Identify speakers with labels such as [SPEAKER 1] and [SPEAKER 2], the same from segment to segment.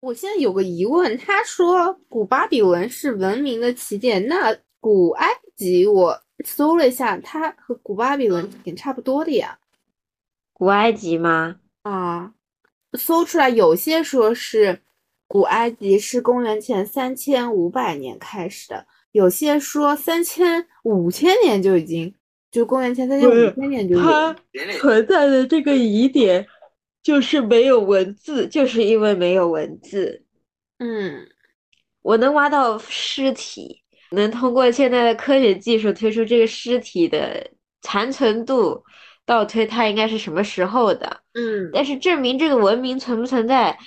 [SPEAKER 1] 我现在有个疑问，他说古巴比伦是文明的起点，那古埃及我搜了一下，它和古巴比伦挺差不多的呀。
[SPEAKER 2] 古埃及吗？
[SPEAKER 1] 啊，搜出来有些说是古埃及是公元前三千五百年开始的，有些说三千五千年就已经，就公元前三千
[SPEAKER 2] 不是
[SPEAKER 1] 五千年就有
[SPEAKER 2] 它存在的这个疑点就是没有文字，就是因为没有文字。
[SPEAKER 1] 嗯，
[SPEAKER 2] 我能挖到尸体，能通过现在的科学技术推出这个尸体的残存度，倒推它应该是什么时候的。
[SPEAKER 1] 嗯
[SPEAKER 2] 但是证明这个文明存不存在，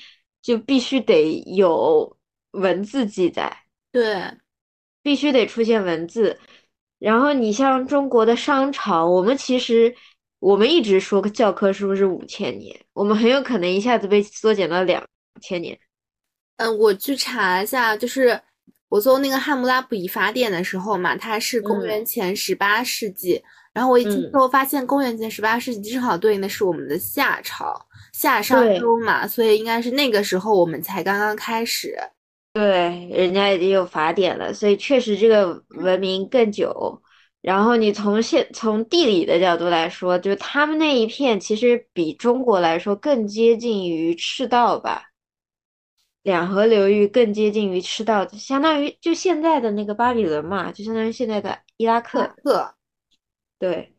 [SPEAKER 2] 就必须得有文字记载。
[SPEAKER 1] 对，
[SPEAKER 2] 必须得出现文字。然后你像中国的商朝，我们其实我们一直说教科书是五千年，我们很有可能一下子被缩减到两千年。
[SPEAKER 1] 嗯，我去查一下，就是我搜那个《汉谟拉比法典》的时候嘛，它是公
[SPEAKER 2] 嗯
[SPEAKER 1] 元前十八世纪，然后我一听
[SPEAKER 2] 嗯
[SPEAKER 1] 之后发现，公元前十八世纪正好对应的是我们的夏朝，夏商
[SPEAKER 2] 对
[SPEAKER 1] 周嘛，所以应该是那个时候我们才刚刚开始。
[SPEAKER 2] 对，人家已经有法典了，所以确实这个文明更久。然后你从现从地理的角度来说，就是他们那一片其实比中国来说更接近于赤道吧，两河流域更接近于赤道，就相当于就现在的那个巴比伦嘛，就相当于现在的伊拉克。
[SPEAKER 1] 克，
[SPEAKER 2] 对，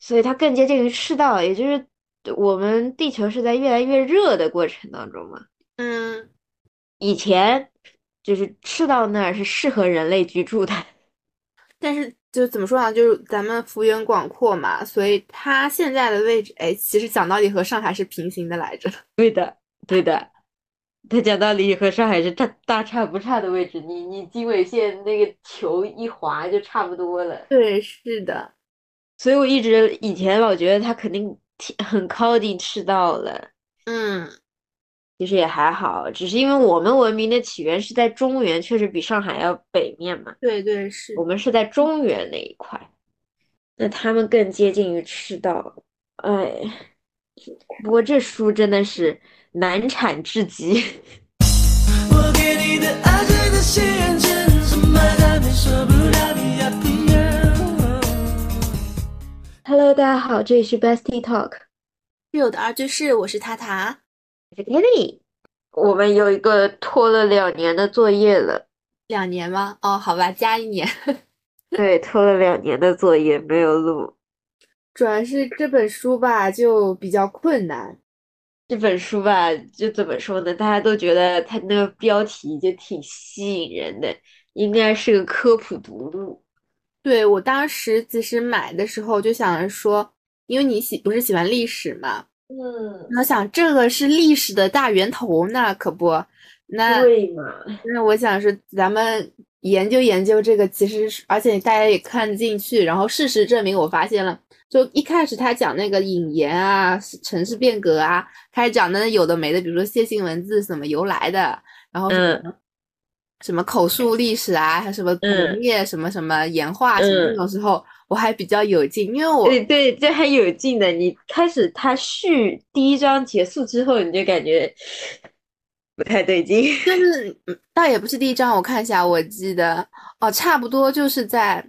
[SPEAKER 2] 所以它更接近于赤道，也就是我们地球是在越来越热的过程当中嘛。
[SPEAKER 1] 嗯，
[SPEAKER 2] 以前就是赤道那儿是适合人类居住的，
[SPEAKER 1] 但是就怎么说呢，就是咱们幅员广阔嘛，所以它现在的位置，哎，其实讲道理和上海是平行的来着。
[SPEAKER 2] 对的。它讲道理和上海是大大差不差的位置，你你经纬线那个球一划就差不多了。
[SPEAKER 1] 对，是的。
[SPEAKER 2] 所以我一直以前老觉得它肯定挺很靠近赤道了，
[SPEAKER 1] 嗯，
[SPEAKER 2] 其实也还好，只是因为我们文明的起源是在中原，确实比上海要北面嘛。
[SPEAKER 1] 对对是
[SPEAKER 2] 我们是在中原那一块，那他们更接近于赤道。哎，不过这书真的是难产至极。
[SPEAKER 3] 我给你的爱真的是认真，什么都没说，不到你要不要？
[SPEAKER 2] Hello，大家好，这里是 Bestie Talk，
[SPEAKER 1] 室友的二居室，我是塔塔。
[SPEAKER 2] 我是 Kelly。我们有一个拖了两年的作业了，
[SPEAKER 1] 两年吗？哦，好吧，加一年。
[SPEAKER 2] 对，拖了两年的作业没有录。
[SPEAKER 1] 主要是这本书吧，就比较困难。
[SPEAKER 2] 这本书吧，就怎么说呢？大家都觉得它那个标题就挺吸引人的，应该是个科普读物。
[SPEAKER 1] 对，我当时其实买的时候就想着说，因为你喜不是喜欢历史嘛，
[SPEAKER 2] 嗯，
[SPEAKER 1] 然后想这个是历史的大源头呢，可不？那
[SPEAKER 2] 对嘛？
[SPEAKER 1] 那我想说，咱们研究研究这个，其实是而且大家也看得进去。然后事实证明，我发现了，就一开始他讲那个引言啊、是城市变革啊，开始讲的有的没的，比如说楔形文字是怎么由来的，然后什么、什么口述历史啊，还有什么农
[SPEAKER 2] 嗯
[SPEAKER 1] 业、什么什么岩画什么
[SPEAKER 2] 嗯
[SPEAKER 1] 那种时候，我还比较有劲，因为我
[SPEAKER 2] 对哎对，这还有劲的。你开始它序第一章结束之后，你就感觉不太对劲。
[SPEAKER 1] 但是嗯倒也不是第一章，我看一下，我记得哦，差不多就是在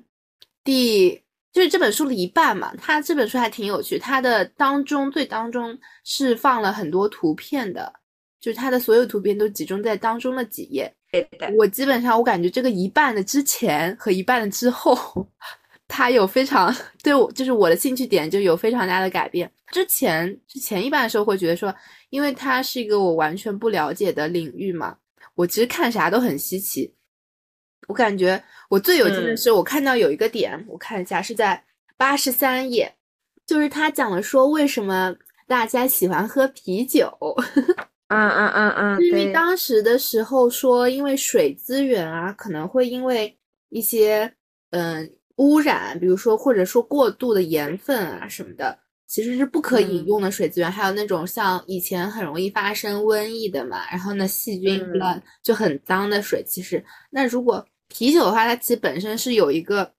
[SPEAKER 1] 第，就是这本书的一半嘛。它这本书还挺有趣，它的当中最当中是放了很多图片的，就是它的所有图片都集中在当中的几页。
[SPEAKER 2] 对的，
[SPEAKER 1] 我基本上我感觉这个一半的之前和一半的之后， 它有非常对我就是我的兴趣点就有非常大的改变。之前之前一半的时候会觉得说，因为它是一个我完全不了解的领域嘛，我其实看啥都很稀奇。我感觉我最有劲的
[SPEAKER 2] 嗯
[SPEAKER 1] 是，我看到有一个点，我看一下是在八十三页，就是他讲了说为什么大家喜欢喝啤酒。
[SPEAKER 2] 嗯嗯嗯嗯，
[SPEAKER 1] 因为
[SPEAKER 2] 对，
[SPEAKER 1] 当时的时候说，因为水资源啊，可能会因为一些嗯、污染，比如说或者说过度的盐分啊什么的，其实是不可饮
[SPEAKER 2] 嗯
[SPEAKER 1] 用的水资源。还有那种像以前很容易发生瘟疫的嘛，然后呢细菌
[SPEAKER 2] 嗯
[SPEAKER 1] 乱就很脏的水。其实那如果啤酒的话，它其实本身是有一个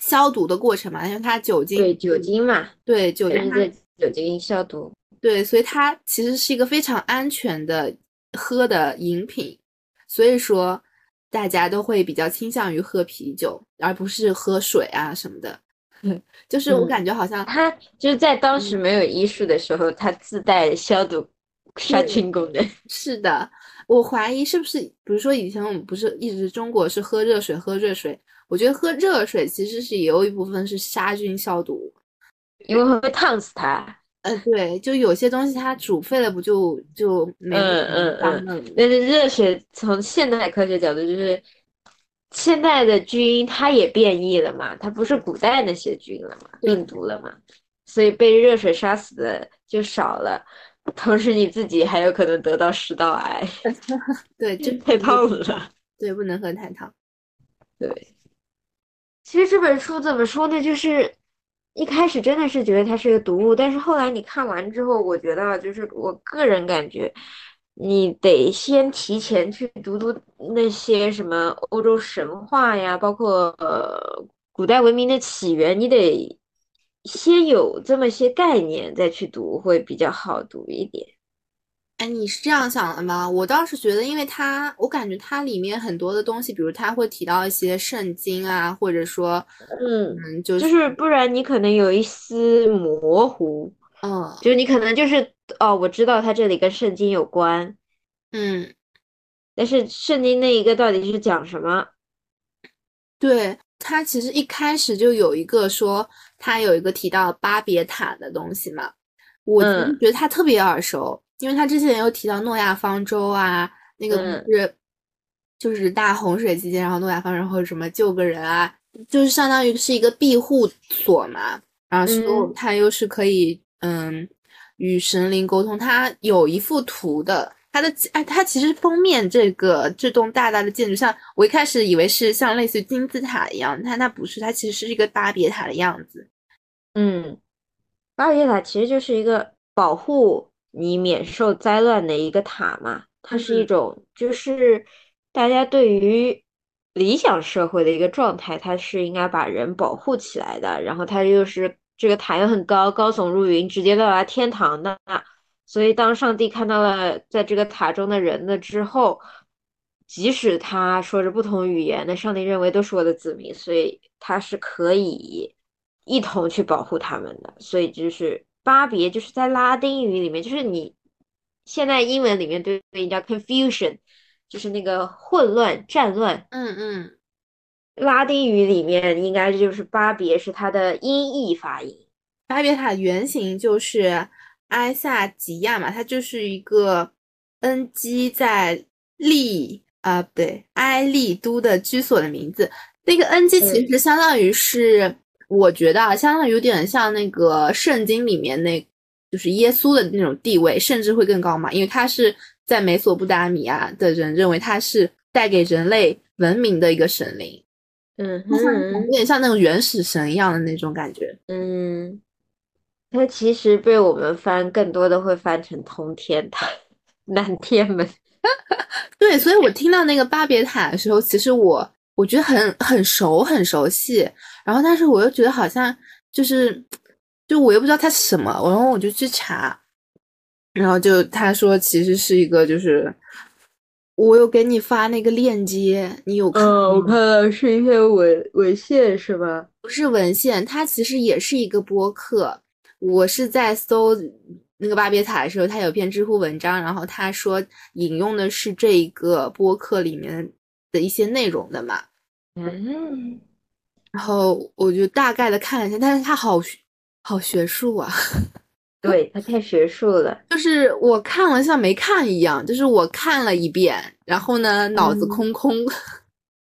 [SPEAKER 1] 消毒的过程嘛，因为它酒精
[SPEAKER 2] 对酒精嘛，
[SPEAKER 1] 对酒
[SPEAKER 2] 就
[SPEAKER 1] 精
[SPEAKER 2] 是
[SPEAKER 1] 它
[SPEAKER 2] 对酒精消毒。
[SPEAKER 1] 对，所以它其实是一个非常安全的喝的饮品，所以说大家都会比较倾向于喝啤酒，而不是喝水啊什么的。就是我
[SPEAKER 2] 嗯
[SPEAKER 1] 感觉好像
[SPEAKER 2] 他就是在当时
[SPEAKER 1] 嗯
[SPEAKER 2] 没有医术的时候，他自带消毒杀菌功能。
[SPEAKER 1] 是的，我怀疑是不是，比如说以前我们不是一直中国是喝热水，喝热水，我觉得喝热水其实是也有一部分是杀菌消毒。
[SPEAKER 2] 因为会烫死它。
[SPEAKER 1] 呃，对，就有些东西它煮沸了，不就就没
[SPEAKER 2] 嗯嗯
[SPEAKER 1] 脏了吗？
[SPEAKER 2] 但是热水从现代科学角度就是，现代的菌它也变异了嘛，它不是古代那些菌了嘛，
[SPEAKER 1] 对
[SPEAKER 2] 病毒了嘛，所以被热水杀死的就少了。同时你自己还有可能得到食道癌，
[SPEAKER 1] 对，就
[SPEAKER 2] 太烫了。
[SPEAKER 1] 对，不能喝太烫。
[SPEAKER 2] 其实这本书怎么说呢，就是一开始真的是觉得它是个读物，但是后来你看完之后，我觉得啊就是我个人感觉，你得先提前去读读那些什么欧洲神话呀，包括呃古代文明的起源，你得先有这么些概念再去读，会比较好读一点。
[SPEAKER 1] 哎，你是这样想的吗？我倒是觉得，因为它，我感觉它里面很多的东西，比如它会提到一些圣经啊，或者说，
[SPEAKER 2] 嗯，
[SPEAKER 1] 嗯，就
[SPEAKER 2] 就是不然你可能有一丝模糊，
[SPEAKER 1] 嗯
[SPEAKER 2] 就是你可能就是哦，我知道它这里跟圣经有关。
[SPEAKER 1] 嗯，
[SPEAKER 2] 但是圣经那一个到底是讲什么？
[SPEAKER 1] 对，它其实一开始就有一个说，它有一个提到巴别塔的东西嘛，我其实
[SPEAKER 2] 嗯
[SPEAKER 1] 觉得它特别耳熟，因为它之前有提到诺亚方舟啊，那个
[SPEAKER 2] 嗯
[SPEAKER 1] 不是、就是大洪水期间，然后诺亚方舟或什么救个人啊，就是相当于是一个庇护所嘛，然后说
[SPEAKER 2] 嗯
[SPEAKER 1] 它又是可以嗯与神灵沟通，它有一幅图的。它的哎，它其实封面这个这栋大大的建筑像，我一开始以为是像类似于金字塔一样，但它不是，它其实是一个巴别塔的样子。
[SPEAKER 2] 嗯，巴别塔其实就是一个保护你免受灾乱的一个塔嘛，它是一
[SPEAKER 1] 嗯
[SPEAKER 2] 种就是大家对于理想社会的一个状态，它是应该把人保护起来的。然后它又是这个塔又很高，高耸入云，直接到达天堂的。所以当上帝看到了在这个塔中的人了之后，即使他说着不同语言那上帝认为都是我的子民，所以他是可以一同去保护他们的。所以就是巴别，就是在拉丁语里面，就是你现在英文里面对应叫 confusion，就是那个混乱、战乱。
[SPEAKER 1] 嗯嗯，
[SPEAKER 2] 拉丁语里面应该就是巴别是它的音译发音。
[SPEAKER 1] 巴别塔原型就是埃萨吉亚嘛，它就是一个恩基在利啊、不对埃利都的居所的名字。那个恩基其
[SPEAKER 2] 嗯
[SPEAKER 1] 实相当于是，我觉得啊，相当于有点像那个圣经里面那，就是耶稣的那种地位，甚至会更高嘛，因为他是在美索不达米亚的人认为他是带给人类文明的一个神灵，
[SPEAKER 2] 嗯
[SPEAKER 1] 它像
[SPEAKER 2] 哼
[SPEAKER 1] 有点像那种原始神一样的那种感觉。
[SPEAKER 2] 嗯，它其实被我们翻，更多的会翻成通天塔、 南天门。
[SPEAKER 1] 对，所以我听到那个巴别塔的时候，其实我我觉得很很熟，很熟悉。然后，但是我又觉得好像就是，就我又不知道它是什么。然后我就去查，然后就他说其实是一个，就是我有给你发那个链接，你有看
[SPEAKER 2] 嗯，我
[SPEAKER 1] 吗
[SPEAKER 2] 看到是一篇文文献是吧？
[SPEAKER 1] 不是文献，它其实也是一个播客。我是在搜那个巴别塔的时候，它有篇知乎文章，然后他说引用的是这一个播客里面的一些内容的嘛。
[SPEAKER 2] 嗯，
[SPEAKER 1] 然后我就大概的看了一下，但是它好学好学术啊，
[SPEAKER 2] 对，它太学术了。
[SPEAKER 1] 就是我看了像没看一样，就是我看了一遍，然后呢脑子
[SPEAKER 2] 嗯
[SPEAKER 1] 空空。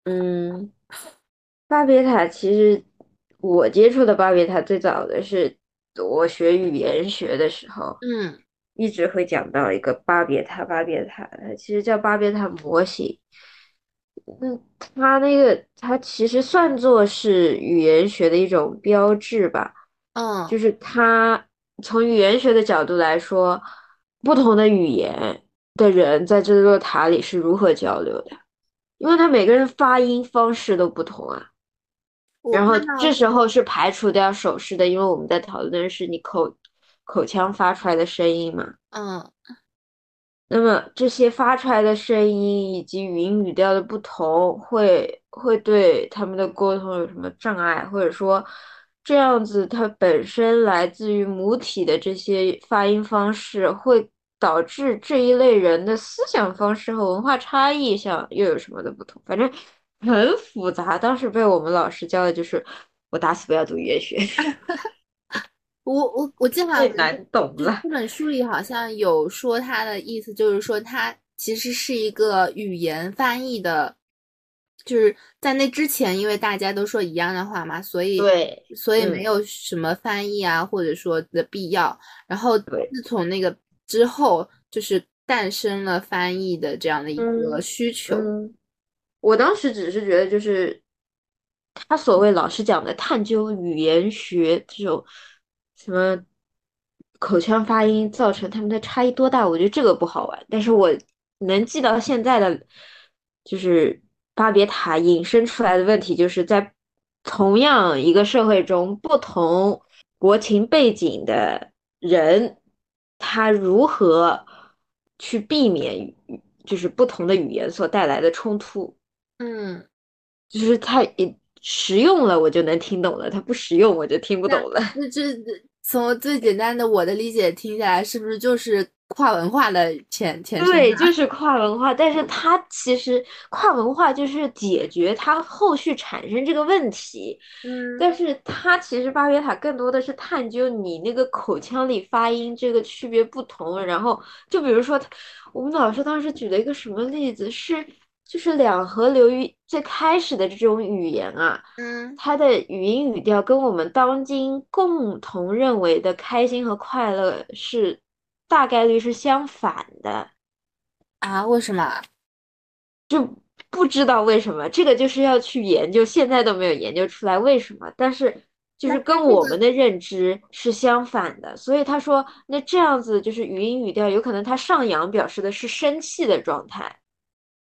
[SPEAKER 2] 嗯，巴别塔其实我接触的巴别塔最早的是我学语言学的时候，
[SPEAKER 1] 嗯
[SPEAKER 2] 一直会讲到一个巴别塔，巴别塔，它其实叫巴别塔模型。嗯，它那个它其实算作是语言学的一种标志吧，
[SPEAKER 1] 嗯
[SPEAKER 2] 就是它从语言学的角度来说，不同的语言的人在这座塔里是如何交流的，因为他每个人发音方式都不同啊。
[SPEAKER 1] 我
[SPEAKER 2] 然后
[SPEAKER 1] 看到
[SPEAKER 2] 这时候是排除掉手势的，因为我们在讨论的是你口口腔发出来的声音嘛。
[SPEAKER 1] 嗯
[SPEAKER 2] 那么这些发出来的声音以及语音语调的不同，会会对他们的沟通有什么障碍，或者说这样子它本身来自于母体的这些发音方式，会导致这一类人的思想方式和文化差异上又有什么的不同？反正很复杂。当时被我们老师教的就是，我打死不要读语言 学，
[SPEAKER 1] 我我我记得好
[SPEAKER 2] 太
[SPEAKER 1] 像
[SPEAKER 2] 难懂
[SPEAKER 1] 这
[SPEAKER 2] 了。
[SPEAKER 1] 这本书里好像有说它的意思，就是说它其实是一个语言翻译的，就是在那之前，因为大家都说一样的话嘛，所以
[SPEAKER 2] 对，
[SPEAKER 1] 所以没
[SPEAKER 2] 嗯
[SPEAKER 1] 有什么翻译啊，或者说的必要。然后
[SPEAKER 2] 对
[SPEAKER 1] 自从那个之后，就是诞生了翻译的这样的一个
[SPEAKER 2] 嗯
[SPEAKER 1] 需求。
[SPEAKER 2] 嗯，我当时只是觉得，就是他所谓老师讲的探究语言学这种什么口腔发音造成他们的差异多大，我觉得这个不好玩。但是我能记到现在的，就是巴别塔引申出来的问题，就是在同样一个社会中，不同国情背景的人，他如何去避免语就是不同的语言所带来的冲突，
[SPEAKER 1] 嗯，
[SPEAKER 2] 就是他也实用了我就能听懂了，他不实用我就听不懂了。
[SPEAKER 1] 那这这从最简单的我的理解听下来，是不是就是跨文化的前 前身
[SPEAKER 2] 对，
[SPEAKER 1] 啊
[SPEAKER 2] 就是跨文化，但是它其实跨文化就是解决它后续产生这个问题，
[SPEAKER 1] 嗯
[SPEAKER 2] 但是它其实巴别塔更多的是探究你那个口腔里发音这个区别不同，然后就比如说他，我们老师当时举了一个什么例子是。就是两河流域最开始的这种语言啊，
[SPEAKER 1] 嗯
[SPEAKER 2] 它的语音语调跟我们当今共同认为的开心和快乐是大概率是相反的。
[SPEAKER 1] 啊，为什么？
[SPEAKER 2] 不知道为什么，这个就是要去研究，现在都没有研究出来为什么，但是就是
[SPEAKER 1] 但
[SPEAKER 2] 跟
[SPEAKER 1] 但这
[SPEAKER 2] 我
[SPEAKER 1] 个
[SPEAKER 2] 们的认知是相反的，所以他说，那这样子就是语音语调，有可能他上扬表示的是生气的状态，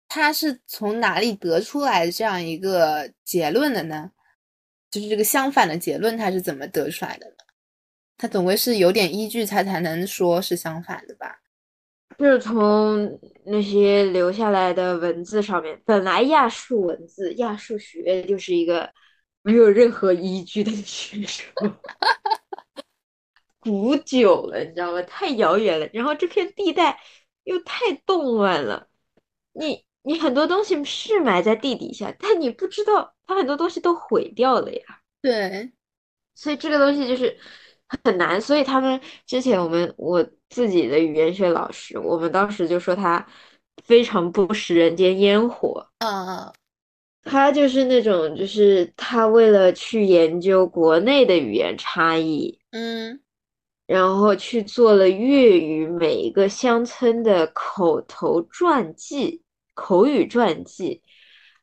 [SPEAKER 1] 他是从哪里得出来这样一个结论的呢？就是这个相反的结论，他是怎么得出来的呢？他总归是有点依据，他才能说是相反的吧？
[SPEAKER 2] 就是从那些留下来的文字上面，本来亚述文字、亚述学就是一个没有任何依据的 学说。古久了，你知道吗？太遥远了。然后这片地带又太动乱了，你你很多东西是埋在地底下，但你不知道它很多东西都毁掉了呀。
[SPEAKER 1] 对，
[SPEAKER 2] 所以这个东西就是很难。所以他们之前我们我自己的语言学老师，我们当时就说他非常不食人间烟火。
[SPEAKER 1] 嗯
[SPEAKER 2] 他就是那种，就是他为了去研究国内的语言差异，
[SPEAKER 1] 嗯
[SPEAKER 2] 然后去做了粤语每一个乡村的口头传记、口语传记，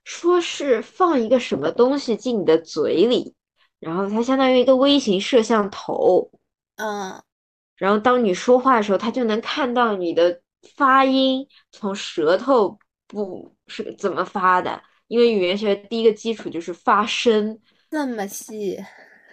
[SPEAKER 2] 说是放一个什么东西进你的嘴里，然后它相当于一个微型摄像头，
[SPEAKER 1] 嗯
[SPEAKER 2] 然后当你说话的时候，它就能看到你的发音从舌头不是怎么发的，因为语言学第一个基础就是发声。
[SPEAKER 1] 这么细，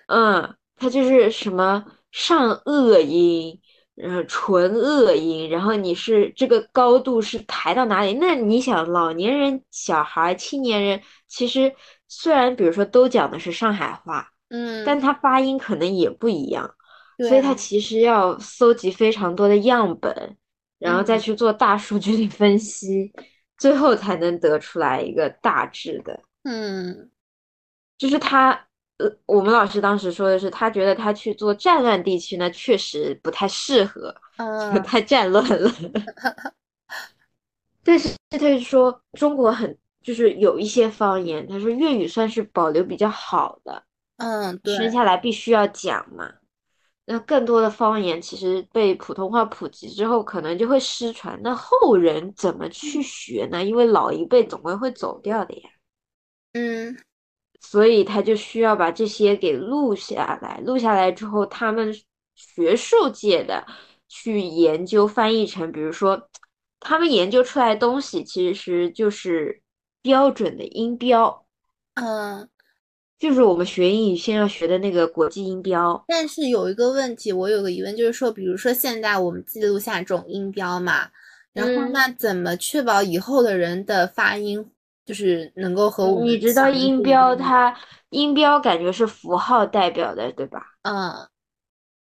[SPEAKER 2] 嗯，它就是什么上颚音，然后唇腭音，然后你是这个高度是抬到哪里？那你想，老年人、小孩儿、青年人，其实虽然比如说都讲的是上海话，
[SPEAKER 1] 嗯，
[SPEAKER 2] 但他发音可能也不一样，
[SPEAKER 1] 对
[SPEAKER 2] 所以他
[SPEAKER 1] 啊
[SPEAKER 2] 其实要搜集非常多的样本，然后再
[SPEAKER 1] 嗯
[SPEAKER 2] 去做大数据的分析，最后才能得出来一个大致的。
[SPEAKER 1] 嗯
[SPEAKER 2] 就是他，呃，我们老师当时说的是，他觉得他去做战乱地区呢，确实不太适合，
[SPEAKER 1] 嗯
[SPEAKER 2] 太战乱 了。但是他就说中国很，就是有一些方言，他说粤语算是保留比较好的，
[SPEAKER 1] 嗯，对，
[SPEAKER 2] 生下来必须要讲嘛。那更多的方言其实被普通话普及之后，可能就会失传。那后人怎么去学呢？因为老一辈总归会走掉的呀。
[SPEAKER 1] 嗯
[SPEAKER 2] 所以他就需要把这些给录下来，录下来之后，他们学术界的去研究翻译成，比如说，他们研究出来的东西其实就是标准的音标，
[SPEAKER 1] 嗯。
[SPEAKER 2] 就是我们学英语先要学的那个国际音标。
[SPEAKER 1] 但是有一个问题，我有个疑问，就是说，比如说现在我们记录下这种音标嘛，然后
[SPEAKER 2] 嗯
[SPEAKER 1] 那怎么确保以后的人的发音就是能够哦和我们
[SPEAKER 2] 你知道
[SPEAKER 1] 相
[SPEAKER 2] 音
[SPEAKER 1] 互
[SPEAKER 2] 标
[SPEAKER 1] 一样
[SPEAKER 2] 它音标感觉是符号代表的，对吧？
[SPEAKER 1] 嗯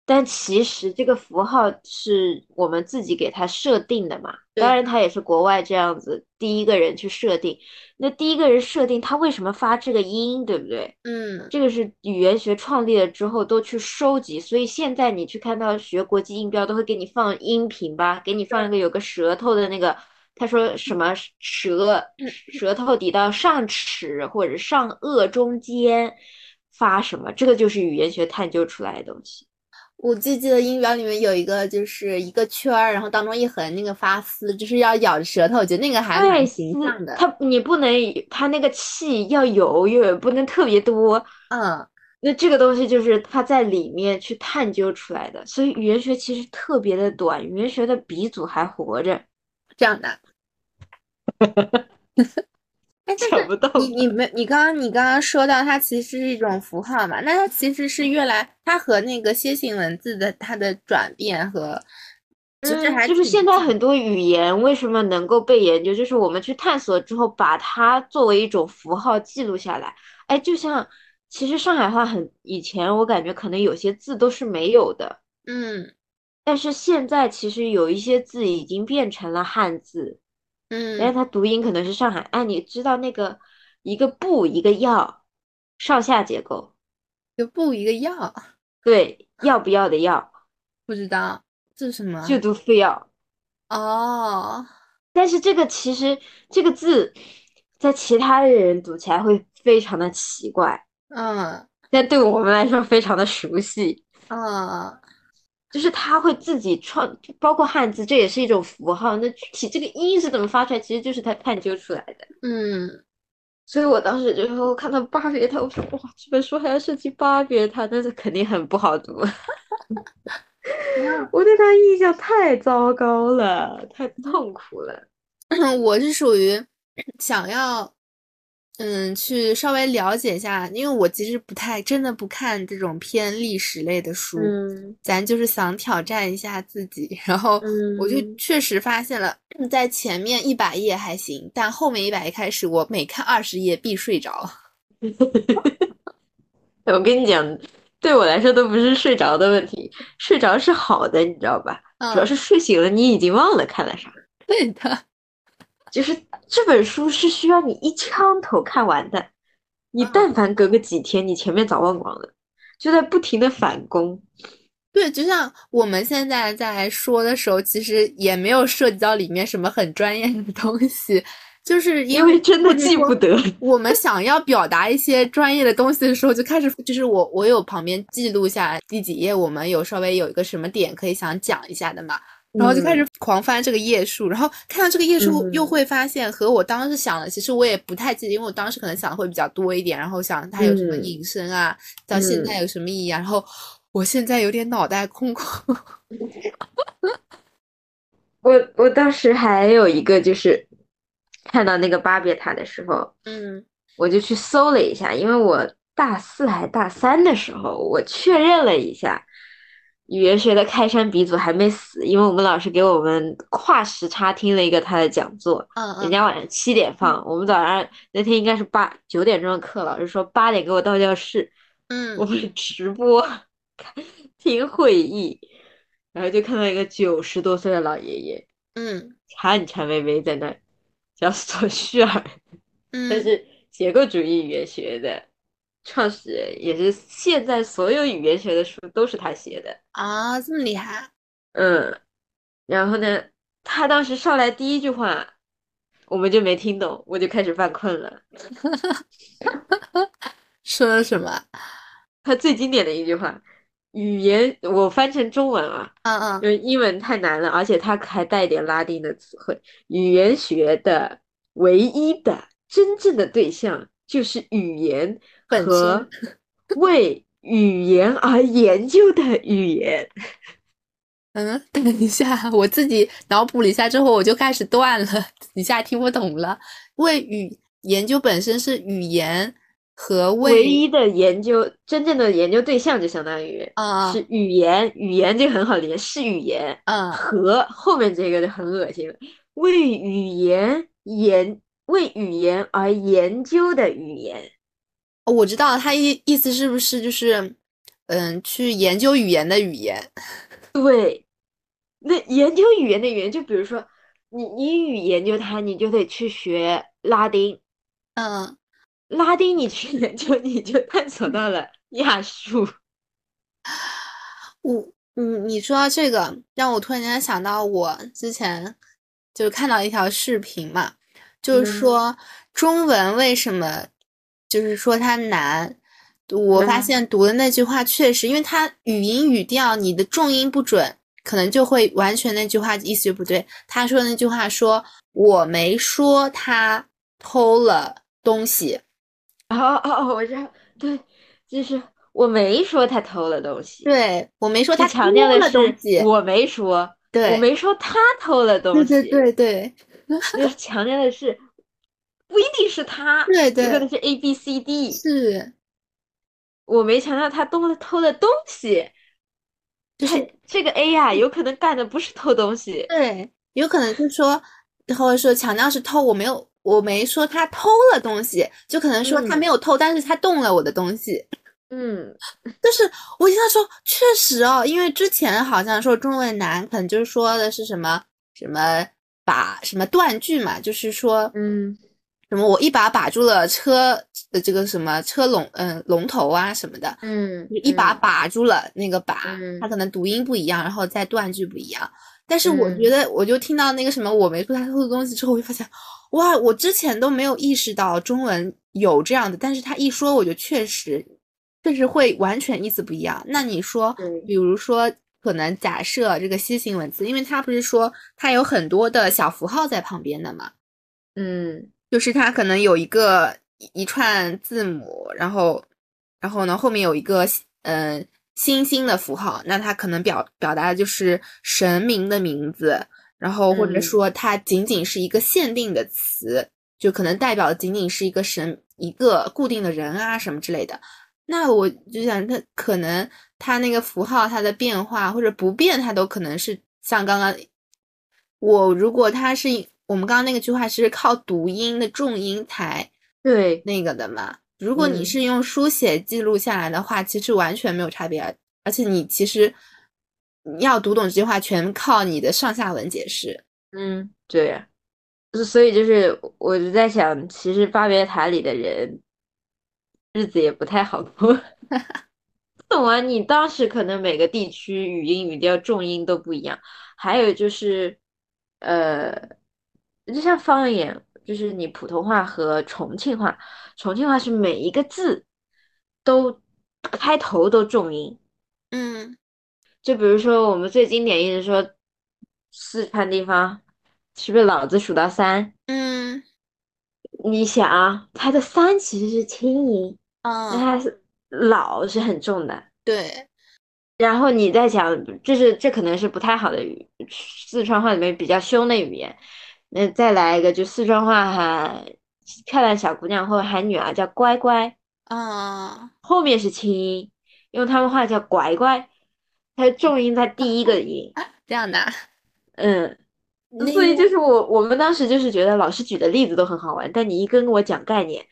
[SPEAKER 2] 但其实这个符号是我们自己给它设定的嘛，
[SPEAKER 1] 对
[SPEAKER 2] 当然它也是国外这样子第一个人去设定。那第一个人设定他为什么发这个音，对不对？
[SPEAKER 1] 嗯
[SPEAKER 2] 这个是语言学创立了之后都去收集，所以现在你去看到学国际音标都会给你放音频吧，给你放一个有个舌头的那个，他说什
[SPEAKER 1] 嗯
[SPEAKER 2] 么舌舌头抵到上齿或者上颚中间发什么，这个就是语言学探究出来的东西。
[SPEAKER 1] 我就记得音标里面有一个就是一个圈儿，然后当中一横那个发丝，就是要咬着舌头，我觉得那个还
[SPEAKER 2] 太
[SPEAKER 1] 蛮形
[SPEAKER 2] 丝
[SPEAKER 1] 象的。
[SPEAKER 2] 它你不能它那个气要有，也不能特别多。
[SPEAKER 1] 嗯，
[SPEAKER 2] 那这个东西就是它在里面去探究出来的，所以语言学其实特别的短，语言学的鼻祖还活着，
[SPEAKER 1] 这 样的。哎，但是
[SPEAKER 2] 想不到
[SPEAKER 1] 你你没你刚刚你刚刚说到它其实是一种符号嘛，那它其实是越来它和那个楔形文字的它的转变和其实
[SPEAKER 2] 嗯
[SPEAKER 1] 还
[SPEAKER 2] 就是
[SPEAKER 1] 挺
[SPEAKER 2] 现在很多语言为什么能够被研究，就是我们去探索之后，把它作为一种符号记录下来。哎，就像其实上海话很以前我感觉可能有些字都是没有的，
[SPEAKER 1] 嗯
[SPEAKER 2] 但是现在其实有一些字已经变成了汉字。但是
[SPEAKER 1] 嗯
[SPEAKER 2] 哎它读音可能是上海。哎，你知道那个一个不一个要，上下结构，
[SPEAKER 1] 一个不一个要，
[SPEAKER 2] 对，要不要的要
[SPEAKER 1] 不知道这是什么
[SPEAKER 2] 就读非要。
[SPEAKER 1] 哦，
[SPEAKER 2] 但是这个其实这个字在其他的人读起来会非常的奇怪，
[SPEAKER 1] 嗯
[SPEAKER 2] 但对我们来说非常的熟悉。
[SPEAKER 1] 嗯
[SPEAKER 2] 就是它会自己创，包括汉字，这也是一种符号。那具体这个音是怎么发出来，其实就是它探究出来的。
[SPEAKER 1] 嗯，
[SPEAKER 2] 所以我当时就看到巴别塔，我说哇，这本书还要涉及巴别塔，那是肯定很不好 读。我对他印象太糟糕了，太痛苦了。
[SPEAKER 1] 我是属于想要，嗯，去稍微了解一下，因为我其实不太真的不看这种偏历史类的书，
[SPEAKER 2] 嗯
[SPEAKER 1] 咱就是想挑战一下自己。 然后我就
[SPEAKER 2] 嗯
[SPEAKER 1] 确实发现了，嗯在前面一百页还行，但后面一百页开始，我每看二十页必睡着。
[SPEAKER 2] 我跟你讲，对我来说都不是睡着的问题，睡着是好的，你知道吧？
[SPEAKER 1] 嗯
[SPEAKER 2] 主要，是睡醒了，你已经忘了看了啥。
[SPEAKER 1] 对的，
[SPEAKER 2] 就是这本书是需要你一枪头看完的，你
[SPEAKER 1] 嗯
[SPEAKER 2] 但凡隔个几天，你前面早忘光了，就在不停的返工。
[SPEAKER 1] 对，就像我们现在在说的时候，其实也没有涉及到里面什么很专业的东西，就是
[SPEAKER 2] 因
[SPEAKER 1] 因
[SPEAKER 2] 为真的
[SPEAKER 1] 或者
[SPEAKER 2] 记
[SPEAKER 1] 说
[SPEAKER 2] 不得。
[SPEAKER 1] 我们想要表达一些专业的东西的时候，就开始就是我我有旁边记录下来第几页，我们有稍微有一个什么点可以想讲一下的嘛，然后就开始狂翻这个页数，然后看到这个页数
[SPEAKER 2] 嗯
[SPEAKER 1] 又会发现和我当时想的，其实我也不太记得，因为我当时可能想的会比较多一点，然后想它有什么
[SPEAKER 2] 嗯
[SPEAKER 1] 引申啊，到现在有什么意义啊，然后我现在有点脑袋空 空，
[SPEAKER 2] 我我当时还有一个就是看到那个巴别塔的时候，
[SPEAKER 1] 嗯
[SPEAKER 2] 我就去搜了一下，因为我大四还大三的时候，我确认了一下，语言学的开山鼻祖还没死，因为我们老师给我们跨时差听了一个他的讲座，
[SPEAKER 1] 嗯嗯，
[SPEAKER 2] 人家晚上七点放，我们早上那天应该是八九点钟的课，老师说八点给我到教室，我
[SPEAKER 1] 嗯，
[SPEAKER 2] 们直播听会议，然后就看到一个九十多岁的老爷爷
[SPEAKER 1] 嗯
[SPEAKER 2] 颤颤巍巍在那儿讲 索绪尔，他
[SPEAKER 1] 嗯
[SPEAKER 2] 是结构主义语言学的创始人，也是现在所有语言学的书都是他写的。
[SPEAKER 1] 啊，这么厉害，
[SPEAKER 2] 嗯，然后呢，他当时上来第一句话，我们就没听懂，我就开始犯困了。
[SPEAKER 1] 说的什么？
[SPEAKER 2] 他最经典的一句话，语言我翻成中文啊。
[SPEAKER 1] 嗯嗯
[SPEAKER 2] 因为英文太难了，而且它还带一点拉丁的词汇。语言学的唯一的真正的对象就是语言
[SPEAKER 1] 本身
[SPEAKER 2] 和 为语言而研究的语言。
[SPEAKER 1] 嗯， 等一下，我自己脑补了一下之后，我就开始断了，一下听不懂了。为语研究本身是语言和
[SPEAKER 2] 唯
[SPEAKER 1] 魏
[SPEAKER 2] 一的研究真正的研究对象就相当于
[SPEAKER 1] 啊
[SPEAKER 2] 是语言，语言这个很好理解，是语言。
[SPEAKER 1] 嗯
[SPEAKER 2] 和后面这个就很恶心了，为语言研为语言而研究的语言，
[SPEAKER 1] 哦我知道他意意思是不是就是嗯去研究语言的语言，
[SPEAKER 2] 对，那研究语言的语言，就比如说你英语研究它，你就得去学拉丁，
[SPEAKER 1] 嗯
[SPEAKER 2] 拉丁你去研究，你就探索到了亚述。
[SPEAKER 1] 我嗯，你说到这个，让我突然间想到，我之前就是看到一条视频嘛，就是
[SPEAKER 2] 嗯
[SPEAKER 1] 说中文为什么就是说它难。我发
[SPEAKER 2] 嗯
[SPEAKER 1] 现读的那句话确实，因为它语音语调，你的重音不准，可能就会完全那句话意思就不对。他说那句话说：“我没说他偷了东西。
[SPEAKER 2] 哦哦哦，我知道，对，就是我没说他偷了东”西，
[SPEAKER 1] 对，我没说他
[SPEAKER 2] 他强调
[SPEAKER 1] 偷
[SPEAKER 2] 的
[SPEAKER 1] 了东
[SPEAKER 2] 是
[SPEAKER 1] 西。
[SPEAKER 2] 我没说，
[SPEAKER 1] 对，
[SPEAKER 2] 我没说他偷了东
[SPEAKER 1] 对对
[SPEAKER 2] 西。
[SPEAKER 1] 对对
[SPEAKER 2] 那强调的是，不一定是他，
[SPEAKER 1] 对
[SPEAKER 2] 有可
[SPEAKER 1] 对
[SPEAKER 2] 能是 A B C D。
[SPEAKER 1] 是。
[SPEAKER 2] 我没强调他偷了偷的东西，
[SPEAKER 1] 就是
[SPEAKER 2] 他嗯这个 A 呀、有可能干的不是偷东西，
[SPEAKER 1] 对，有可能就是说，或者说强调是偷，我没有，我没说他偷了东西，就可能说他
[SPEAKER 2] 嗯
[SPEAKER 1] 没有偷，但是他动了我的东西。
[SPEAKER 2] 嗯，
[SPEAKER 1] 就是我听他说，确实哦，因为之前好像说中文难，可能就是说的是什么什么把什么断句嘛，就是说
[SPEAKER 2] 嗯
[SPEAKER 1] 什么我一把把住了车呃这个什么车龙嗯、龙头啊什么的，
[SPEAKER 2] 嗯
[SPEAKER 1] 就一把
[SPEAKER 2] 嗯
[SPEAKER 1] 把住了那个把，它
[SPEAKER 2] 嗯
[SPEAKER 1] 可能读音不一样，然后再断句不一样。但是我
[SPEAKER 2] 嗯
[SPEAKER 1] 觉得，我就听到那个什么我没说他偷的东西之后，我就发现，哇，我之前都没有意识到中文有这样的，但是他一说，我就确实确实会完全意思不一样。那你说
[SPEAKER 2] 对，
[SPEAKER 1] 比如说，可能假设这个楔形文字，因为它不是说它有很多的小符号在旁边的嘛，
[SPEAKER 2] 嗯
[SPEAKER 1] 就是它可能有一个一一串字母，然后，然后呢后面有一个嗯、呃、星星的符号，那它可能表表达的就是神明的名字，然后或者
[SPEAKER 2] 嗯
[SPEAKER 1] 说它仅仅是一个限定的词，就可能代表的仅仅是一个神一个固定的人啊什么之类的。那我就想，它可能它那个符号它的变化或者不变，它都可能是像刚刚我如果它是我们刚刚那个句话是靠读音的重音才
[SPEAKER 2] 对，
[SPEAKER 1] 那个的嘛。如果你
[SPEAKER 2] 嗯
[SPEAKER 1] 是用书写记录下来的话，其实完全没有差别，而且你其实你要读懂这句话，全靠你的上下文解释。
[SPEAKER 2] 嗯对呀、所以就是我就在想，其实巴别塔里的人日子也不太好过。 懂啊，你当时可能每个地区语音、语调、重音都不一样，还有就是，呃，就像方言，就是你普通话和重庆话，重庆话是每一个字都开头都重音，
[SPEAKER 1] 嗯
[SPEAKER 2] 就比如说我们最经典一直说四川地方，是不是老子数到三？
[SPEAKER 1] 嗯
[SPEAKER 2] 你想啊，它的三其实是轻音，那
[SPEAKER 1] 嗯，
[SPEAKER 2] 它是老是很重的。
[SPEAKER 1] 对，
[SPEAKER 2] 然后你再想，这是这可能是不太好的语，四川话里面比较凶的语言。那再来一个，就四川话喊漂亮小姑娘或者喊女啊儿叫乖乖，
[SPEAKER 1] 嗯
[SPEAKER 2] 后面是轻音，用他们话叫拐拐，它重音在第一个音。
[SPEAKER 1] 这样的啊。
[SPEAKER 2] 嗯，
[SPEAKER 1] 那
[SPEAKER 2] 所以就是我我们当时就是觉得老师举的例子都很好玩，但你一跟我讲概 念，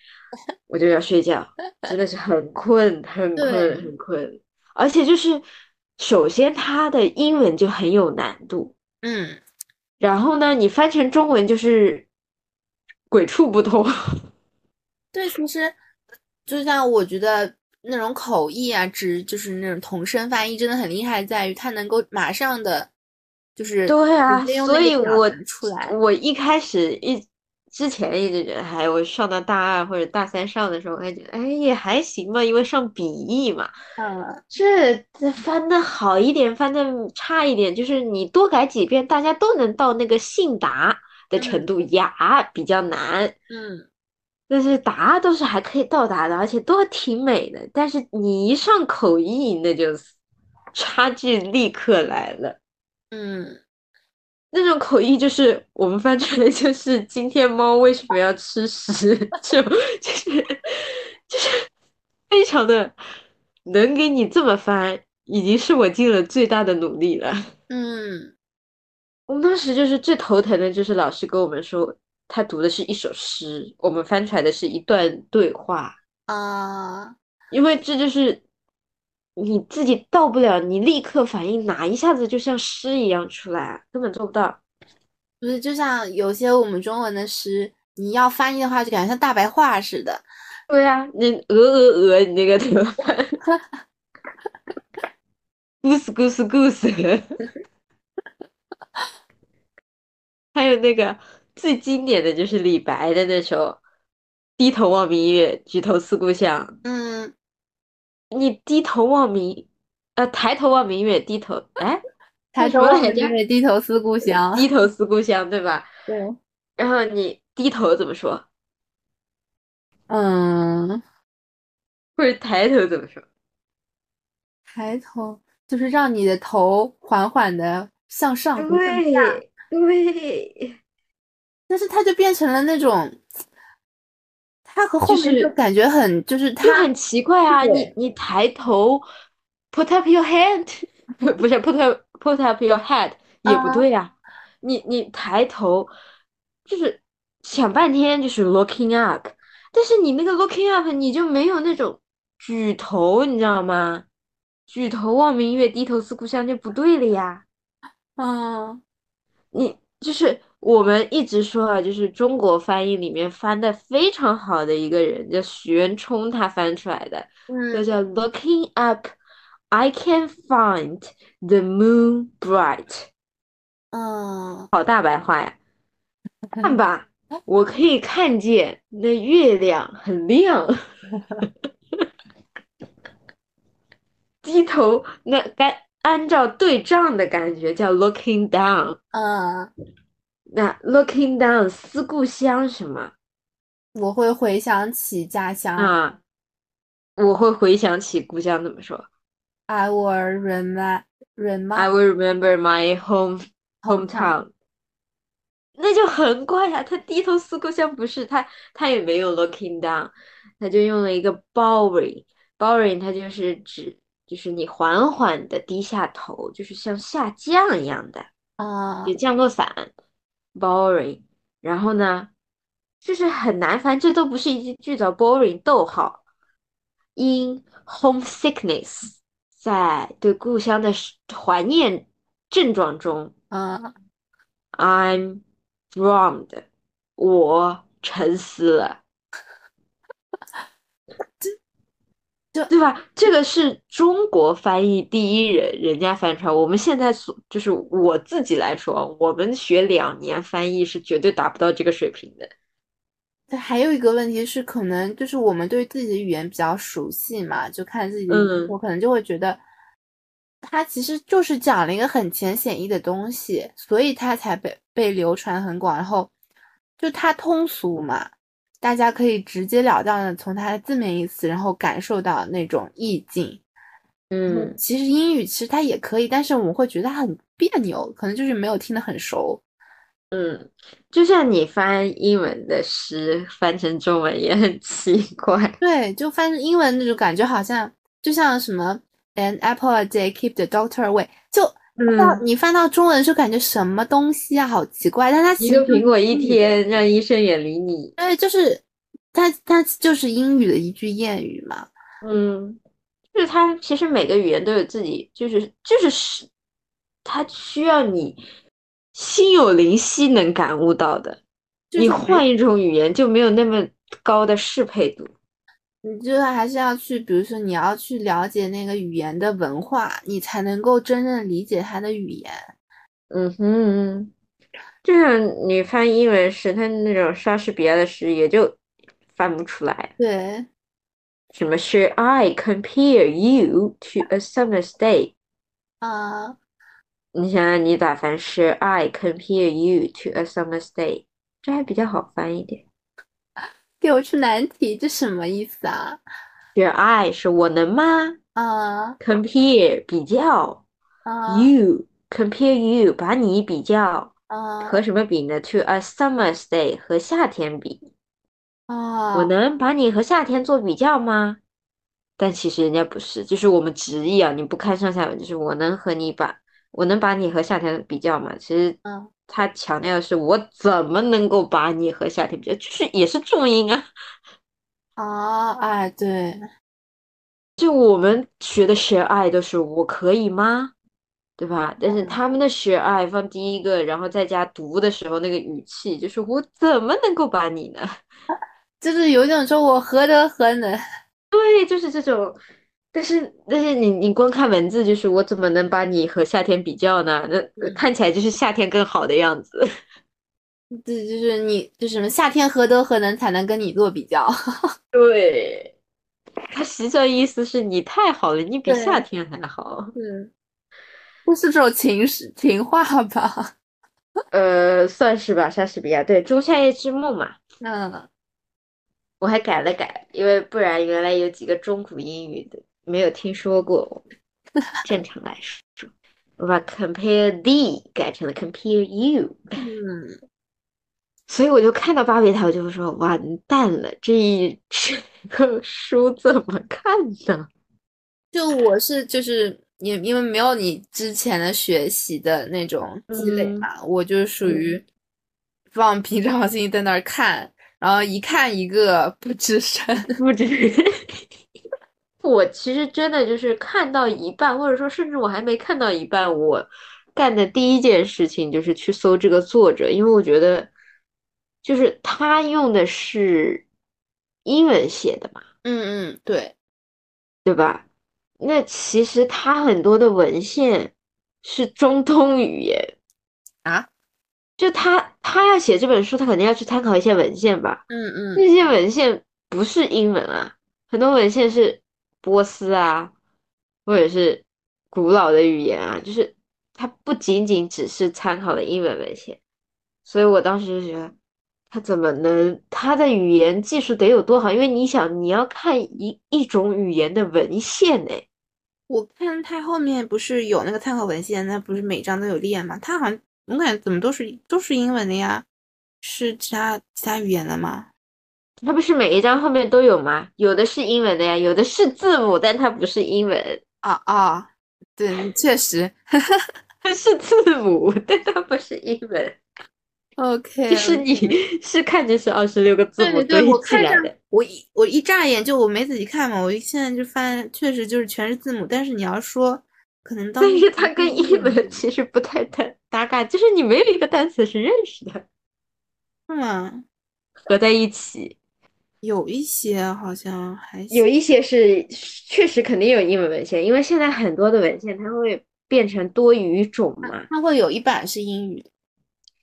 [SPEAKER 2] 我就要睡觉，真的是很困很
[SPEAKER 1] 对
[SPEAKER 2] 困很困，而且就是首先它的英文就很有难度，
[SPEAKER 1] 嗯，
[SPEAKER 2] 然后呢，你翻成中文就是鬼畜 不通，
[SPEAKER 1] 对，其实就像我觉得那种口译啊，只就是那种同声翻译，真的很厉害，在于它能够马上的，就是
[SPEAKER 2] 对啊
[SPEAKER 1] 直接，用那
[SPEAKER 2] 所
[SPEAKER 1] 个
[SPEAKER 2] 以
[SPEAKER 1] 表
[SPEAKER 2] 我
[SPEAKER 1] 达出来，
[SPEAKER 2] 我一开始一之前一直觉得，还我上到大二或者大三上的时候，我还觉得哎也还行吧，因为上笔译嘛。
[SPEAKER 1] 嗯，
[SPEAKER 2] 这这翻的好一点，翻的差一点，就是你多改几遍，大家都能到那个信达的程度，雅比较难，
[SPEAKER 1] 嗯，
[SPEAKER 2] 但是达都是还可以到达的，而且都挺美的。但是你一上口译，那就差距立刻来了。
[SPEAKER 1] 嗯，
[SPEAKER 2] 那种口译就是我们 翻出来就是今天猫为什么要吃屎，就就是非常的能给你这么翻，已经是我尽了最大的努力了。
[SPEAKER 1] 嗯，
[SPEAKER 2] 我们当时就是最头疼的，就是老师跟我们说，他读的是一首诗，我们翻出来的是一段对话，
[SPEAKER 1] 啊，
[SPEAKER 2] 因为这就是你自己到不了，你立刻反应哪一下子就像诗一样出来，根本做不到。
[SPEAKER 1] 不是，就像有些我们中文的诗，你要翻译的话，就感觉像大白话似的。
[SPEAKER 2] 对呀、你鹅鹅鹅，你那个怎么办？goose goose goose，还有那个最经典的就是李白的那首“低头望明月，举头思故乡
[SPEAKER 1] 嗯，”。
[SPEAKER 2] 你低头望明，呃，抬头望明月，低头，哎，
[SPEAKER 1] 抬
[SPEAKER 2] 那什
[SPEAKER 1] 头
[SPEAKER 2] 么
[SPEAKER 1] 望
[SPEAKER 2] 来着
[SPEAKER 1] 明月，低头思故乡。
[SPEAKER 2] 低头思故乡，对吧？
[SPEAKER 1] 对，
[SPEAKER 2] 然后你低头怎么说，
[SPEAKER 1] 嗯，
[SPEAKER 2] 或者抬头怎么说？
[SPEAKER 1] 抬头就是让你的头缓缓的向上，不向
[SPEAKER 2] 对
[SPEAKER 1] 下。
[SPEAKER 2] 对。
[SPEAKER 1] 但是它就变成了那种，它和后面
[SPEAKER 2] 就是
[SPEAKER 1] 就感觉很，就是它
[SPEAKER 2] 就很奇怪啊！你
[SPEAKER 1] 对
[SPEAKER 2] 你抬头，put up your hand，不 是 put up put up your head 也不
[SPEAKER 1] 啊
[SPEAKER 2] 对啊。你你抬头，就是想半天就是 looking up，但是你那个 looking up 你就没有那种举头，你知道吗？举头望明月，低头思故乡就不对了呀。
[SPEAKER 1] 嗯
[SPEAKER 2] 你就是我们一直说啊，就是中国翻译里面翻的非常好的一个人叫许渊冲，他翻出来的。就
[SPEAKER 1] 嗯
[SPEAKER 2] 叫 Looking up, I can find the moon bright。
[SPEAKER 1] 嗯，
[SPEAKER 2] 好大白话呀！看吧，我可以看见那月亮很亮。 低头，那该按照对仗的感觉叫 looking down。
[SPEAKER 1] 嗯，
[SPEAKER 2] 那 looking down 思故乡什么
[SPEAKER 1] 我会回想起家乡
[SPEAKER 2] 啊？我会回想起故乡怎么说
[SPEAKER 1] ，I will remember
[SPEAKER 2] ？I
[SPEAKER 1] remember
[SPEAKER 2] will remember my home
[SPEAKER 1] hometown
[SPEAKER 2] hometown，那就很怪呀、他低头思故乡不是他，他也没有 looking down，他就用了一个 bowing，bowing 它就是指就是你缓缓的低下头，就是像下降一样的，
[SPEAKER 1] 啊
[SPEAKER 2] 就降落伞 bowing。然后呢，就是很难，反正这都不是一句叫 boring 逗号。因 homesickness 在对故乡的怀念症状中。
[SPEAKER 1] 嗯
[SPEAKER 2] I'm wronged，我沉思了，
[SPEAKER 1] 这
[SPEAKER 2] 对吧？这个是中国翻译第一人，人家翻出来。我们现在所就是我自己来说，我们学两年翻译是绝对达不到这个水平的。
[SPEAKER 1] 但还有一个问题是，可能就是我们对自己的语言比较熟悉嘛，就看自己的语言
[SPEAKER 2] 嗯
[SPEAKER 1] 我可能就会觉得，它其实就是讲了一个很浅显易的东西，所以它才被被流传很广，然后就它通俗嘛，大家可以直截了当的从它的字面意思，然后感受到那种意境。
[SPEAKER 2] 嗯，
[SPEAKER 1] 其实英语其实它也可以，但是我们会觉得它很别扭，可能就是没有听得很熟。
[SPEAKER 2] 嗯，就像你翻英文的诗翻成中文也很奇怪。
[SPEAKER 1] 对，就翻译英文那种感觉，好像就像什么 “an apple a day keep the doctor away”，就到
[SPEAKER 2] 嗯，
[SPEAKER 1] 你翻到中文的时候，感觉什么东西啊，好奇怪。但它其
[SPEAKER 2] 一
[SPEAKER 1] 实
[SPEAKER 2] 个
[SPEAKER 1] 就
[SPEAKER 2] 苹
[SPEAKER 1] 是
[SPEAKER 2] 果一
[SPEAKER 1] 英语的，
[SPEAKER 2] 天让医生远离你。
[SPEAKER 1] 对，就是它它就是英语的一句谚语嘛。
[SPEAKER 2] 嗯，就是它其实每个语言都有自己，就是就是是，它需要你心有灵犀能感悟到的。
[SPEAKER 1] 就
[SPEAKER 2] 你
[SPEAKER 1] 是
[SPEAKER 2] 换一种语言就没有那么高的适配度。
[SPEAKER 1] 你就是还是要去，比如说你要去了解那个语言的文化，你才能够真正理解它的语言。
[SPEAKER 2] 嗯哼，就像你翻英文诗，它那种莎士比亚的诗也就翻不出来。
[SPEAKER 1] 对，
[SPEAKER 2] 什么是 I compare you to a summer's day？
[SPEAKER 1] 啊、
[SPEAKER 2] 你想想，你打翻是 I compare you to a summer's day，这还比较好翻一点。
[SPEAKER 1] 给我出难题，这什么意思啊？
[SPEAKER 2] 是 I 是我能吗
[SPEAKER 1] 啊
[SPEAKER 2] ？Compare 比较
[SPEAKER 1] 啊
[SPEAKER 2] ，you compare you 把你比较
[SPEAKER 1] 啊！
[SPEAKER 2] 和什么比呢？To a summer's day 和夏天比，
[SPEAKER 1] 啊，
[SPEAKER 2] 我能把你和夏天做比较吗？但其实人家不是，就是我们直译啊，你不看上下文，就是我能和你把，我能把你和夏天比较吗？其实
[SPEAKER 1] 嗯，
[SPEAKER 2] 他强调的是我怎么能够把你和夏天比较，就是也是重音啊，
[SPEAKER 1] 啊，哎，对，
[SPEAKER 2] 就我们学的学爱都是我可以吗？对吧？但是他们的学爱放第一个，然后再加读的时候那个语气，就是我怎么能够把你呢？
[SPEAKER 1] 就是有一种说我何德何能，
[SPEAKER 2] 对，就是这种。但是，但是你你光看文字，就是我怎么能把你和夏天比较呢？那呃
[SPEAKER 1] 嗯
[SPEAKER 2] 看起来就是夏天更好的样子。
[SPEAKER 1] 这就是你，就什么夏天何德何能才能跟你做比较？
[SPEAKER 2] 对，他实际上意思是你太好了，你比
[SPEAKER 1] 对
[SPEAKER 2] 夏天还好。
[SPEAKER 1] 嗯，这是这种情诗情话吧？
[SPEAKER 2] 呃，算是吧，莎士比亚对《仲夏夜之梦》嘛，
[SPEAKER 1] 嗯，
[SPEAKER 2] 我还改了改，因为不然原来有几个中古英语的没有听说过。正常来说，我把 compare thee 改成了 compare you。
[SPEAKER 1] 嗯，
[SPEAKER 2] 所以我就看到巴别塔，我就会说完蛋了，这一 这个书怎么看呢？
[SPEAKER 1] 就我是就是也因为没有你之前的学习的那种积累
[SPEAKER 2] 嗯
[SPEAKER 1] 嘛，我就属于放平常心在那儿看，然后一看一个不吱 声。
[SPEAKER 2] 不知。我其实真的就是看到一半，或者说甚至我还没看到一半，我干的第一件事情就是去搜这个作者，因为我觉得就是他用的是英文写的嘛。
[SPEAKER 1] 嗯嗯，对，
[SPEAKER 2] 对吧？那其实它很多的文献是中东语言
[SPEAKER 1] 啊，
[SPEAKER 2] 就他他要写这本书，他肯定要去参考一些文献吧？
[SPEAKER 1] 嗯嗯
[SPEAKER 2] 那些文献不是英文啊，很多文献是波斯啊，或者是古老的语言啊，就是它不仅仅只是参考了英文文献，所以我当时就觉得他怎么能他的语言技术得有多好？因为你想，你要看一一种语言的文献呢，
[SPEAKER 1] 我看他后面不是有那个参考文献，那不是每章都有列吗？他好像我感觉怎么都是都是英文的呀，是其他其他语言的吗？
[SPEAKER 2] 它不是每一章后面都有吗？有的是英文的呀，有的是字母，但它不是英文。
[SPEAKER 1] 啊啊，对，确实
[SPEAKER 2] 它是字母，但它不是英文。
[SPEAKER 1] ，OK，
[SPEAKER 2] 就是你 是看着是二十六个字母
[SPEAKER 1] 对对，
[SPEAKER 2] 堆
[SPEAKER 1] 我
[SPEAKER 2] 起
[SPEAKER 1] 看
[SPEAKER 2] 来
[SPEAKER 1] 上
[SPEAKER 2] 的，
[SPEAKER 1] 我一我一眨眼就我没仔细看嘛，我一现在就发现确实就是全是字母，但是你要说可能当
[SPEAKER 2] 但
[SPEAKER 1] 时
[SPEAKER 2] 是它跟
[SPEAKER 1] 英
[SPEAKER 2] 英文其实不太搭搭嘎，就是你没有一个单词是认识的，
[SPEAKER 1] 是吗？
[SPEAKER 2] 合在一起。
[SPEAKER 1] 有一些好像还
[SPEAKER 2] 有
[SPEAKER 1] 行
[SPEAKER 2] 一些是确实肯定有英文文献，因为现在很多的文献它会变成多语种嘛。
[SPEAKER 1] 它会有一版是英语的，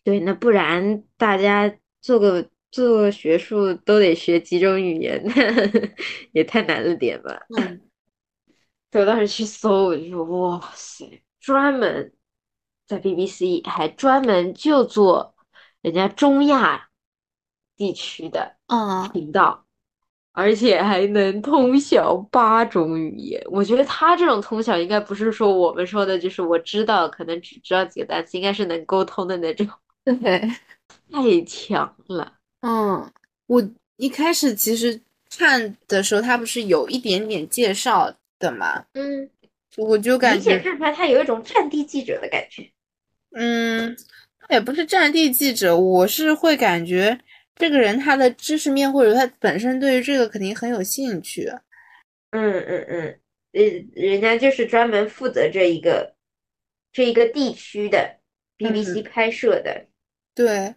[SPEAKER 2] 对，那不然大家做个做个学术都得学几种语言， 也太难了点吧。
[SPEAKER 1] 嗯
[SPEAKER 2] 对，我当时去搜，我就说哇塞，专门在 BBC 还专门就做人家中亚地区的
[SPEAKER 1] 啊
[SPEAKER 2] 频道，而且还能通晓八种语言。我觉得他这种通晓应该不是说我们说的，就是我知道，可能只知道几个单词，应该是能沟通的那种。
[SPEAKER 1] 对。
[SPEAKER 2] 太强了，
[SPEAKER 1] 嗯，我一开始其实看的时候，它不是有一点点介绍的嘛，
[SPEAKER 2] 嗯，
[SPEAKER 1] 我就感
[SPEAKER 2] 明显
[SPEAKER 1] 觉，
[SPEAKER 2] 看出来他有一种战地记者的感觉。
[SPEAKER 1] 嗯，也不是战地记者，我是会感觉这个人他的知识面或者他本身对于这个肯定很有兴趣。
[SPEAKER 2] 嗯嗯嗯，人人家就是专门负责这一个这一个地区的 BBC 拍摄的，
[SPEAKER 1] 对，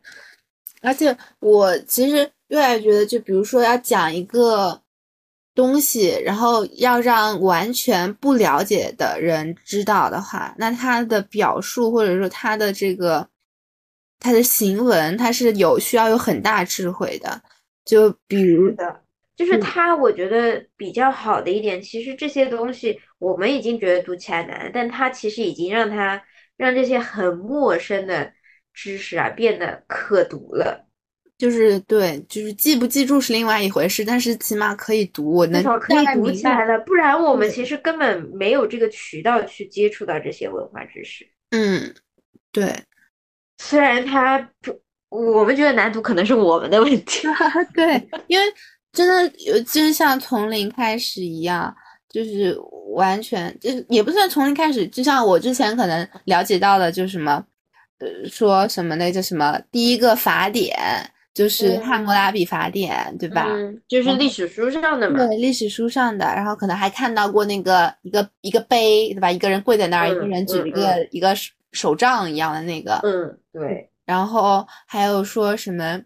[SPEAKER 1] 而且我其实越来越觉得，就比如说要讲一个东西，然后要让完全不了解的人知道的话，那他的表述或者说他的这个他的行文，他是有需要有很大智慧的。就比如，
[SPEAKER 2] 就是
[SPEAKER 1] 嗯
[SPEAKER 2] 它，我觉得比较好的一点，其实这些东西我们已经觉得读起来难，但它其实已经让它让这些很陌生的知识啊变得可读了，
[SPEAKER 1] 就是对，就是记不记住是另外一回事，但是起码可以读，我
[SPEAKER 2] 至
[SPEAKER 1] 能
[SPEAKER 2] 少可
[SPEAKER 1] 大
[SPEAKER 2] 以
[SPEAKER 1] 概
[SPEAKER 2] 读
[SPEAKER 1] 明
[SPEAKER 2] 起
[SPEAKER 1] 白
[SPEAKER 2] 来了，不然我们
[SPEAKER 1] 对
[SPEAKER 2] 其实根本没有这个渠道去接触到这些文化知识。
[SPEAKER 1] 嗯，对，
[SPEAKER 2] 虽然它不我们觉得难读可能是我们的问 题。
[SPEAKER 1] 对，因为真的有，就是像从零开始一样，就是完全就是也不算从零开始，就像我之前可能了解到的，就是什么，呃，说什么那叫什么第一个法典，就是《汉谟拉比法典》，对吧？
[SPEAKER 2] 嗯，就是历史书上的嘛。
[SPEAKER 1] 对，历史书上的，然后可能还看到过那个一个一个碑，对吧？一个人跪在那儿，一个
[SPEAKER 2] 嗯
[SPEAKER 1] 人举
[SPEAKER 2] 嗯
[SPEAKER 1] 着一个、一个手手杖一样的那个，
[SPEAKER 2] 嗯，对，
[SPEAKER 1] 然后还有说什么，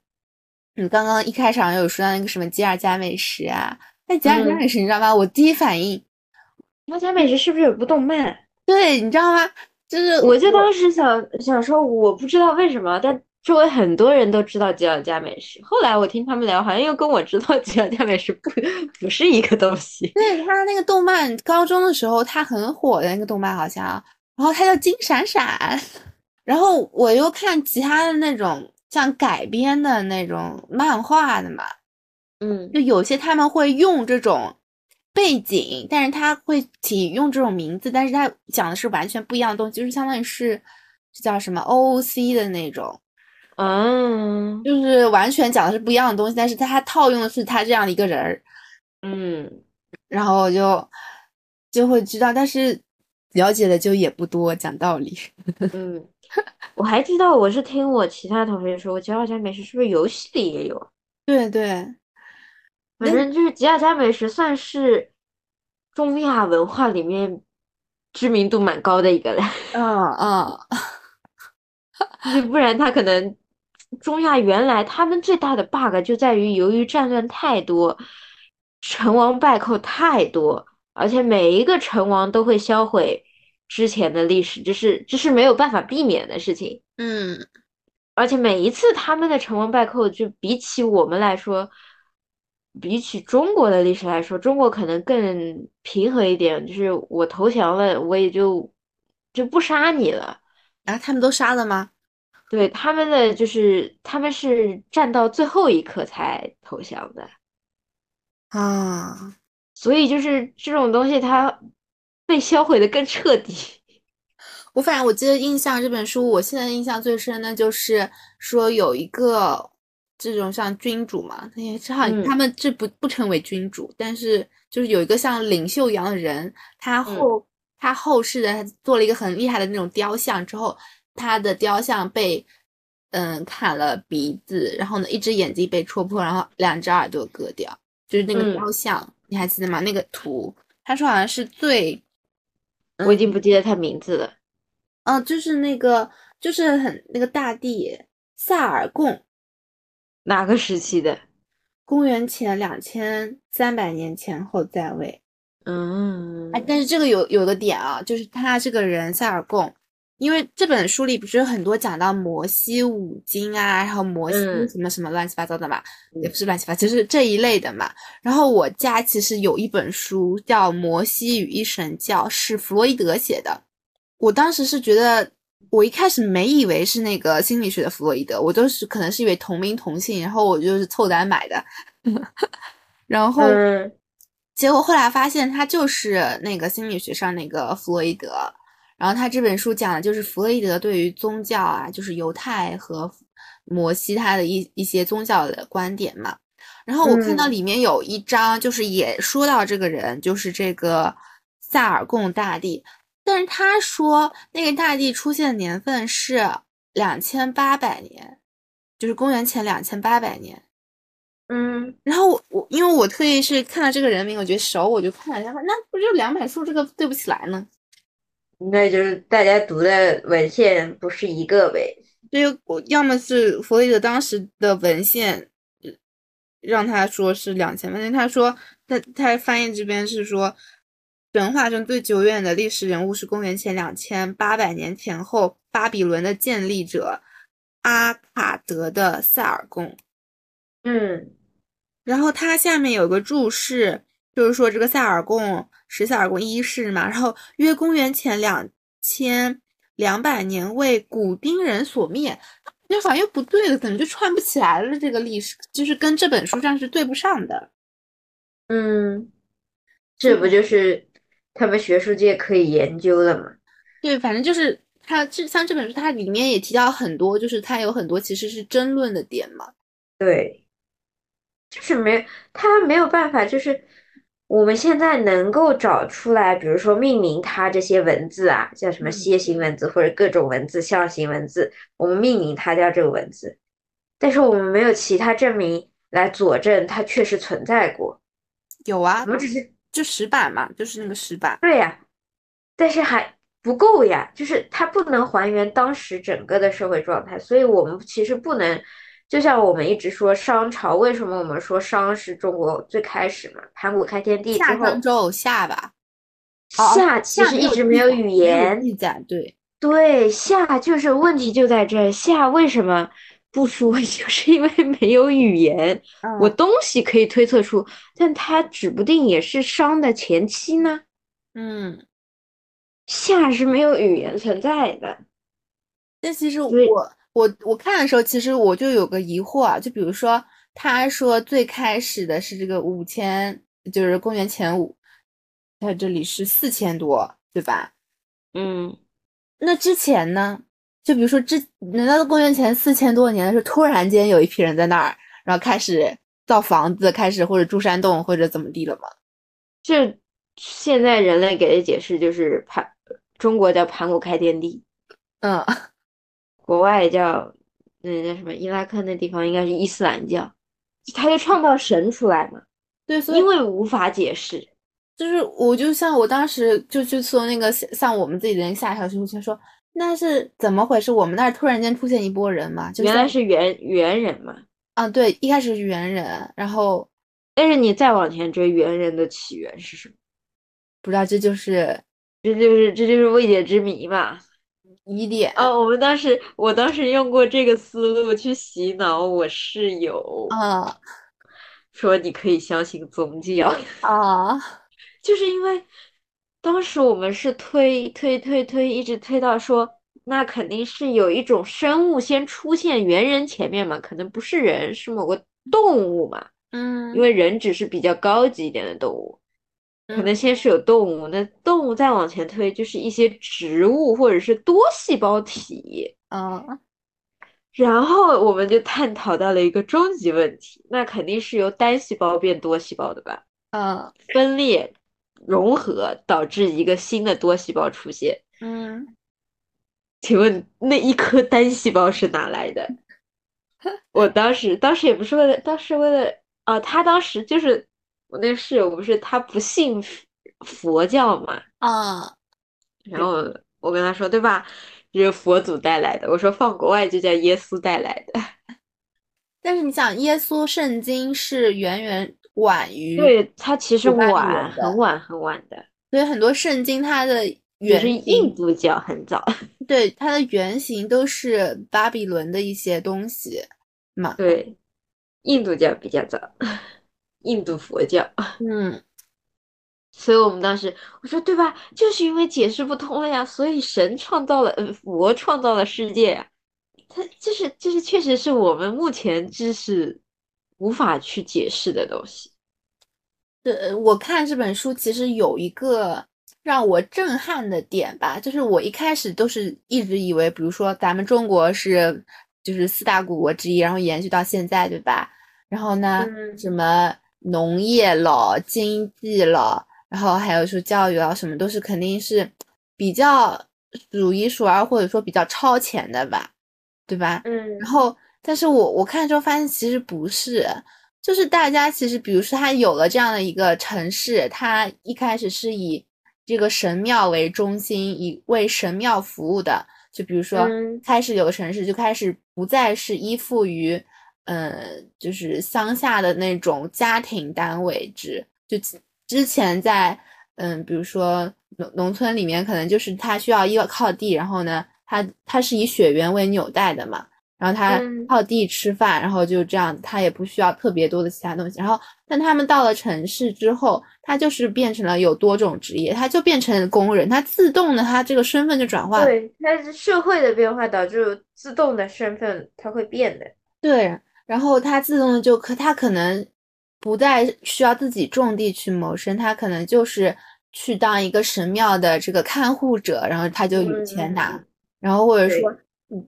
[SPEAKER 1] 你刚刚一开场有说到那个什么吉尔加美什啊，那吉尔加
[SPEAKER 2] 嗯
[SPEAKER 1] 美什你知道吗？我第一反应，
[SPEAKER 2] 那家美食是不是有部动漫？
[SPEAKER 1] 对，你知道吗？就是
[SPEAKER 2] 我就当时想想说，我不知道为什么，但周围很多人都知道吉尔加美食。后来我听他们聊，好像又跟我知道吉尔加美食不不是一个东西。
[SPEAKER 1] 对他那个动漫，高中的时候他很火的那个动漫好像，然后他叫金闪闪，然后我又看其他的那种像改编的那种漫画的嘛，
[SPEAKER 2] 嗯
[SPEAKER 1] 就有些他们会用这种背景，但是他会起用这种名字，但是他讲的是完全不一样的东西，就是相当于是这叫什么 OOC 的那种，
[SPEAKER 2] 嗯
[SPEAKER 1] 就是完全讲的是不一样的东西，但是他他套用的是他这样的一个人儿，
[SPEAKER 2] 嗯，
[SPEAKER 1] 然后我就就会知道，但是了解的就也不多，讲道理。
[SPEAKER 2] 嗯，我还知道，我是听我其他同学说，吉尔加美食是不是游戏里也有？
[SPEAKER 1] 对对，
[SPEAKER 2] 反
[SPEAKER 1] 那
[SPEAKER 2] 正就是吉尔加美食算是中亚文化里面知名度蛮高的一个了，
[SPEAKER 1] 嗯嗯，
[SPEAKER 2] 就是 不然它可能中亚原来他们最大的 bug 就在于由于战乱太多，成王败寇太多，而且每一个成王都会销毁之前的历史，这是这是没有办法避免的事情。
[SPEAKER 1] 嗯，
[SPEAKER 2] 而且每一次他们的成王败寇，就比起我们来说，比起中国的历史来说，中国可能更平和一点。就是我投降了，我也就就不杀你了。
[SPEAKER 1] 然后他们都杀了吗？
[SPEAKER 2] 对，他们的就是他们是战到最后一刻才投降的，
[SPEAKER 1] 啊，
[SPEAKER 2] 所以就是这种东西它被销毁的更彻底。
[SPEAKER 1] 我反正我记得印象这本书，我现在印象最深的就是说有一个这种像君主嘛，他也正好
[SPEAKER 2] 嗯
[SPEAKER 1] 他们这不不称为君主，但是就是有一个像领袖一样的人，
[SPEAKER 2] 嗯
[SPEAKER 1] 他后、他后世的他做了一个很厉害的那种雕像之后，他的雕像被嗯砍了鼻子，然后呢一只眼睛被戳破，然后两只耳朵割掉，就是那个
[SPEAKER 2] 嗯
[SPEAKER 1] 雕像，你还记得吗？那个图，他说好像是最。
[SPEAKER 2] 我已经不记得他名字了。
[SPEAKER 1] 嗯、就是那个，就是很那个大地萨尔贡，
[SPEAKER 2] 哪个时期的？
[SPEAKER 1] 公元前两千三百年前后在位。
[SPEAKER 2] 嗯
[SPEAKER 1] 哎，但是这个有有个点啊，就是他这个人塞尔贡，因为这本书里不是有很多讲到摩西五经啊，然后摩西
[SPEAKER 2] 嗯
[SPEAKER 1] 什么什么乱七八糟的嘛，也
[SPEAKER 2] 嗯
[SPEAKER 1] 不是乱七八糟，就是这一类的嘛。然后我家其实有一本书叫《摩西与一神教》，是弗洛伊德写的。我当时是觉得，我一开始没以为是那个心理学的弗洛伊德，我就是可能是以为同名同姓，然后我就是凑单买的。 然后，
[SPEAKER 2] 嗯
[SPEAKER 1] 结果后来发现他就是那个心理学上那个弗洛伊德，然后他这本书讲的就是弗洛伊德对于宗教啊，就是犹太和摩西他的一一些宗教的观点嘛。然后我看到
[SPEAKER 2] 嗯
[SPEAKER 1] 里面有一章，就是也说到这个人，就是这个萨尔贡大帝，但是他说那个大帝出现的年份是两千八百年，就是公元前两千八百年。
[SPEAKER 2] 嗯
[SPEAKER 1] 然后我我因为我特意是看到这个人名，我觉得熟，我就看了一下，那不就两百数这个对不起来呢？
[SPEAKER 2] 那就是大家读的文献不是一个呗。
[SPEAKER 1] 所以我要么是弗洛伊德当时的文献呃让他说是两千万，但他说他他翻译这边是说，神话中最久远的历史人物是公元前两千八百年前后巴比伦的建立者阿卡德的塞尔贡。
[SPEAKER 2] 嗯
[SPEAKER 1] 然后它下面有个注释，就是说这个塞尔贡是塞尔贡一世嘛，然后约公元前两千两百年为古丁人所灭，那好像又不对了，怎么就串不起来了？这个历史就是跟这本书上是对不上的。
[SPEAKER 2] 嗯，这不就是他们学术界可以研究的吗？
[SPEAKER 1] 对，反正就是它这像这本书，它里面也提到很多，就是它有很多其实是争论的点嘛。
[SPEAKER 2] 对，就是没，他没有办法，就是我们现在能够找出来，比如说命名它这些文字啊，像什么
[SPEAKER 1] 嗯
[SPEAKER 2] 楔形文字或者各种文字、象形文字，我们命名它叫这个文字，但是我们没有其他证明来佐证它确实存在过，
[SPEAKER 1] 有啊
[SPEAKER 2] 我，们只是
[SPEAKER 1] 就石板嘛，就是那个石板。
[SPEAKER 2] 对呀，但是还不够呀，就是它不能还原当时整个的社会状态，所以我们其实不能，就像我们一直说商朝，为什么我们说商是中国最开始嘛，盘古开天地之
[SPEAKER 1] 夏
[SPEAKER 2] 后，
[SPEAKER 1] 商周有夏吧？哦
[SPEAKER 2] 夏其
[SPEAKER 1] 夏
[SPEAKER 2] 实一直没
[SPEAKER 1] 记
[SPEAKER 2] 有
[SPEAKER 1] 载
[SPEAKER 2] 语
[SPEAKER 1] 没
[SPEAKER 2] 言，
[SPEAKER 1] 记载，对，
[SPEAKER 2] 对，夏就是问题就在这儿，夏为什么不说， 就是因为没有语言，我
[SPEAKER 1] 嗯
[SPEAKER 2] 东西可以推测出，但它指不定也是商的前期呢。
[SPEAKER 1] 嗯。
[SPEAKER 2] 夏是没有语言存在的，
[SPEAKER 1] 但其实我
[SPEAKER 2] 对
[SPEAKER 1] 我我看的时候，其实我就有个疑惑啊，就比如说他说最开始的是这个五千，就是公元前五，他这里是四千多，对吧？
[SPEAKER 2] 嗯，
[SPEAKER 1] 那之前呢？就比如说之，难道公元前四千多年的时候，突然间有一批人在那儿，然后开始造房子，开始或者住山洞或者怎么地了吗？
[SPEAKER 2] 这现在人类给的解释就是盘，中国叫盘古开天地，
[SPEAKER 1] 嗯，
[SPEAKER 2] 国外叫那叫什么伊拉克那地方应该是伊斯兰教，他就创造神出来嘛，
[SPEAKER 1] 对，所以
[SPEAKER 2] 因为无法解释，
[SPEAKER 1] 就是我就像我当时就去搜那个像像我们自己的那个下小书圈说，那是怎么回事？我们那儿突然间出现一波人嘛，就
[SPEAKER 2] 原来
[SPEAKER 1] 像
[SPEAKER 2] 是猿猿人嘛，
[SPEAKER 1] 啊，对，一开始是猿人，然后
[SPEAKER 2] 但是你再往前追，猿人的起源是什么？
[SPEAKER 1] 不知道这就是
[SPEAKER 2] 这就是这就是未解之谜嘛。
[SPEAKER 1] 疑点。
[SPEAKER 2] 啊，我们当时我当时用过这个思路去洗脑我室友，
[SPEAKER 1] 啊
[SPEAKER 2] 说你可以相信宗教。
[SPEAKER 1] 啊，
[SPEAKER 2] 就是因为当时我们是推推推推，一直推到说，那肯定是有一种生物先出现猿人前面嘛，可能不是人，是某个动物嘛，
[SPEAKER 1] 嗯
[SPEAKER 2] 因为人只是比较高级一点的动物，可
[SPEAKER 1] 嗯
[SPEAKER 2] 能先是有动物，那动物再往前推就是一些植物或者是多细胞体。
[SPEAKER 1] 啊
[SPEAKER 2] 然后我们就探讨到了一个终极问题，那肯定是由单细胞变多细胞的吧？
[SPEAKER 1] 啊
[SPEAKER 2] 分裂、融合，导致一个新的多细胞出现。
[SPEAKER 1] 嗯，
[SPEAKER 2] 请问那一颗单细胞是哪来的？我当时，当时也不是为了，当时为了，啊，他当时就是我那个室友，不是他不信佛佛教嘛，
[SPEAKER 1] 啊
[SPEAKER 2] 然后我跟他说，对吧？这是佛祖带来的，我说放国外就叫耶稣带来的，
[SPEAKER 1] 但是你想，耶稣圣经是远远晚于，
[SPEAKER 2] 对，他其实
[SPEAKER 1] 古巴比
[SPEAKER 2] 晚，
[SPEAKER 1] 人的
[SPEAKER 2] 很晚很晚的，
[SPEAKER 1] 所以很多圣经它的
[SPEAKER 2] 就
[SPEAKER 1] 原
[SPEAKER 2] 是
[SPEAKER 1] 型
[SPEAKER 2] 印度教很早，
[SPEAKER 1] 对，它的原型都是巴比伦的一些东西嘛。
[SPEAKER 2] 对，印度教比较早， 印度佛教。
[SPEAKER 1] 嗯
[SPEAKER 2] 所以我们当时我说对吧，就是因为解释不通了呀，所以神创造了，呃，佛创造了世界呀。它就是就是确实是我们目前知识无法去解释的东西。，
[SPEAKER 1] 对，我看这本书其实有一个让我震撼的点吧，就是我一开始都是一直以为，比如说咱们中国是就是四大古国之一，然后延续到现在，对吧？然后呢，
[SPEAKER 2] 嗯
[SPEAKER 1] 什么农业了、经济了，然后还有说教育啊，什么都是肯定是比较呃数一数二，或者说比较超前的吧，对吧？
[SPEAKER 2] 嗯
[SPEAKER 1] 然后，但是我我看之后发现其实不是，就是大家其实，比如说他有了这样的一个城市，他一开始是以这个神庙为中心，以为神庙服务的。就比如说，
[SPEAKER 2] 嗯
[SPEAKER 1] 开始有个城市就开始不再是依附于，呃，就是乡下的那种家庭单位制。就之之前在，嗯，比如说农农村里面，可能就是他需要依靠地，然后呢，他他是以血缘为纽带的嘛，然后他
[SPEAKER 2] 嗯
[SPEAKER 1] 靠地吃饭，然后就这样，他也不需要特别多的其他东西。然后，但他们到了城市之后，他就是变成了有多种职业，他就变成工人，他自动的他这个身份就转换了。
[SPEAKER 2] 对，它是社会的变化导致自动的身份它会变的。
[SPEAKER 1] 对，然后他自动的就可他可能不再需要自己种地去谋生，他可能就是去当一个神庙的这个看护者，然后他就有钱拿。
[SPEAKER 2] 嗯
[SPEAKER 1] 然后或者说，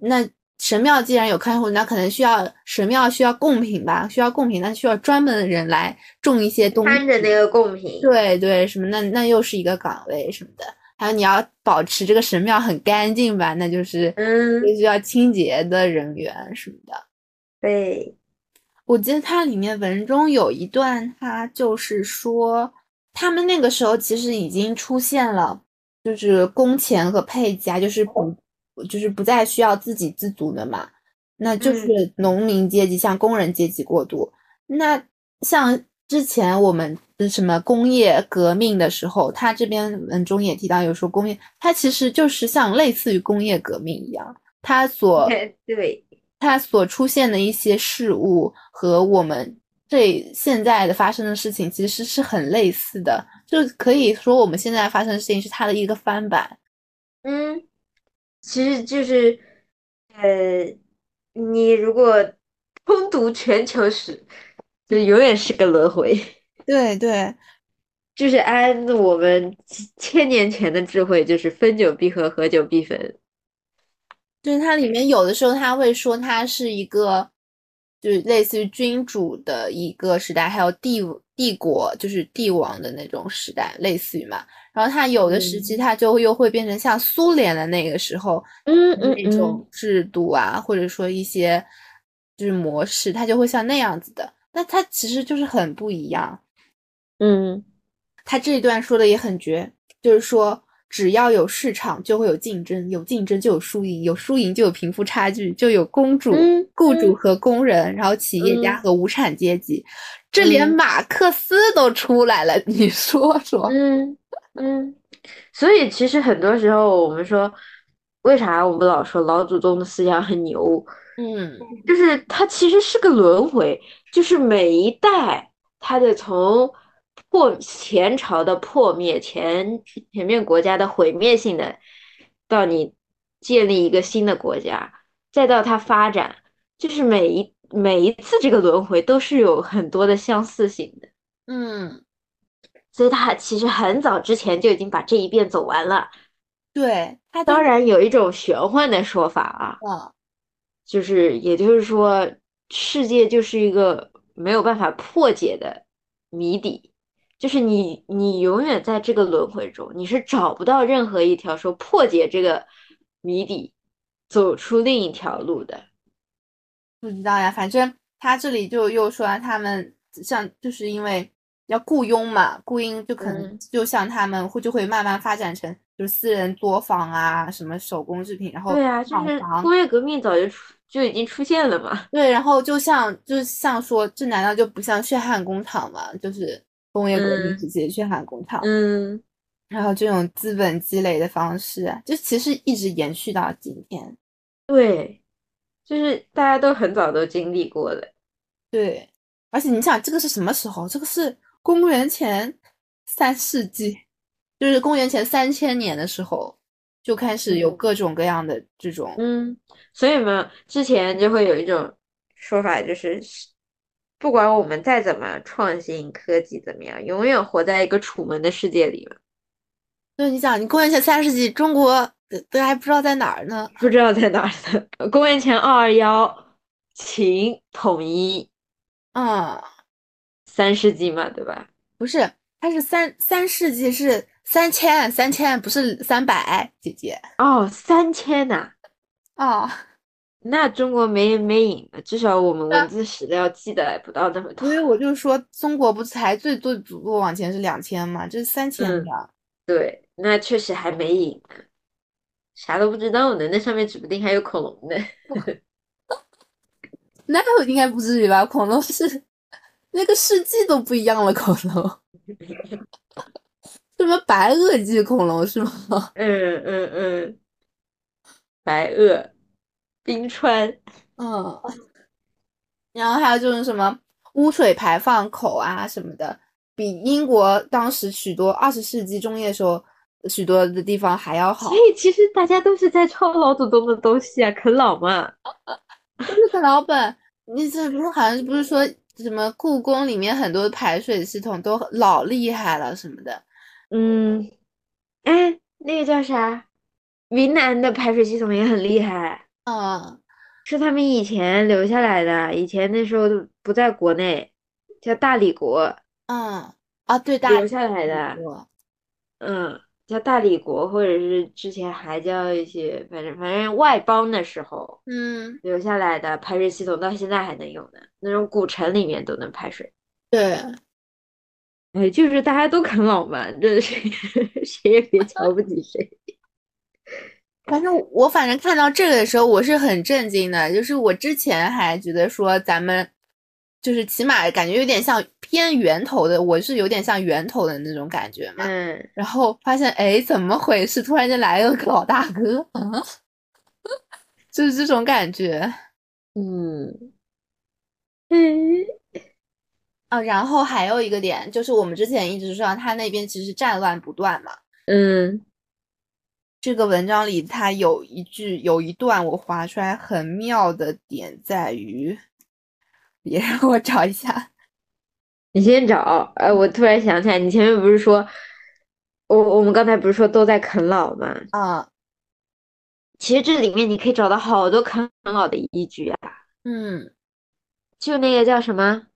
[SPEAKER 1] 那神庙既然有看护，那可能需要神庙需要贡品吧，需要贡品，那需要专门的人来种一些东西，
[SPEAKER 2] 看着那个贡品，
[SPEAKER 1] 对对，什么那那又是一个岗位什么的。还有你要保持这个神庙很干净吧，那就是
[SPEAKER 2] 嗯
[SPEAKER 1] 就需要清洁的人员什么的。
[SPEAKER 2] 对，
[SPEAKER 1] 我记得它里面文中有一段，它就是说，他们那个时候其实已经出现了，就是工钱和配给啊，就是不，就是不再需要自给自足的嘛，那就是农民阶级向工人阶级过渡。那像之前我们的什么工业革命的时候，它这边文中也提到，有说工业，它其实就是像类似于工业革命一样，它所
[SPEAKER 2] 对，
[SPEAKER 1] 它所出现的一些事物和我们这现在的发生的事情其实是很类似的，就可以说我们现在发生的事情是它的一个翻版。
[SPEAKER 2] 嗯，其实就是，呃，你如果通读全球史，就永远是个轮回，
[SPEAKER 1] 对对
[SPEAKER 2] 就是按我们几千年前的智慧，就是分久必合，合久必分。
[SPEAKER 1] 就是它里面有的时候它会说它是一个，就是类似于君主的一个时代，还有帝帝国就是帝王的那种时代，类似于嘛。然后它有的时期它就又会变成像苏联的那个时候，
[SPEAKER 2] 嗯嗯
[SPEAKER 1] 那种制度啊，或者说一些就是模式，它就会像那样子的。那它其实就是很不一样。
[SPEAKER 2] 嗯嗯，
[SPEAKER 1] 他这一段说的也很绝，就是说只要有市场就会有竞争，有竞争就有输赢，有输赢就有贫富差距，就有公主、
[SPEAKER 2] 嗯
[SPEAKER 1] 雇主
[SPEAKER 2] 嗯
[SPEAKER 1] 和工人，然后企业家
[SPEAKER 2] 嗯
[SPEAKER 1] 和无产阶级。这连
[SPEAKER 2] 嗯
[SPEAKER 1] 马克思都出来了，你说说？
[SPEAKER 2] 嗯嗯，所以其实很多时候我们说，为啥我们老说老祖宗的思想很牛？
[SPEAKER 1] 嗯，
[SPEAKER 2] 就是它其实是个轮回，就是每一代它得从破前朝的破灭，前前面国家的毁灭性的，到你建立一个新的国家，再到它发展，就是每一每一次这个轮回都是有很多的相似性的。
[SPEAKER 1] 嗯，
[SPEAKER 2] 所以他其实很早之前就已经把这一遍走完了。
[SPEAKER 1] 对，他
[SPEAKER 2] 当然有一种玄幻的说法啊，
[SPEAKER 1] 了。
[SPEAKER 2] 就是也就是说，世界就是一个没有办法破解的谜底，就是你你永远在这个轮回中，你是找不到任何一条说破解这个谜底，走出另一条路的。
[SPEAKER 1] 不知道呀，反正他这里就又说啊他们像就是因为要雇佣嘛，雇佣就可能
[SPEAKER 2] 嗯
[SPEAKER 1] 就像他们会就会慢慢发展成就是私人作坊啊，什么手工制品，然后
[SPEAKER 2] 对啊，就
[SPEAKER 1] 厂
[SPEAKER 2] 是
[SPEAKER 1] 房，
[SPEAKER 2] 工业革命早就出就已经出现了嘛。
[SPEAKER 1] 对，然后就像就像说这难道就不像血汗工厂嘛？就是工业革命
[SPEAKER 2] 嗯
[SPEAKER 1] 时期的血汗工厂，
[SPEAKER 2] 嗯，
[SPEAKER 1] 然后这种资本积累的方式啊，就其实一直延续到今天。
[SPEAKER 2] 对，就是大家都很早都经历过的。
[SPEAKER 1] 对，而且你想，这个是什么时候？这个是公元前三世纪，就是公元前三千年的时候，就开始有
[SPEAKER 2] 嗯
[SPEAKER 1] 各种各样的这种，
[SPEAKER 2] 嗯，所以嘛，之前就会有一种说法，就是不管我们再怎么创新科技怎么样，永远活在一个楚门的世界里嘛，
[SPEAKER 1] 就是你想，你公元前三世纪，中国呃都还不知道在哪儿呢。
[SPEAKER 2] 不知道在哪儿的。 公元前二二幺，秦统一
[SPEAKER 1] 嗯，
[SPEAKER 2] 三世纪嘛，对吧？
[SPEAKER 1] 不是，它是三三世纪是三千三千，不是三百，姐姐。
[SPEAKER 2] 哦，三千呐、
[SPEAKER 1] 哦，
[SPEAKER 2] 那中国没没影了，至少我们
[SPEAKER 1] 啊
[SPEAKER 2] 文字史料记得不到那么多
[SPEAKER 1] 所。以我就说，中国不是才最最最往前是两千嘛，这是三千
[SPEAKER 2] 嗯
[SPEAKER 1] 的。
[SPEAKER 2] 对，那确实还没影呢，啥都不知道呢，那上面指不定还有恐龙呢。
[SPEAKER 1] 那应该不至于吧？恐龙是那个世纪都不一样了，恐龙 什么白垩纪恐龙是吗？
[SPEAKER 2] 嗯嗯嗯，白垩、冰川，
[SPEAKER 1] 嗯，然后还有就是什么污水排放口啊什么的，比英国当时许多二十世纪中叶时候许多的地方还要好
[SPEAKER 2] 所。以其实大家都是在抄老祖宗的东西啊，啃老嘛。
[SPEAKER 1] 那个老板，你这不是好像不是说什么故宫里面很多排水系统都老厉害了什么的？
[SPEAKER 2] 嗯，哎，那个叫啥？云南的排水系统也很厉害，
[SPEAKER 1] 啊，
[SPEAKER 2] 是他们以前留下来的，以前那时候不在国内，叫大理国，
[SPEAKER 1] 啊啊，对，大
[SPEAKER 2] 留
[SPEAKER 1] 理
[SPEAKER 2] 下来的。
[SPEAKER 1] 国
[SPEAKER 2] 嗯，叫大理国，或者是之前还叫一些，反正反正外邦的时候
[SPEAKER 1] 嗯，
[SPEAKER 2] 留下来的排水系统，到现在还能用呢。那种古城里面都能排水。
[SPEAKER 1] 对，
[SPEAKER 2] 哎，就是大家都啃老嘛，这谁 谁也别瞧不起谁。
[SPEAKER 1] 反正我反正看到这个的时候，我是很震惊的。就是我之前还觉得说咱们就是起码感觉有点像偏源头的，我是有点像源头的那种感觉嘛。
[SPEAKER 2] 嗯，
[SPEAKER 1] 然后发现哎，怎么回事？突然间来了个老大哥， 啊，就是这种感觉。
[SPEAKER 2] 嗯，嗯，
[SPEAKER 1] 啊，然后还有一个点就是，我们之前一直说他那边其实战乱不断嘛。
[SPEAKER 2] 嗯，
[SPEAKER 1] 这个文章里他有一句有一段我划出来很妙的点在于，也让我找一下。
[SPEAKER 2] 你先找。哎，我突然想起来，你前面不是说，我我们刚才不是说都在啃老吗？
[SPEAKER 1] 啊，
[SPEAKER 2] 其实这里面你可以找到好多啃老的依据啊。
[SPEAKER 1] 嗯
[SPEAKER 2] 就那个叫什么，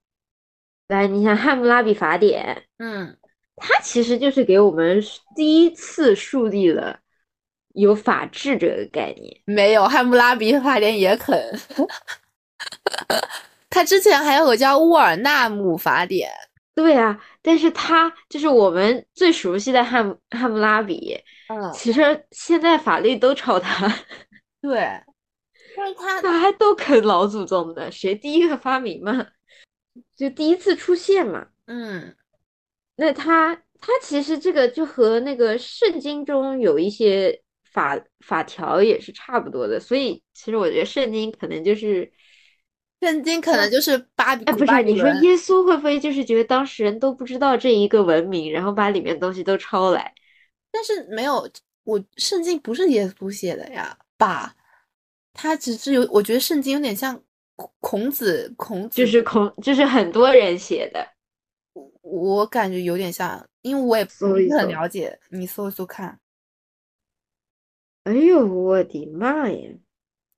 [SPEAKER 2] 来，你想《汉谟拉比法典》，
[SPEAKER 1] 嗯
[SPEAKER 2] 它其实就是给我们第一次树立了有法治这个概念。
[SPEAKER 1] 没有，汉谟拉比法典也肯。 他之前还有个叫沃尔纳姆法典，
[SPEAKER 2] 对啊，但是它就是我们最熟悉的汉谟汉谟拉比，
[SPEAKER 1] 嗯，
[SPEAKER 2] 其实现在法律都抄它，
[SPEAKER 1] 对，但是他
[SPEAKER 2] 它还都啃老祖宗的，谁第一个发明嘛，就第一次出现嘛。
[SPEAKER 1] 嗯
[SPEAKER 2] 那它它其实这个就和那个圣经中有一些法法条也是差不多的，所以其实我觉得圣经可能就是，
[SPEAKER 1] 圣经可能就是巴比，
[SPEAKER 2] 哎，不
[SPEAKER 1] 古巴
[SPEAKER 2] 是，
[SPEAKER 1] 比
[SPEAKER 2] 你说
[SPEAKER 1] 伦
[SPEAKER 2] 耶稣会不会就是觉得当事人都不知道这一个文明，然后把里面东西都抄来？
[SPEAKER 1] 但是没有，我圣经不是耶稣写的呀，吧？他只是有，我觉得圣经有点像孔孔子，孔子
[SPEAKER 2] 就是孔，就是很多人写的，
[SPEAKER 1] 我感觉有点像，因为我也不
[SPEAKER 2] 搜一
[SPEAKER 1] 是很
[SPEAKER 2] 搜
[SPEAKER 1] 了解，你搜一搜看。
[SPEAKER 2] 哎呦，我的妈呀！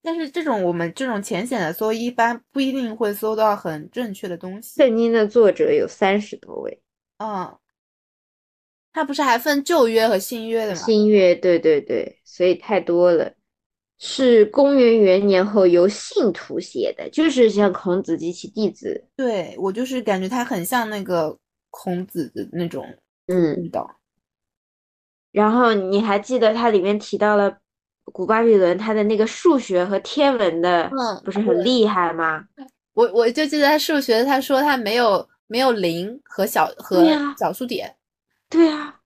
[SPEAKER 1] 但是这种我们这种浅显的搜，一般不一定会搜到很正确的东西。
[SPEAKER 2] 圣经的作者有三十多位，
[SPEAKER 1] 嗯，他不是还分旧约和新约的吗？
[SPEAKER 2] 新约，对啊对对，所以太多了。是公元元年后由信徒写的，就是像孔子及其弟子，
[SPEAKER 1] 对，我就是感觉他很像那个孔子的那种
[SPEAKER 2] 嗯，
[SPEAKER 1] 味道。
[SPEAKER 2] 然后你还记得它里面提到了古巴比伦，它的那个数学和天文的
[SPEAKER 1] 嗯
[SPEAKER 2] 不是很厉害吗？
[SPEAKER 1] 我我就记得他数学，他说他没有没有零和小和
[SPEAKER 2] 对呀
[SPEAKER 1] 小数点，
[SPEAKER 2] 对啊，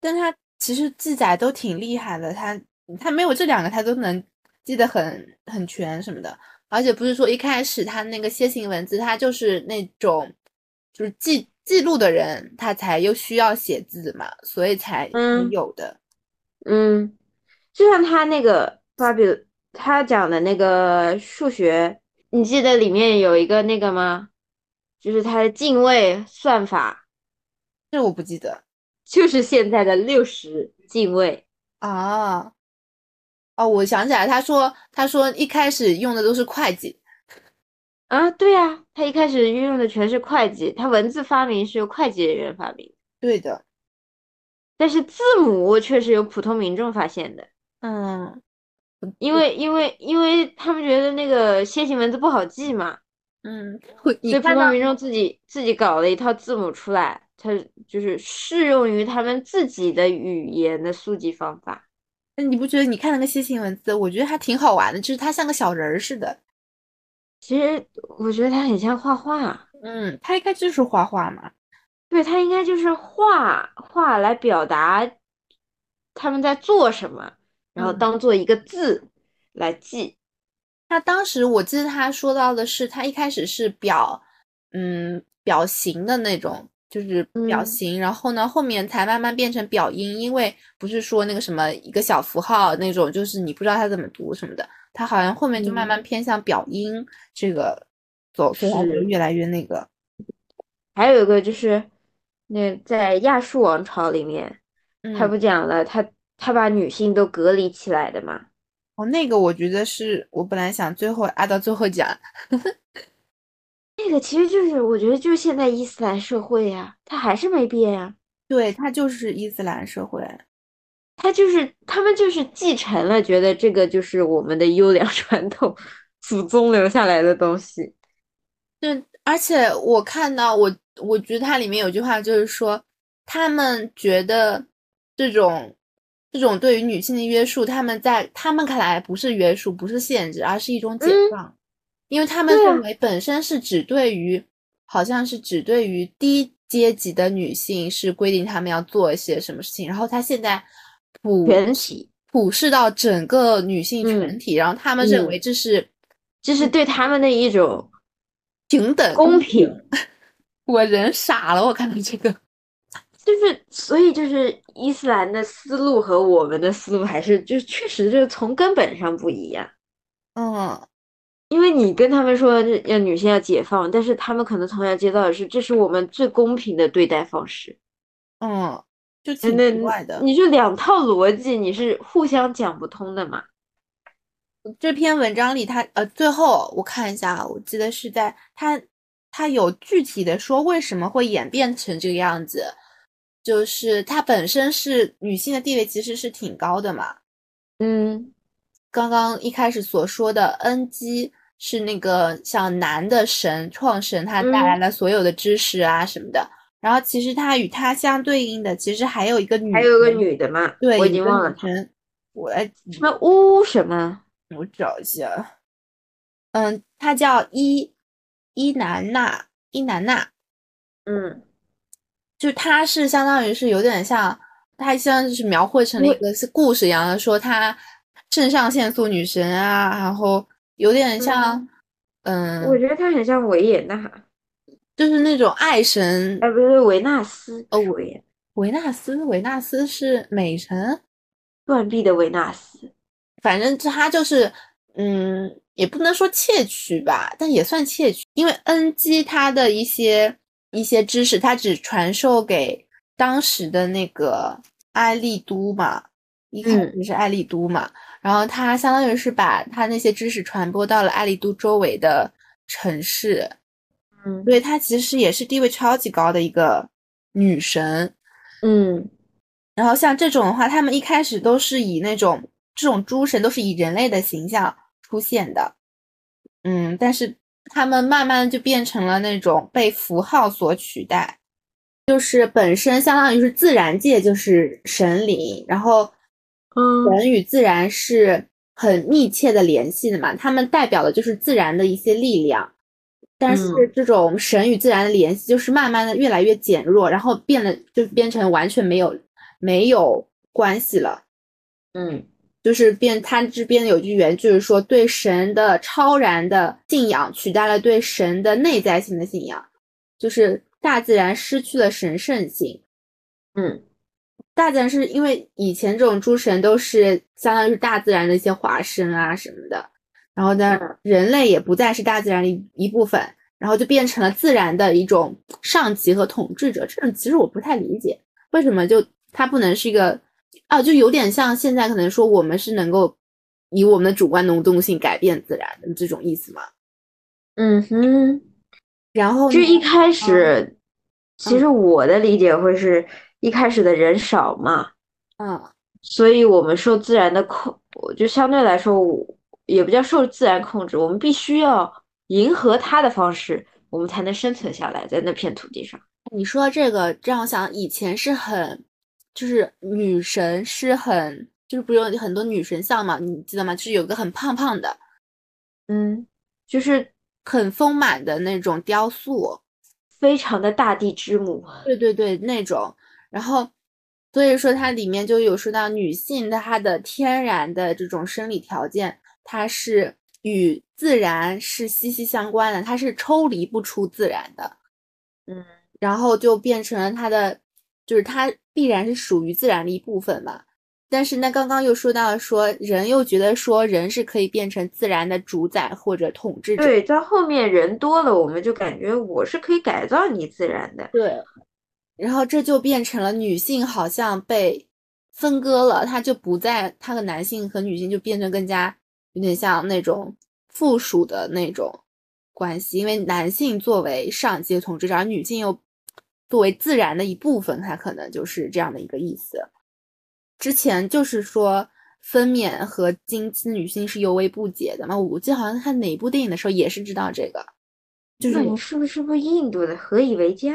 [SPEAKER 1] 但他其实记载都挺厉害的。他他没有这两个，他都能记得很很全什么的。而且不是说一开始他那个楔形文字，他就是那种就是记记录的人，他才又需要写字嘛，所以才
[SPEAKER 2] 嗯
[SPEAKER 1] 有的。
[SPEAKER 2] 嗯，就像他那个巴比伦，他讲的那个数学，你记得里面有一个那个吗？就是它的进位算法，
[SPEAKER 1] 这我不记得
[SPEAKER 2] 就是现在的六十进位。
[SPEAKER 1] 啊。哦，我想起来，他说他说一开始用的都是会计，
[SPEAKER 2] 啊，对啊，他一开始运用的全是会计，他文字发明是由会计人员发明的，
[SPEAKER 1] 对的，
[SPEAKER 2] 但是字母却是由普通民众发现的，
[SPEAKER 1] 嗯。
[SPEAKER 2] 因为因为因为他们觉得那个楔形文字不好记嘛，
[SPEAKER 1] 嗯，会你
[SPEAKER 2] 所以普
[SPEAKER 1] 看
[SPEAKER 2] 通
[SPEAKER 1] 到
[SPEAKER 2] 民众自己自己搞了一套字母出来，它就是适用于他们自己的语言的速记方法。
[SPEAKER 1] 那你不觉得你看那个楔形文字，我觉得还挺好玩的，就是它像个小人儿似的。
[SPEAKER 2] 其实我觉得它很像画画，
[SPEAKER 1] 嗯，它应该就是画画嘛。
[SPEAKER 2] 对，它应该就是画画来表达他们在做什么，然后
[SPEAKER 1] 嗯
[SPEAKER 2] 当做一个字来记。
[SPEAKER 1] 他当时我记得他说到的是，他一开始是表，嗯，表形的那种，就是表
[SPEAKER 2] 嗯
[SPEAKER 1] 形，然后呢，后面才慢慢变成表音，因为不是说那个什么一个小符号那种，就是你不知道它怎么读什么的，它好像后面就慢
[SPEAKER 2] 嗯
[SPEAKER 1] 慢偏向表音这个走，所以它就是越来越那个，
[SPEAKER 2] 还有一个就是，那在亚述王朝里面，他
[SPEAKER 1] 嗯
[SPEAKER 2] 不讲了，他他把女性都隔离起来的嘛。
[SPEAKER 1] 哦，那个我觉得是我本来想最后按到最后讲，
[SPEAKER 2] 这个其实就是我觉得就是现在伊斯兰社会呀、它还是没变呀、
[SPEAKER 1] 对，它就是伊斯兰社会。
[SPEAKER 2] 他就是他们就是继承了，觉得这个就是我们的优良 传统，祖宗留下来的东西。
[SPEAKER 1] 对，而且我看到我，我觉得它里面有句话就是说，他们觉得这种这种对于女性的约束，他们在他们看来不是约束，不是限制，而是一种解
[SPEAKER 2] 嗯
[SPEAKER 1] 放，因为他们
[SPEAKER 2] 对啊
[SPEAKER 1] 认为本身是只对于，好像是只对于低阶级的女性是规定她们要做一些什么事情，然后他现在普
[SPEAKER 2] 全体，
[SPEAKER 1] 普世到整个女性群
[SPEAKER 2] 嗯
[SPEAKER 1] 体，然后他们认
[SPEAKER 2] 嗯
[SPEAKER 1] 为这是
[SPEAKER 2] 这是对他们的一种
[SPEAKER 1] 平等
[SPEAKER 2] 嗯公平，
[SPEAKER 1] 我人傻了，我看到这 个。
[SPEAKER 2] 就是所以就是伊斯兰的思路和我们的思路还是就是确实就是从根本上不一样。
[SPEAKER 1] 嗯，
[SPEAKER 2] 因为你跟他们说这要女性要解放，但是他们可能从小接到的是这是我们最公平的对待方式。
[SPEAKER 1] 嗯，就
[SPEAKER 2] 真
[SPEAKER 1] 挺
[SPEAKER 2] 的
[SPEAKER 1] 奇怪的。
[SPEAKER 2] 你这两套逻辑你是互相讲不通的嘛？
[SPEAKER 1] 这篇文章里他，呃，最后我看一下啊，我记得是在他他有具体的说为什么会演变成这个样子，就是他本身是女性的地位其实是挺高的嘛。
[SPEAKER 2] 嗯，
[SPEAKER 1] 刚刚一开始所说的恩基是那个像男的神创神，他带
[SPEAKER 2] 嗯
[SPEAKER 1] 来了所有的知识啊什么的。然后其实他与他相对应的，其实还有一个女，
[SPEAKER 2] 嗯还有个，女的嘛，
[SPEAKER 1] 对，
[SPEAKER 2] 我已
[SPEAKER 1] 有一
[SPEAKER 2] 经
[SPEAKER 1] 个
[SPEAKER 2] 忘
[SPEAKER 1] 女
[SPEAKER 2] 了她
[SPEAKER 1] 神，我来
[SPEAKER 2] 什么乌什么，
[SPEAKER 1] 我找一下，啊嗯，她叫伊伊南娜，伊南娜，
[SPEAKER 2] 嗯，
[SPEAKER 1] 就她是相当于是有点像，她像是描绘成了一
[SPEAKER 2] 我
[SPEAKER 1] 个是故事一样的，说她肾上腺素女神啊，然后有点像，嗯，
[SPEAKER 2] 我觉得她很像维也纳，
[SPEAKER 1] 就是那种爱神
[SPEAKER 2] 哎，不是维纳斯，
[SPEAKER 1] 哦
[SPEAKER 2] 不是维也纳
[SPEAKER 1] 维纳斯，维纳斯是美神，
[SPEAKER 2] 断臂的维纳斯，
[SPEAKER 1] 反正她就是，嗯，也不能说窃取吧，但也算窃取，因为恩基他的一些一些知识，他只传授给当时的那个艾丽都嘛，一开
[SPEAKER 2] 嗯
[SPEAKER 1] 始是艾丽都嘛，然后他相当于是把他那些知识传播到了艾丽都周围的城市，
[SPEAKER 2] 嗯
[SPEAKER 1] 所以她其实也是地位超级高的一个女神。
[SPEAKER 2] 嗯，
[SPEAKER 1] 然后像这种的话，他们一开始都是以那种这种诸神都是以人类的形象出现的，嗯，但是他们慢慢就变成了那种被符号所取代，就是本身相当于是自然界就是神灵，然后
[SPEAKER 2] 嗯
[SPEAKER 1] 人与自然是很密切的联系的嘛，他们代表的就是自然的一些力量。但是
[SPEAKER 2] 嗯
[SPEAKER 1] 这种神与自然的联系，就是慢慢的越来越减弱，然后变得就变成完全没有没有关系了。
[SPEAKER 2] 嗯
[SPEAKER 1] 就是变，他这边有句原句是说，对神的超然的信仰取代了对神的内在性的信仰，就是大自然失去了神圣性。
[SPEAKER 2] 嗯
[SPEAKER 1] 大自然是因为以前这种诸神都是相当于是大自然的一些化身啊什么的，然后呢
[SPEAKER 2] 嗯，
[SPEAKER 1] 人类也不再是大自然的一一部分，然后就变成了自然的一种上级和统治者。这种其实我不太理解，为什么就它不能是一个啊，就有点像现在可能说我们是能够以我们的主观能动性改变自然的这种意思嘛？
[SPEAKER 2] 嗯哼。
[SPEAKER 1] 然后
[SPEAKER 2] 就
[SPEAKER 1] 呢
[SPEAKER 2] 是一开
[SPEAKER 1] 嗯
[SPEAKER 2] 始，其实我的理解会是一开始的人少嘛，
[SPEAKER 1] 嗯
[SPEAKER 2] 所以我们受自然的控，我就相对来说，我也不叫受自然控制，我们必须要迎合它的方式，我们才能生存下来在那片土地上。
[SPEAKER 1] 你说这个这样想，以前是很，就是女神是很，就是不是有很多女神像嘛？你记得吗？就是有个很胖胖的、
[SPEAKER 2] 嗯，就是
[SPEAKER 1] 很丰满的那种雕塑，
[SPEAKER 2] 非常的大地之母。
[SPEAKER 1] 对对对，那种。然后，所以说它里面就有说到女性她的天然的这种生理条件，它是与自然是息息相关的，它是抽离不出自然的。
[SPEAKER 2] 嗯，
[SPEAKER 1] 然后就变成了它的，就是它必然是属于自然的一部分嘛。但是那刚刚又说到说，人又觉得说人是可以变成自然的主宰或者统治者。
[SPEAKER 2] 对，到后面人多了，我们就感觉我是可以改造你自然的。
[SPEAKER 1] 对，然后这就变成了女性好像被分割了，它就不再它和男性和女性就变成更加有点像那种附属的那种关系，因为男性作为上阶统治者，而女性又作为自然的一部分，它可能就是这样的一个意思。之前就是说分娩和经期女性是尤为不解的嘛，我记得好像看哪部电影的时候也是知道这个，就是
[SPEAKER 2] 那你是不是不是印度的何以为家？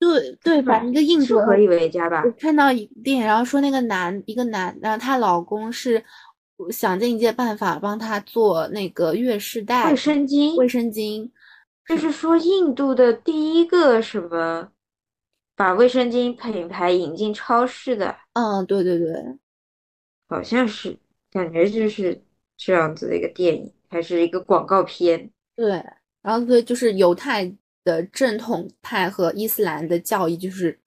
[SPEAKER 1] 对对吧？一个印
[SPEAKER 2] 是
[SPEAKER 1] 度
[SPEAKER 2] 何以为家吧
[SPEAKER 1] 我？看到一个电影，然后说那个男一个男，然后她老公是想尽一切办法帮她做那个月事带
[SPEAKER 2] 卫生巾，
[SPEAKER 1] 卫生巾，
[SPEAKER 2] 就是说印度的第一个什么，把卫生巾品牌引进超市的，
[SPEAKER 1] 嗯，对对对，
[SPEAKER 2] 好像是，感觉就是这样子的一个电影，还是一个广告片。
[SPEAKER 1] 对，然后所以就是犹太的正统派和伊斯兰的教义，就是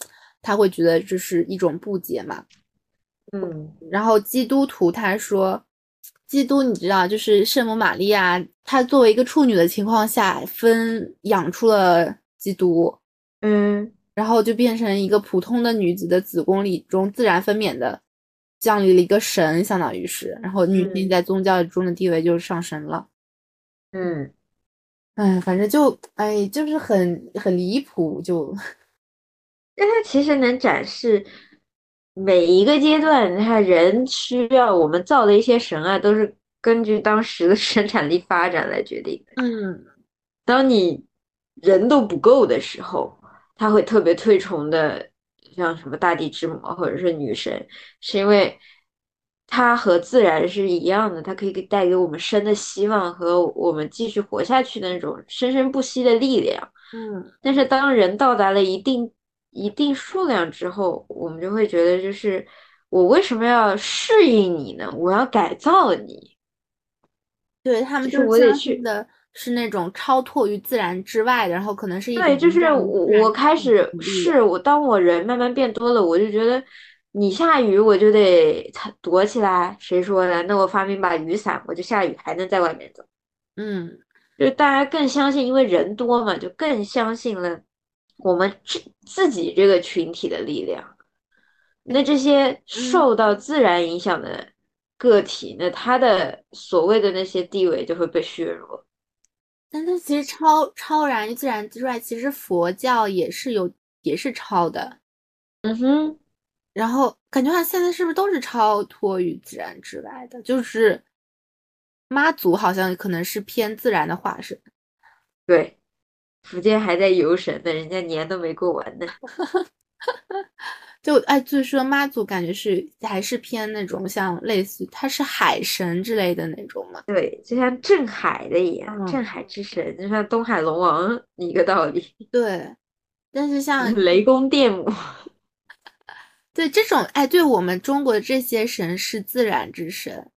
[SPEAKER 1] 他会觉得这是一种不解嘛。
[SPEAKER 2] 嗯，
[SPEAKER 1] 然后基督徒他说，基督你知道，就是圣母玛利亚，她作为一个处女的情况下，分养出了基督，
[SPEAKER 2] 嗯，
[SPEAKER 1] 然后就变成一个普通的女子的子宫里中自然分娩的降临了一个神，相当于是，然后女性
[SPEAKER 2] 嗯
[SPEAKER 1] 在宗教中的地位就上升了。
[SPEAKER 2] 嗯，
[SPEAKER 1] 哎，反正就哎，就是很很离谱，就
[SPEAKER 2] 但它其实能展示每一个阶段，它人需要我们造的一些神啊，都是根据当时的 生产力发展来决定的。
[SPEAKER 1] 嗯，
[SPEAKER 2] 当你人都不够的时候，他会特别推崇的，像什么大地之母啊或者是女神，是因为它和自然是一样的，它可以给带给我们生的希望和我们继续活下去的那种生生不息的力量。
[SPEAKER 1] 嗯
[SPEAKER 2] 但是当人到达了一定一定数量之后，我们就会觉得，就是我为什么要适应你呢？我要改造你。
[SPEAKER 1] 对他们
[SPEAKER 2] 就是
[SPEAKER 1] 就
[SPEAKER 2] 我得
[SPEAKER 1] 相
[SPEAKER 2] 去
[SPEAKER 1] 信的是那种超脱于自然之外的，然后可能是一
[SPEAKER 2] 对，
[SPEAKER 1] 种
[SPEAKER 2] 就是
[SPEAKER 1] 让
[SPEAKER 2] 我，
[SPEAKER 1] 自然
[SPEAKER 2] 我
[SPEAKER 1] 之外
[SPEAKER 2] 开始
[SPEAKER 1] 的努力
[SPEAKER 2] 是我，当我人慢慢变多了，我就觉得你下雨我就得藏躲起来，谁说的？那我发明把雨伞，我就下雨还能在外面走。
[SPEAKER 1] 嗯
[SPEAKER 2] 就是大家更相信，因为人多嘛，就更相信了我们自自己这个群体的力量。那这
[SPEAKER 1] 嗯
[SPEAKER 2] 些受到自然影响的个体，那他的所谓的那些地位就会被削弱。
[SPEAKER 1] 但它其实超超然于自然之外，其实佛教也是有也是超的，
[SPEAKER 2] 嗯哼，
[SPEAKER 1] 然后感觉它现在是不是都是超脱于自然之外的？就是妈祖好像可能是偏自然的化身，
[SPEAKER 2] 对，福建还在游神呢，人家年都没过完呢。
[SPEAKER 1] 就哎，就是说妈祖感觉是还是偏那种像类似于它是海神之类的那种嘛。
[SPEAKER 2] 对，就像镇海的一样，镇
[SPEAKER 1] 嗯
[SPEAKER 2] 海之神，就像东海龙王一个道 理，
[SPEAKER 1] 对，但是像
[SPEAKER 2] 雷公电母。
[SPEAKER 1] 对这种哎，对我们中国的这些神是自然之神，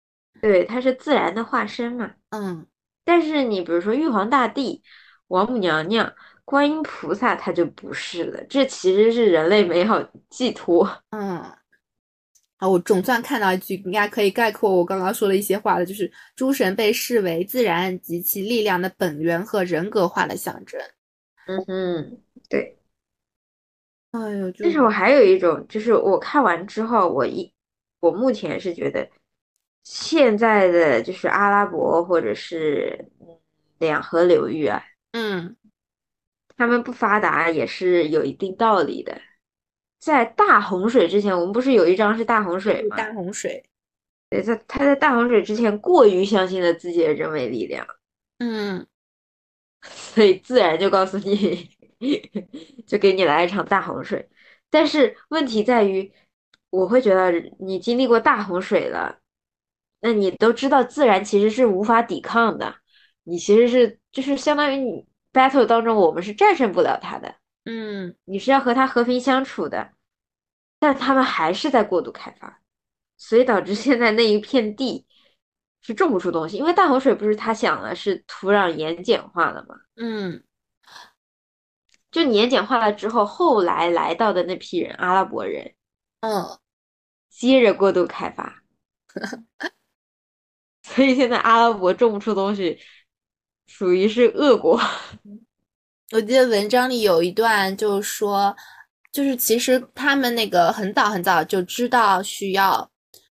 [SPEAKER 2] 对，它是自然的化身嘛。
[SPEAKER 1] 嗯，
[SPEAKER 2] 但是你比如说玉皇大帝、王母娘娘、观音菩萨，它就不是了。这其实是人类美好寄托。
[SPEAKER 1] 嗯，啊，我总算看到一句应该可以概括我刚刚说的一些话了，就是诸神被视为自然及其力量的本源和人格化的象征。
[SPEAKER 2] 嗯哼，对。
[SPEAKER 1] 哎呦，就
[SPEAKER 2] 但是我还有一种，就是我看完之后，我一我目前是觉得现在的就是阿拉伯或者是嗯两河流域啊，
[SPEAKER 1] 嗯
[SPEAKER 2] 他们不发达也是有一定道理的。在大洪水之前，我们不是有一章是大洪水
[SPEAKER 1] 就是
[SPEAKER 2] 吗？
[SPEAKER 1] 嗯大洪水，
[SPEAKER 2] 对，在他在大洪水之前过于相信了自己的人为力量，
[SPEAKER 1] 嗯，
[SPEAKER 2] 所以自然就告诉你，就给你来一场大洪水。但是问题在于，我会觉得你经历过大洪水了，那你都知道自然其实是无法抵抗的，你其实是就是相当于你 battle 当中我们是战胜不了它的，
[SPEAKER 1] 嗯，
[SPEAKER 2] 你是要和它和平相处的，但他们还是在过度开发。所以导致现在那一片地是种不出东西，因为大洪水不是他想了是土壤盐碱化了嘛，
[SPEAKER 1] 嗯，
[SPEAKER 2] 就你盐碱化了之后，后来来到的那批人阿拉伯人
[SPEAKER 1] 嗯，
[SPEAKER 2] 接着过度开发， 所以现在阿拉伯种不出东西，属于是恶果。
[SPEAKER 1] 我记得文章里有一段就说，就是其实他们那个很早很早就知道需要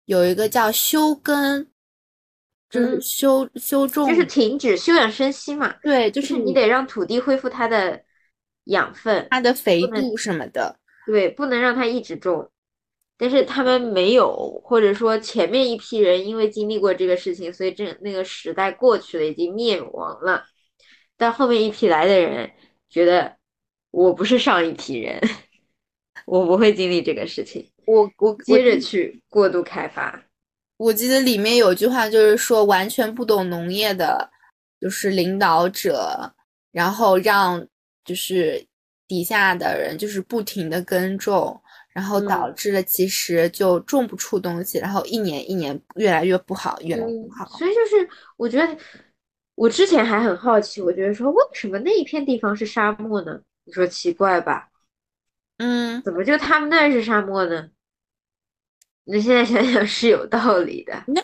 [SPEAKER 1] 有一个叫休耕，就是
[SPEAKER 2] 嗯
[SPEAKER 1] 休、休种，
[SPEAKER 2] 就是停止休养生息嘛，
[SPEAKER 1] 对，就
[SPEAKER 2] 就是是你得让土地恢复它的养分，
[SPEAKER 1] 它的肥
[SPEAKER 2] 不能
[SPEAKER 1] 度什么的，
[SPEAKER 2] 对，不能让它一直种。但是他们没有，或者说前面一批人因为经历过这个事情，所以这那个时代过去了，已经灭亡了。但后面一批来的人觉得，我不是上一批人， 我不会经历这个事情，
[SPEAKER 1] 我我
[SPEAKER 2] 接着去过度开发。
[SPEAKER 1] 我记得里面有句话，就是说完全不懂农业的，就是领导者，然后让就是底下的人就是不停的耕种，然后导
[SPEAKER 2] 嗯
[SPEAKER 1] 致了其实就种不出东西，然后一年一年越来越不好，越来越不
[SPEAKER 2] 嗯，
[SPEAKER 1] 好。
[SPEAKER 2] 所以就是我觉得，我之前还很好奇，我觉得说为什么那一片地方是沙漠呢？你说奇怪吧？
[SPEAKER 1] 嗯，
[SPEAKER 2] 怎么就他们那儿是沙漠呢？那现在想想是有道理的，
[SPEAKER 1] 那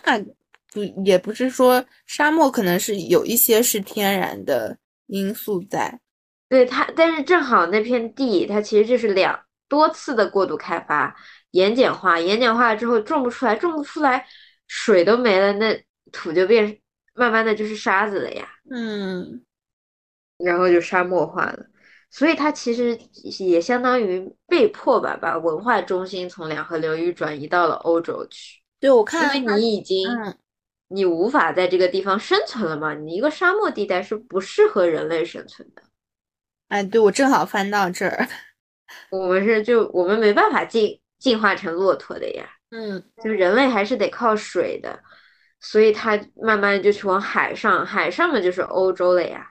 [SPEAKER 1] 不也不是说沙漠可能是有一些是天然的因素在，
[SPEAKER 2] 对它，但是正好那片地它其实就是两多次的过度开发、盐碱化，盐碱化之后种不出来，种不出来，水都没了，那土就变慢慢的就是沙子了呀。
[SPEAKER 1] 嗯，
[SPEAKER 2] 然后就沙漠化了，所以它其实也相当于被迫吧，把文化中心从两河流域转移到了欧洲去，
[SPEAKER 1] 对，我
[SPEAKER 2] 因
[SPEAKER 1] 看
[SPEAKER 2] 为
[SPEAKER 1] 它
[SPEAKER 2] 你已经
[SPEAKER 1] 嗯
[SPEAKER 2] 你无法在这个地方生存了嘛，你一个沙漠地带是不适合人类生存的，
[SPEAKER 1] 哎，对，我正好翻到这儿，
[SPEAKER 2] 我们是就我们没办法进进化成骆驼的呀，
[SPEAKER 1] 嗯。
[SPEAKER 2] 就人类还是得靠水的，所以它慢慢就去往海上，海上嘛就是欧洲了呀，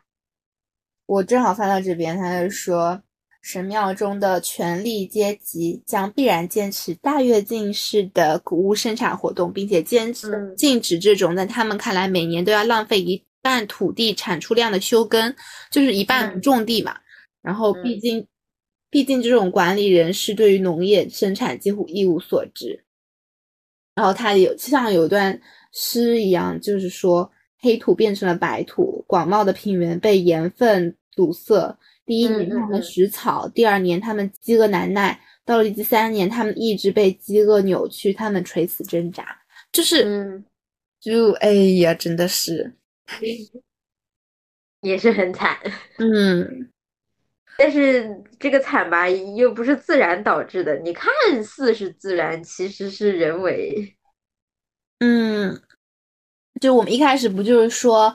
[SPEAKER 1] 我正好翻到这边，他就说，神庙中的权力阶级将必然坚持大跃进式的谷物生产活动，并且坚持
[SPEAKER 2] 嗯
[SPEAKER 1] 禁止这种在他们看来每年都要浪费一半土地产出量的休耕，就是一半不
[SPEAKER 2] 嗯
[SPEAKER 1] 种地嘛。然后，毕
[SPEAKER 2] 嗯
[SPEAKER 1] 竟，毕竟这种管理人士对于农业生产几乎一无所知。然后他有像有段诗一样，就是说黑土变成了白土，广袤的平原被盐分堵塞。第一年
[SPEAKER 2] 嗯嗯
[SPEAKER 1] 他们
[SPEAKER 2] 嗯
[SPEAKER 1] 食草，第二年他们饥饿难耐，到了第三年他们意志被饥饿扭曲，他们垂死挣扎。就是，
[SPEAKER 2] 嗯，
[SPEAKER 1] 就哎呀，真的是，
[SPEAKER 2] 也是很惨。
[SPEAKER 1] 嗯，
[SPEAKER 2] 但是这个惨吧，又不是自然导致的，你看似是自然，其实是人为。
[SPEAKER 1] 嗯，就我们一开始不就是说，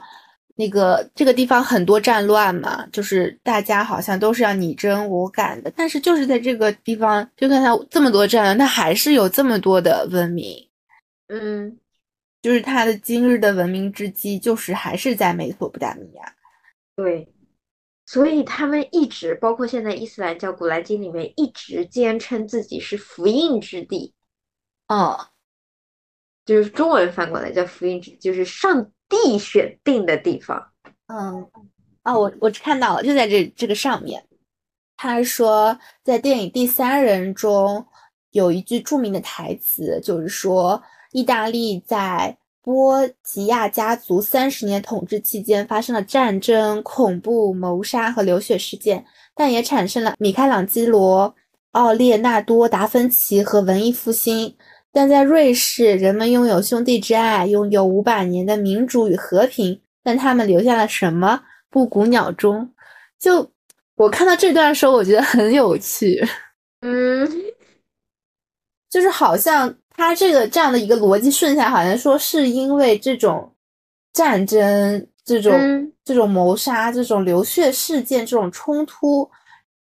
[SPEAKER 1] 那个这个地方很多战乱嘛，就是大家好像都是要你争我赶的，但是就是在这个地方，就算它这么多战乱，它还是有这么多的文明，
[SPEAKER 2] 嗯，
[SPEAKER 1] 就是它的今日的文明之基，就是还是在美索不达米亚。
[SPEAKER 2] 对。所以他们一直，包括现在伊斯兰教《古兰经》里面一直坚称自己是福音之地，
[SPEAKER 1] 嗯，
[SPEAKER 2] 就是中文翻过来叫福音之，就是上帝选定的地方。
[SPEAKER 1] 嗯，啊，我我看到了，就在这这个上面。他说，在电影《第三人》中有一句著名的台词，就是说，意大利在波吉亚家族三十年统治期间发生了战争、恐怖、谋杀和流血事件，但也产生了米开朗基罗、奥列纳多·达芬奇和文艺复兴。但在瑞士，人们拥有兄弟之爱，拥有五百年的民主与和平，但他们留下了什么？布谷鸟钟。就我看到这段的时候，我觉得很有趣，
[SPEAKER 2] 嗯，
[SPEAKER 1] 就是好像他这个这样的一个逻辑顺下来，好像说是因为这种战争、这种、
[SPEAKER 2] 嗯
[SPEAKER 1] 这种谋杀、这种流血事件、这种冲突，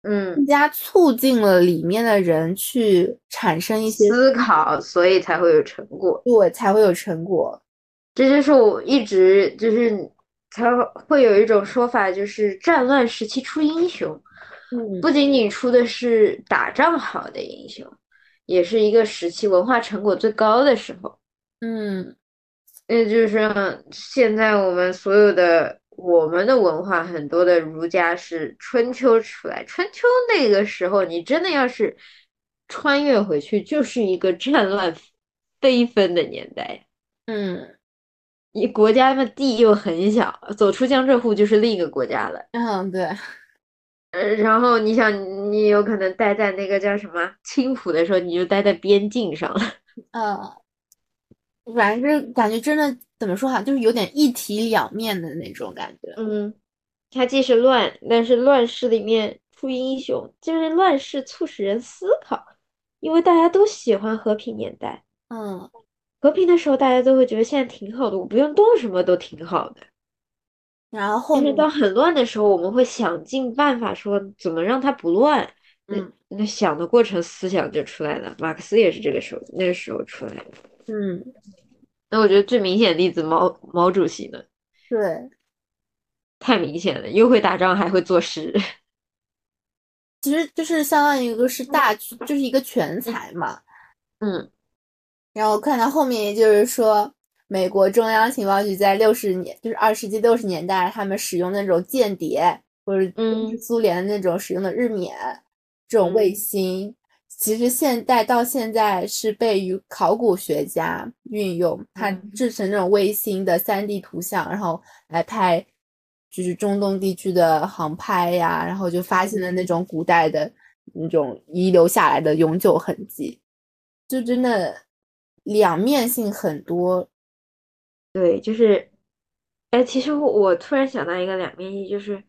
[SPEAKER 2] 嗯，
[SPEAKER 1] 更加促进了里面的人去产生一些
[SPEAKER 2] 思考，所以才会有成果。
[SPEAKER 1] 对，才会有成果。
[SPEAKER 2] 这就是我一直就是，才会有一种说法，就是战乱时期出英雄，
[SPEAKER 1] 嗯
[SPEAKER 2] 不仅仅出的是打仗好的英雄，也是一个时期文化成果最高的时候。
[SPEAKER 1] 嗯
[SPEAKER 2] 也就是让现在我们所有的我们的文化，很多的儒家是春秋出来，春秋那个时候，你真的要是穿越回去，就是一个战乱 飞纷的年代。
[SPEAKER 1] 嗯
[SPEAKER 2] 你国家的地又很小，走出江浙沪就是另一个国家了。
[SPEAKER 1] 嗯，对，
[SPEAKER 2] 呃，然后你想，你有可能待在那个叫什么青浦的时候，你就待在边境上了。
[SPEAKER 1] 呃，反正就感觉真的怎么说哈，就是有点一体两面的那种感觉。
[SPEAKER 2] 嗯，它既是乱，但是乱世里面出英雄，就是乱世促使人思考，因为大家都喜欢和平年代。
[SPEAKER 1] 嗯，
[SPEAKER 2] 和平的时候，大家都会觉得现在挺好的，我不用动什么都挺好的。
[SPEAKER 1] 然后后
[SPEAKER 2] 但是
[SPEAKER 1] 面
[SPEAKER 2] 到很乱的时候，我们会想尽办法说怎么让它不乱。那
[SPEAKER 1] 嗯
[SPEAKER 2] 那想的过程，思想就出来了。马克思也是这个时候，那个时候出来的。
[SPEAKER 1] 嗯，
[SPEAKER 2] 那我觉得最明显的例子，毛毛主席呢，
[SPEAKER 1] 对，
[SPEAKER 2] 太明显了，又会打仗，还会作诗。
[SPEAKER 1] 其实就是相当于一个是大，就是一个全才嘛。
[SPEAKER 2] 嗯，
[SPEAKER 1] 然后看到后面，也就是说，美国中央情报局在六十年，就是二世纪六十年代，他们使用那种间谍，或者
[SPEAKER 2] 嗯
[SPEAKER 1] 苏联那种使用的日冕这种卫
[SPEAKER 2] 嗯
[SPEAKER 1] 星，其实现代到现在是被于考古学家运用，它
[SPEAKER 2] 嗯
[SPEAKER 1] 制成那种卫星的三 D 图像，然后来拍。就是中东地区的航拍呀，然后就发现
[SPEAKER 2] 嗯
[SPEAKER 1] 了那种古代的那种遗留下来的永久痕迹。就真的两面性很多。
[SPEAKER 2] 对，就是，哎，其实我我突然想到一个两面性，就是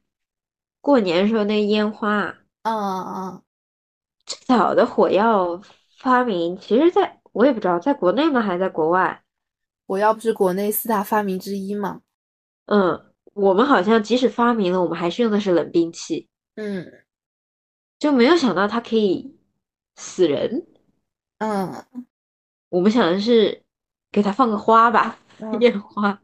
[SPEAKER 2] 过年时候那个烟花啊，
[SPEAKER 1] 嗯嗯
[SPEAKER 2] 最早的火药发明，其实在我也不知道在国内吗，还是在国外。
[SPEAKER 1] 火药不是国内四大发明之一嘛？
[SPEAKER 2] 嗯，我们好像即使发明了，我们还是用的是冷兵器，
[SPEAKER 1] 嗯
[SPEAKER 2] 就没有想到它可以死人。
[SPEAKER 1] 嗯，
[SPEAKER 2] 我们想的是给它放个花吧，
[SPEAKER 1] 嗯
[SPEAKER 2] 烟花。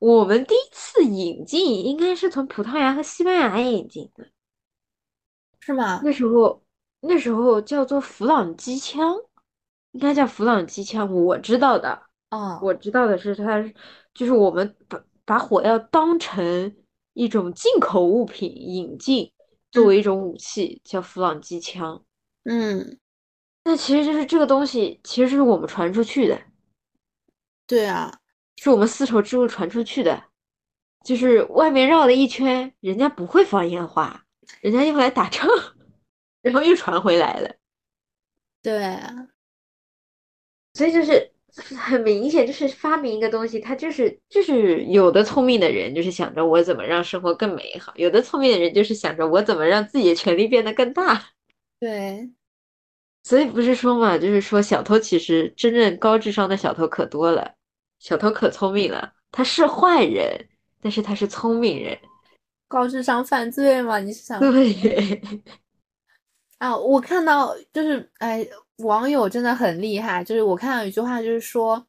[SPEAKER 2] 我们第一次引进应该是从葡萄牙和西班牙引进的，
[SPEAKER 1] 是吗？
[SPEAKER 2] 那时候那时候叫做弗朗机枪，应该叫弗朗机枪。我知道的，
[SPEAKER 1] 啊，
[SPEAKER 2] 我知道的是它是，就是我们把把火药当成一种进口物品引进，作为一种武器，叫弗朗机枪。
[SPEAKER 1] 嗯，
[SPEAKER 2] 那其实就是这个东西，其实是我们传出去的。
[SPEAKER 1] 对啊，
[SPEAKER 2] 是我们丝绸之路传出去的，就是外面绕了一圈，人家不会放烟花，人家又来打仗， 然后又传回来了，
[SPEAKER 1] 对啊，
[SPEAKER 2] 所以就是 很明显，就是发明一个东西，它就是就是有的聪明的人就是想着我怎么让生活更美好，有的聪明的人就是想着我怎么让自己的权利变得更大。
[SPEAKER 1] 对，
[SPEAKER 2] 所以不是说嘛，就是说小偷其实真正高智商的小偷可多了，小偷可聪明了，他是坏人，但是他是聪明人。
[SPEAKER 1] 高智商犯罪嘛？你是想
[SPEAKER 2] 对，
[SPEAKER 1] 啊？我看到就是哎，网友真的很厉害，就是我看到有一句话就是说。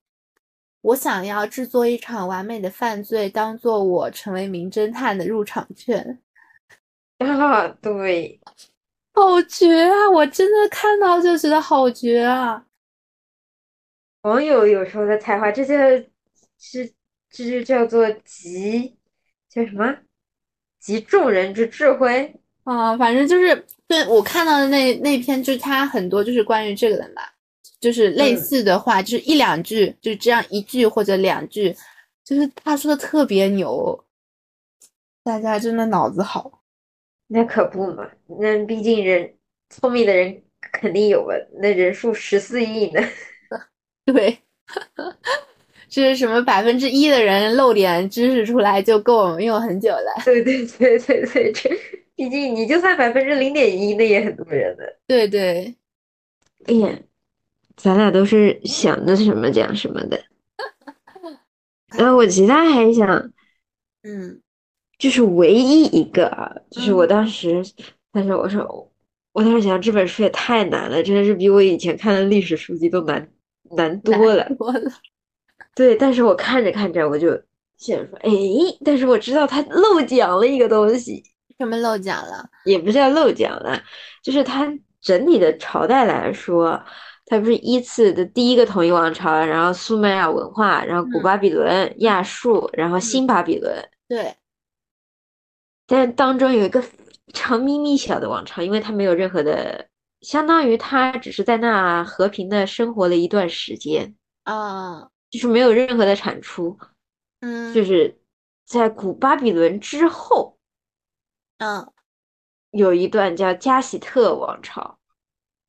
[SPEAKER 1] 我想要制作一场完美的犯罪，当做我成为名侦探的入场券。
[SPEAKER 2] 啊，对，
[SPEAKER 1] 好绝啊！我真的看到就觉得好绝啊！
[SPEAKER 2] 网友有时候的才华，这叫是这就叫做集叫什么？集众人之智慧。
[SPEAKER 1] 啊，反正就是对我看到的那那篇，就是他很多就是关于这个的嘛，就是类
[SPEAKER 2] 嗯
[SPEAKER 1] 似的话，就是一两句，就这样一句或者两句，就是他说的特别牛，大家真的脑子好。
[SPEAKER 2] 那可不嘛，那毕竟人聪明的人肯定有吧？那人数十四亿呢。
[SPEAKER 1] 对，这是什么百分之一的人露脸知识出来就够我们用很久了。
[SPEAKER 2] 对对对对对，这毕竟你就算百分之零点一，那也很多人呢。
[SPEAKER 1] 对对，
[SPEAKER 2] 哎呀，咱俩都是想着什么讲什么的。那我其他还想。
[SPEAKER 1] 嗯
[SPEAKER 2] 就是唯一一个啊，就是我
[SPEAKER 1] 嗯
[SPEAKER 2] 当时，但是我说，我当时想这本书也太难了，真的是比我以前看的历史书籍都难难多了。
[SPEAKER 1] 多了，
[SPEAKER 2] 对，但是我看着看着我就想说，哎，但是我知道他漏讲了一个东西，
[SPEAKER 1] 什么漏讲了？
[SPEAKER 2] 也不叫漏讲了，就是它整体的朝代来说，它不是依次的第一个统一王朝，然后苏美尔文化，然后古
[SPEAKER 1] 嗯
[SPEAKER 2] 巴比伦、亚述，然后新巴比伦。
[SPEAKER 1] 对，
[SPEAKER 2] 但当中有一个非常咪咪小的王朝，因为他没有任何的，相当于他只是在那和平的生活了一段时间，
[SPEAKER 1] 啊，
[SPEAKER 2] 就是没有任何的产出，
[SPEAKER 1] 嗯，
[SPEAKER 2] 就是在古巴比伦之后，
[SPEAKER 1] 嗯，
[SPEAKER 2] 有一段叫加喜特王朝，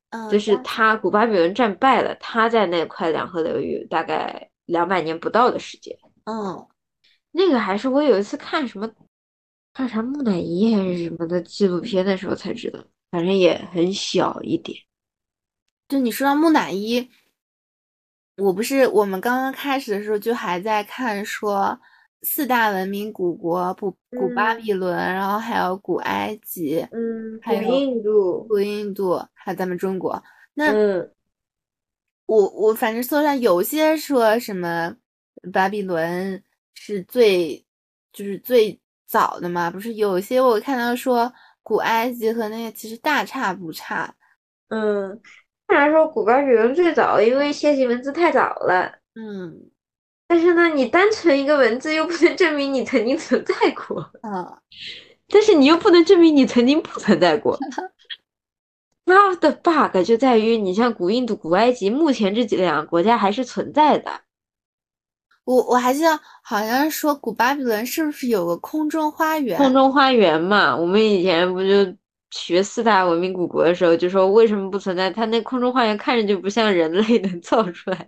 [SPEAKER 1] 嗯
[SPEAKER 2] 就是他古巴比伦战败了，他在那块两河流域大概两百年不到的时间。
[SPEAKER 1] 嗯，
[SPEAKER 2] 那个还是我有一次看什么，看啥木乃伊还是什么的纪录片的时候才知道，反正也很小一点。
[SPEAKER 1] 对你说到木乃伊，我不是我们刚刚开始的时候就还在看说四大文明古国，古古巴
[SPEAKER 2] 嗯
[SPEAKER 1] 比伦，然后还有古埃及、
[SPEAKER 2] 嗯，
[SPEAKER 1] 还有
[SPEAKER 2] 印度，
[SPEAKER 1] 古印度，还有咱们中国。那
[SPEAKER 2] 嗯
[SPEAKER 1] 我我反正搜上有些说什么巴比伦是最就是最早的嘛，不是有些我看到说古埃及和那个其实大差不差，
[SPEAKER 2] 嗯，虽然说古巴比伦最早，因为楔形文字太早了，
[SPEAKER 1] 嗯
[SPEAKER 2] 但是呢，你单纯一个文字又不能证明你曾经存在过，
[SPEAKER 1] 啊，
[SPEAKER 2] 但是你又不能证明你曾经不存在过。那的 bug 就在于，你像古印度、古埃及，目前这几两个国家还是存在的。
[SPEAKER 1] 我我还记得好像说古巴比伦是不是有个空中花园？
[SPEAKER 2] 空中花园嘛，我们以前不就学四大文明古国的时候，就说为什么不存在？它那空中花园看着就不像人类能造出来。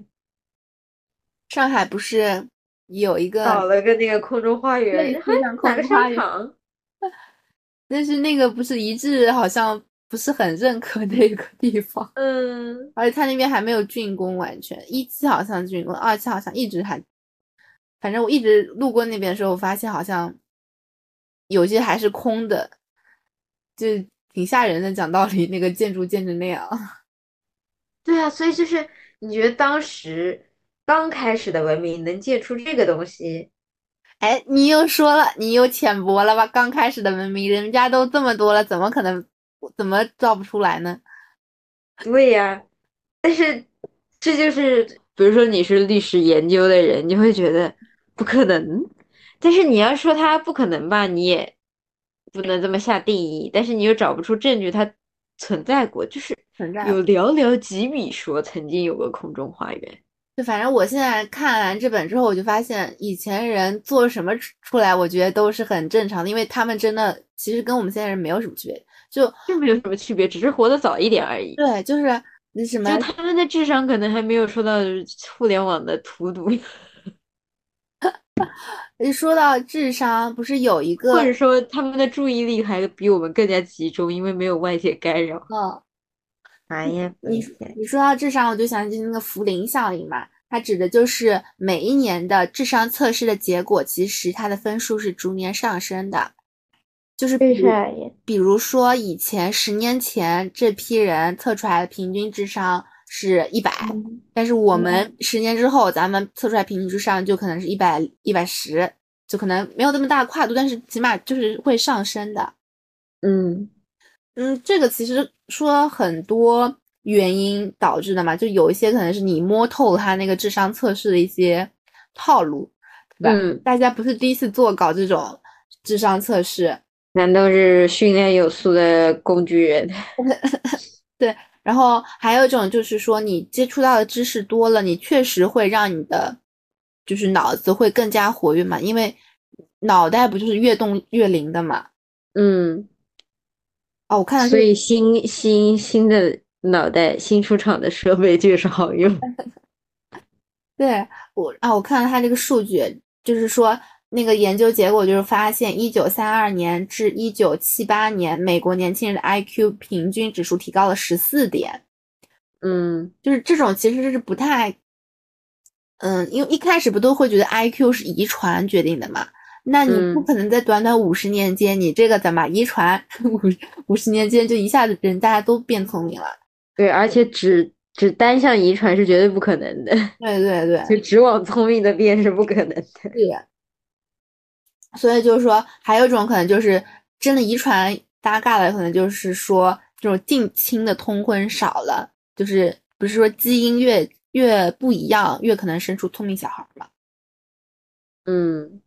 [SPEAKER 1] 上海不是有一
[SPEAKER 2] 搞
[SPEAKER 1] 个，
[SPEAKER 2] 了个那个空中花
[SPEAKER 1] 对
[SPEAKER 2] 园，还
[SPEAKER 1] 非 常
[SPEAKER 2] 哪个
[SPEAKER 1] 空中花
[SPEAKER 2] 商
[SPEAKER 1] 园
[SPEAKER 2] 场？
[SPEAKER 1] 但是那个不是一致好像不是很认可那个地方。
[SPEAKER 2] 嗯，
[SPEAKER 1] 而且他那边还没有竣工完全，一期好像竣工，二期好像一直还，反正我一直路过那边的时候，我发现好像有些还是空的，就挺吓人的。讲道理，那个建筑建成那样，
[SPEAKER 2] 对啊，所以就是你觉得当时刚开始的文明能建出这个东西，
[SPEAKER 1] 哎，你又说了，你又浅薄了吧？刚开始的文明，人家都这么多了，怎么可能怎么造不出来呢？
[SPEAKER 2] 对呀，但是这就是，比如说你是历史研究的人，你会觉得不可能，但是你要说它不可能吧，你也不能这么下定义，但是你又找不出证据它存在过，就是
[SPEAKER 1] 存在
[SPEAKER 2] 有寥寥几笔说曾经有个空中花园。
[SPEAKER 1] 就反正我现在看完这本之后，我就发现以前人做什么出出来，我觉得都是很正常的，因为他们真的其实跟我们现在人没有什么区别。就
[SPEAKER 2] 这没有什么区别，只是活得早一点而已。
[SPEAKER 1] 对，就是那什么
[SPEAKER 2] 就，他们的智商可能还没有受到互联网的荼毒，
[SPEAKER 1] 一说到智商，不是有一个
[SPEAKER 2] 或者说他们的注意力还比我们更加集中，因为没有外界干扰。
[SPEAKER 1] 嗯，
[SPEAKER 2] 哎呀，
[SPEAKER 1] 你你说到智商，我就想起那个福林效应嘛，它指的就是每一年的智商测试的结果，其实它的分数是逐年上升的，就是比如
[SPEAKER 2] 呀？
[SPEAKER 1] 比如说，以前十年前这批人测出来的平均智商是一百、
[SPEAKER 2] 嗯
[SPEAKER 1] 但是我们十年之后，咱们测出来平均智商就可能是一百一百十，就可能没有这么大跨度，但是起码就是会上升的。
[SPEAKER 2] 嗯
[SPEAKER 1] 嗯，这个其实说很多原因导致的嘛，就有一些可能是你摸透了他那个智商测试的一些套路，对吧？
[SPEAKER 2] 嗯，
[SPEAKER 1] 大家不是第一次做搞这种智商测试，
[SPEAKER 2] 难道是训练有素的工具人？
[SPEAKER 1] 然后还有一种就是说，你接触到的知识多了，你确实会让你的就是脑子会更加活跃嘛，因为脑袋不就是越动越灵的嘛。
[SPEAKER 2] 嗯，
[SPEAKER 1] 哦，我看到
[SPEAKER 2] 所
[SPEAKER 1] 这
[SPEAKER 2] 以新新新的脑袋新出厂的设备就是好用。
[SPEAKER 1] 对我啊，我看到他这个数据，就是说那个研究结果就是发现，一九三二年至一九七八年，美国年轻人的 IQ 平均指数提高了十四点。
[SPEAKER 2] 嗯
[SPEAKER 1] 就是这种其实是不太，嗯，因为一开始不都会觉得 IQ 是遗传决定的嘛？那你不
[SPEAKER 2] 嗯
[SPEAKER 1] 可能在短短五十年间，你这个怎么遗传五五十年间就一下子人大家都变聪明了？
[SPEAKER 2] 对，而且只只单向遗传是绝对不可能的。
[SPEAKER 1] 对对对，
[SPEAKER 2] 就只往聪明的变是不可能的。
[SPEAKER 1] 所以就是说，还有一种可能就是真的遗传搭嘎的，可能就是说这种近亲的通婚少了，就是不是说基因越越不一样，越可能生出聪明小孩儿嘛？
[SPEAKER 2] 嗯，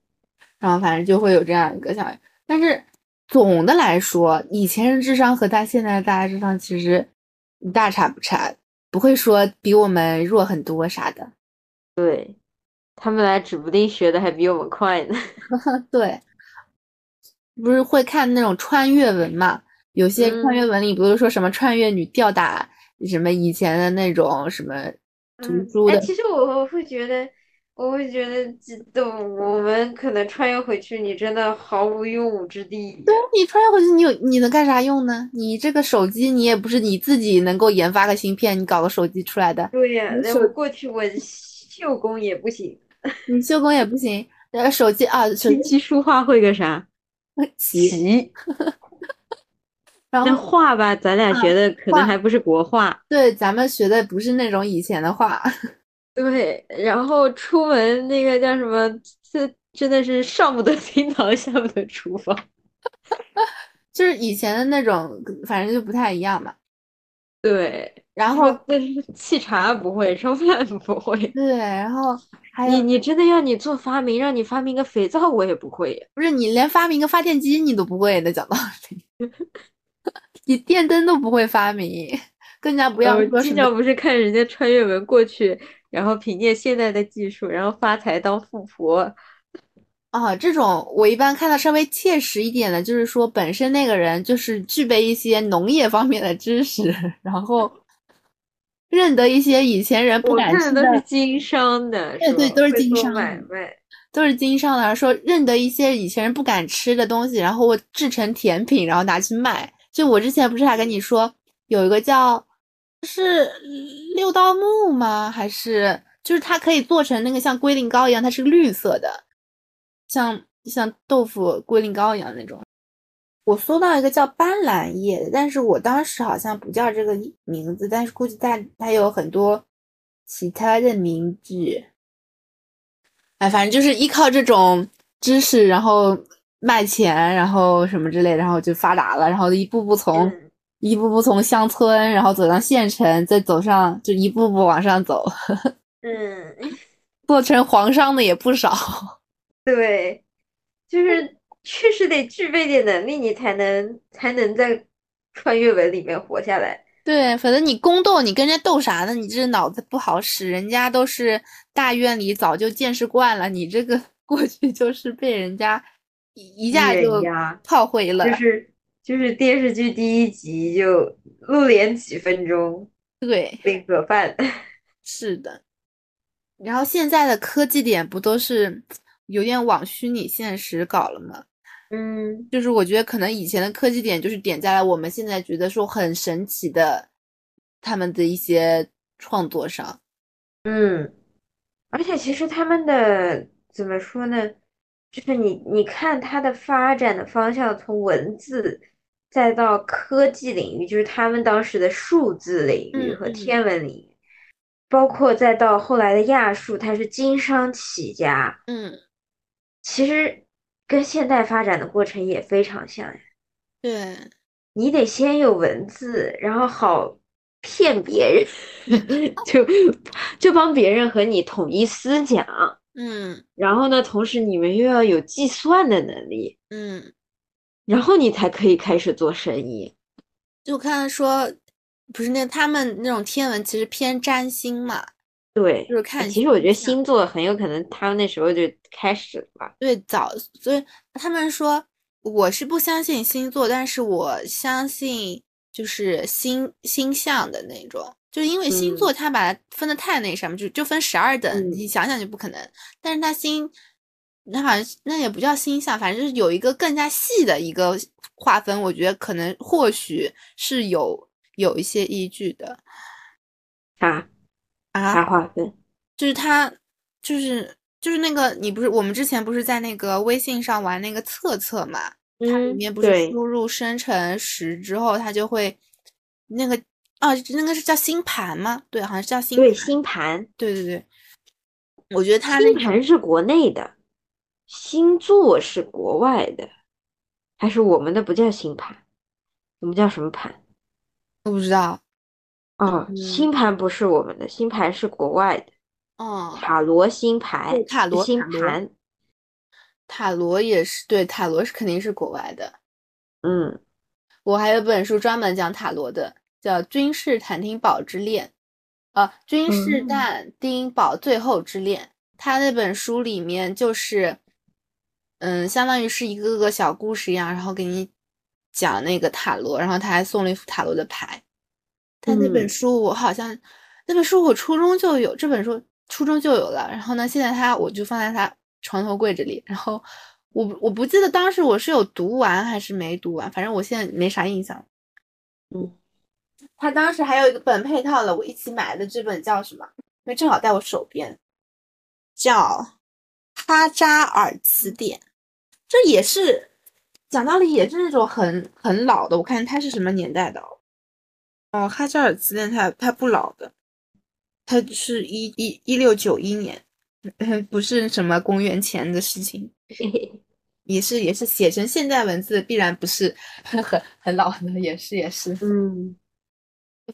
[SPEAKER 1] 然后反正就会有这样一个效应。但是总的来说，以前人智商和他现在的大家智商其实大差不差，不会说比我们弱很多啥的。
[SPEAKER 2] 对，他们来指不定学的还比我们快呢。
[SPEAKER 1] 对，不是会看那种穿越文嘛？有些
[SPEAKER 2] 嗯
[SPEAKER 1] 穿越文里不是说什么穿越女吊打什么以前的那种什么读
[SPEAKER 2] 嗯
[SPEAKER 1] 书
[SPEAKER 2] 哎
[SPEAKER 1] 的，
[SPEAKER 2] 其实我会觉得，我会觉得这，都我们可能穿越回去，你真的毫无用武之地。
[SPEAKER 1] 你穿越回去，你有你能干啥用呢？你这个手机，你也不是你自己能够研发个芯片，你搞个手机出来的，
[SPEAKER 2] 对呀、
[SPEAKER 1] 你
[SPEAKER 2] 那
[SPEAKER 1] 手
[SPEAKER 2] 我过去我绣工也不行，
[SPEAKER 1] 你修工也不行。呃，手机啊，手机
[SPEAKER 2] 七书画会个啥？
[SPEAKER 1] 棋，
[SPEAKER 2] 棋。
[SPEAKER 1] 然
[SPEAKER 2] 那
[SPEAKER 1] 后
[SPEAKER 2] 画吧，咱俩学的可
[SPEAKER 1] 画
[SPEAKER 2] 能还不是国画。
[SPEAKER 1] 对咱们学的不是那种以前的话，
[SPEAKER 2] 对，然后出门那个叫什么？这真的是上不得厅堂，下不得厨房。
[SPEAKER 1] 就是以前的那种，反正就不太一样嘛。
[SPEAKER 2] 对，
[SPEAKER 1] 然
[SPEAKER 2] 然
[SPEAKER 1] 后
[SPEAKER 2] 后但是沏茶不会，烧饭不会。
[SPEAKER 1] 对，然后还
[SPEAKER 2] 你
[SPEAKER 1] 有
[SPEAKER 2] 你真的让你做发明，让你发明个肥皂，我也不会呀。
[SPEAKER 1] 不是你连发明个发电机你都不会的，讲道理， 你电灯都不会发明，更加不
[SPEAKER 2] 我
[SPEAKER 1] 要说什
[SPEAKER 2] 经
[SPEAKER 1] 么
[SPEAKER 2] 常不是看人家穿越文过去，然后凭借现在的技术，然后发财当富婆。
[SPEAKER 1] 啊，这种我一般看到稍微切实一点的，就是说本身那个人就是具备一些农业方面的知识， 然后认得一些以前人不
[SPEAKER 2] 我
[SPEAKER 1] 敢
[SPEAKER 2] 看
[SPEAKER 1] 去
[SPEAKER 2] 的
[SPEAKER 1] 的
[SPEAKER 2] 都是经商的，
[SPEAKER 1] 对
[SPEAKER 2] 是
[SPEAKER 1] 对
[SPEAKER 2] 吧
[SPEAKER 1] 都是
[SPEAKER 2] 会
[SPEAKER 1] 经
[SPEAKER 2] 做
[SPEAKER 1] 商的
[SPEAKER 2] 买卖。
[SPEAKER 1] 都是经商的，说认得一些以前人不敢吃的东西，然后我制成甜品，然后拿去卖。就我之前不是还跟你说，有一个叫是六道木吗？还是就是它可以做成那个像龟苓膏一样，它是绿色的，像像豆腐龟苓膏一样那种。我搜到一个叫斑斓叶的，但是我当时好像不叫这个名字，但是估计它它有很多其他的名字。哎，反正就是依靠这种知识，然后卖钱，然后什么之类的，然后就发达了，然后一步步从、
[SPEAKER 2] 嗯
[SPEAKER 1] 一步步从乡村，然后走上县城，再走上就一步步往上走，
[SPEAKER 2] 嗯，
[SPEAKER 1] 做成皇商的也不少。
[SPEAKER 2] 对，就是确实得具备点能力，你才能才能在穿越文里面活下来。
[SPEAKER 1] 对，反正你宫斗，你跟人家斗啥呢？你这脑子不好使，人家都是大院里早就见识惯了，你这个 过去就是被人家一一下
[SPEAKER 2] 人
[SPEAKER 1] 就
[SPEAKER 2] 家
[SPEAKER 1] 炮灰了。
[SPEAKER 2] 就是就是电视剧第一集就露脸几分钟
[SPEAKER 1] 对。
[SPEAKER 2] 领盒饭，
[SPEAKER 1] 是的，然后现在的科技点不都是有点往虚拟现实搞了吗？
[SPEAKER 2] 嗯，
[SPEAKER 1] 就是我觉得可能以前的科技点就是点在了我们现在觉得说很神奇的他们的一些创作上。
[SPEAKER 2] 嗯，而且其实他们的怎么说呢？就是你你看它的发展的方向，从文字再到科技领域，就是他们当时的数字领域
[SPEAKER 1] 嗯
[SPEAKER 2] 和
[SPEAKER 1] 嗯
[SPEAKER 2] 天文领域，包括再到后来的亚述，它是经商起家，
[SPEAKER 1] 嗯，
[SPEAKER 2] 其实跟现代发展的过程也非常像呀。
[SPEAKER 1] 对，
[SPEAKER 2] 你得先有文字，然后好骗别人， 就就帮别人和你统一思想。
[SPEAKER 1] 嗯
[SPEAKER 2] 然后呢，同时你们又要有计算的能力，
[SPEAKER 1] 嗯，
[SPEAKER 2] 然后你才可以开始做生意。
[SPEAKER 1] 就看说不是那他们那种天文其实偏占星嘛，
[SPEAKER 2] 对，哎
[SPEAKER 1] 就是看
[SPEAKER 2] 其实我觉得
[SPEAKER 1] 星象
[SPEAKER 2] 星座很有可能他们那时候就开始了吧。
[SPEAKER 1] 对，早，所以他们说我是不相信星座，但是我相信就是星星象的那种，就是因为星
[SPEAKER 2] 嗯
[SPEAKER 1] 座它把它分的太那什么，就就分十二等，
[SPEAKER 2] 嗯
[SPEAKER 1] 你想想就不可能。但是它星，那好像是那也不叫星象，反正就是有一个更加细的一个划分，我觉得可能或许是有有一些依据的
[SPEAKER 2] 啥
[SPEAKER 1] 啊。
[SPEAKER 2] 啥划分？
[SPEAKER 1] 就是他，就是就是那个，你不是我们之前不是在那个微信上玩那个测测嘛？它里
[SPEAKER 2] 嗯
[SPEAKER 1] 面不是
[SPEAKER 2] 对
[SPEAKER 1] 输入生辰时之后，它就会那个啊，那个是叫星盘吗？对，好像是叫星
[SPEAKER 2] 对，
[SPEAKER 1] 盘。
[SPEAKER 2] 星盘，
[SPEAKER 1] 对对对，我觉得它那
[SPEAKER 2] 星
[SPEAKER 1] 个
[SPEAKER 2] 盘是国内的，星座是国外的，还是我们的不叫星盘，我们叫什么盘？
[SPEAKER 1] 我不知道，
[SPEAKER 2] 哦，
[SPEAKER 1] 嗯
[SPEAKER 2] 星盘不是我们的，星盘是国外的，
[SPEAKER 1] 嗯，
[SPEAKER 2] 塔罗星牌
[SPEAKER 1] 对塔
[SPEAKER 2] 是
[SPEAKER 1] 罗
[SPEAKER 2] 星
[SPEAKER 1] 塔罗
[SPEAKER 2] 盘，
[SPEAKER 1] 塔罗也是，对，塔罗是肯定是国外的。
[SPEAKER 2] 嗯，
[SPEAKER 1] 我还有本书专门讲塔罗的，叫《君士坦丁堡之恋》，啊，《君士
[SPEAKER 2] 嗯
[SPEAKER 1] 坦丁堡最后之恋》。他那本书里面就是，嗯，相当于是一个个小故事一样，然后给你讲那个塔罗，然后他还送了一副塔罗的牌。但那本
[SPEAKER 2] 嗯
[SPEAKER 1] 书我好像，那本书我初中就有，这本书初中就有了。然后呢，现在它我就放在它床头柜这里。然后我不我不记得当时我是有读完还是没读完，反正我现在没啥印象。
[SPEAKER 2] 嗯，
[SPEAKER 1] 他当时还有一个本配套的，我一起买的这本叫什么？因为正好在我手边，叫《哈扎尔词典》，这也是讲道理也是那种很很老的，我看它是什么年代的哦。哦，哈扎尔词典它它不老的，它是一一一六九一年， 不是什么公元前的事情，
[SPEAKER 2] 嗯
[SPEAKER 1] 也是也是写成现代文字，必然不是很很老的，也是也是。
[SPEAKER 2] 嗯，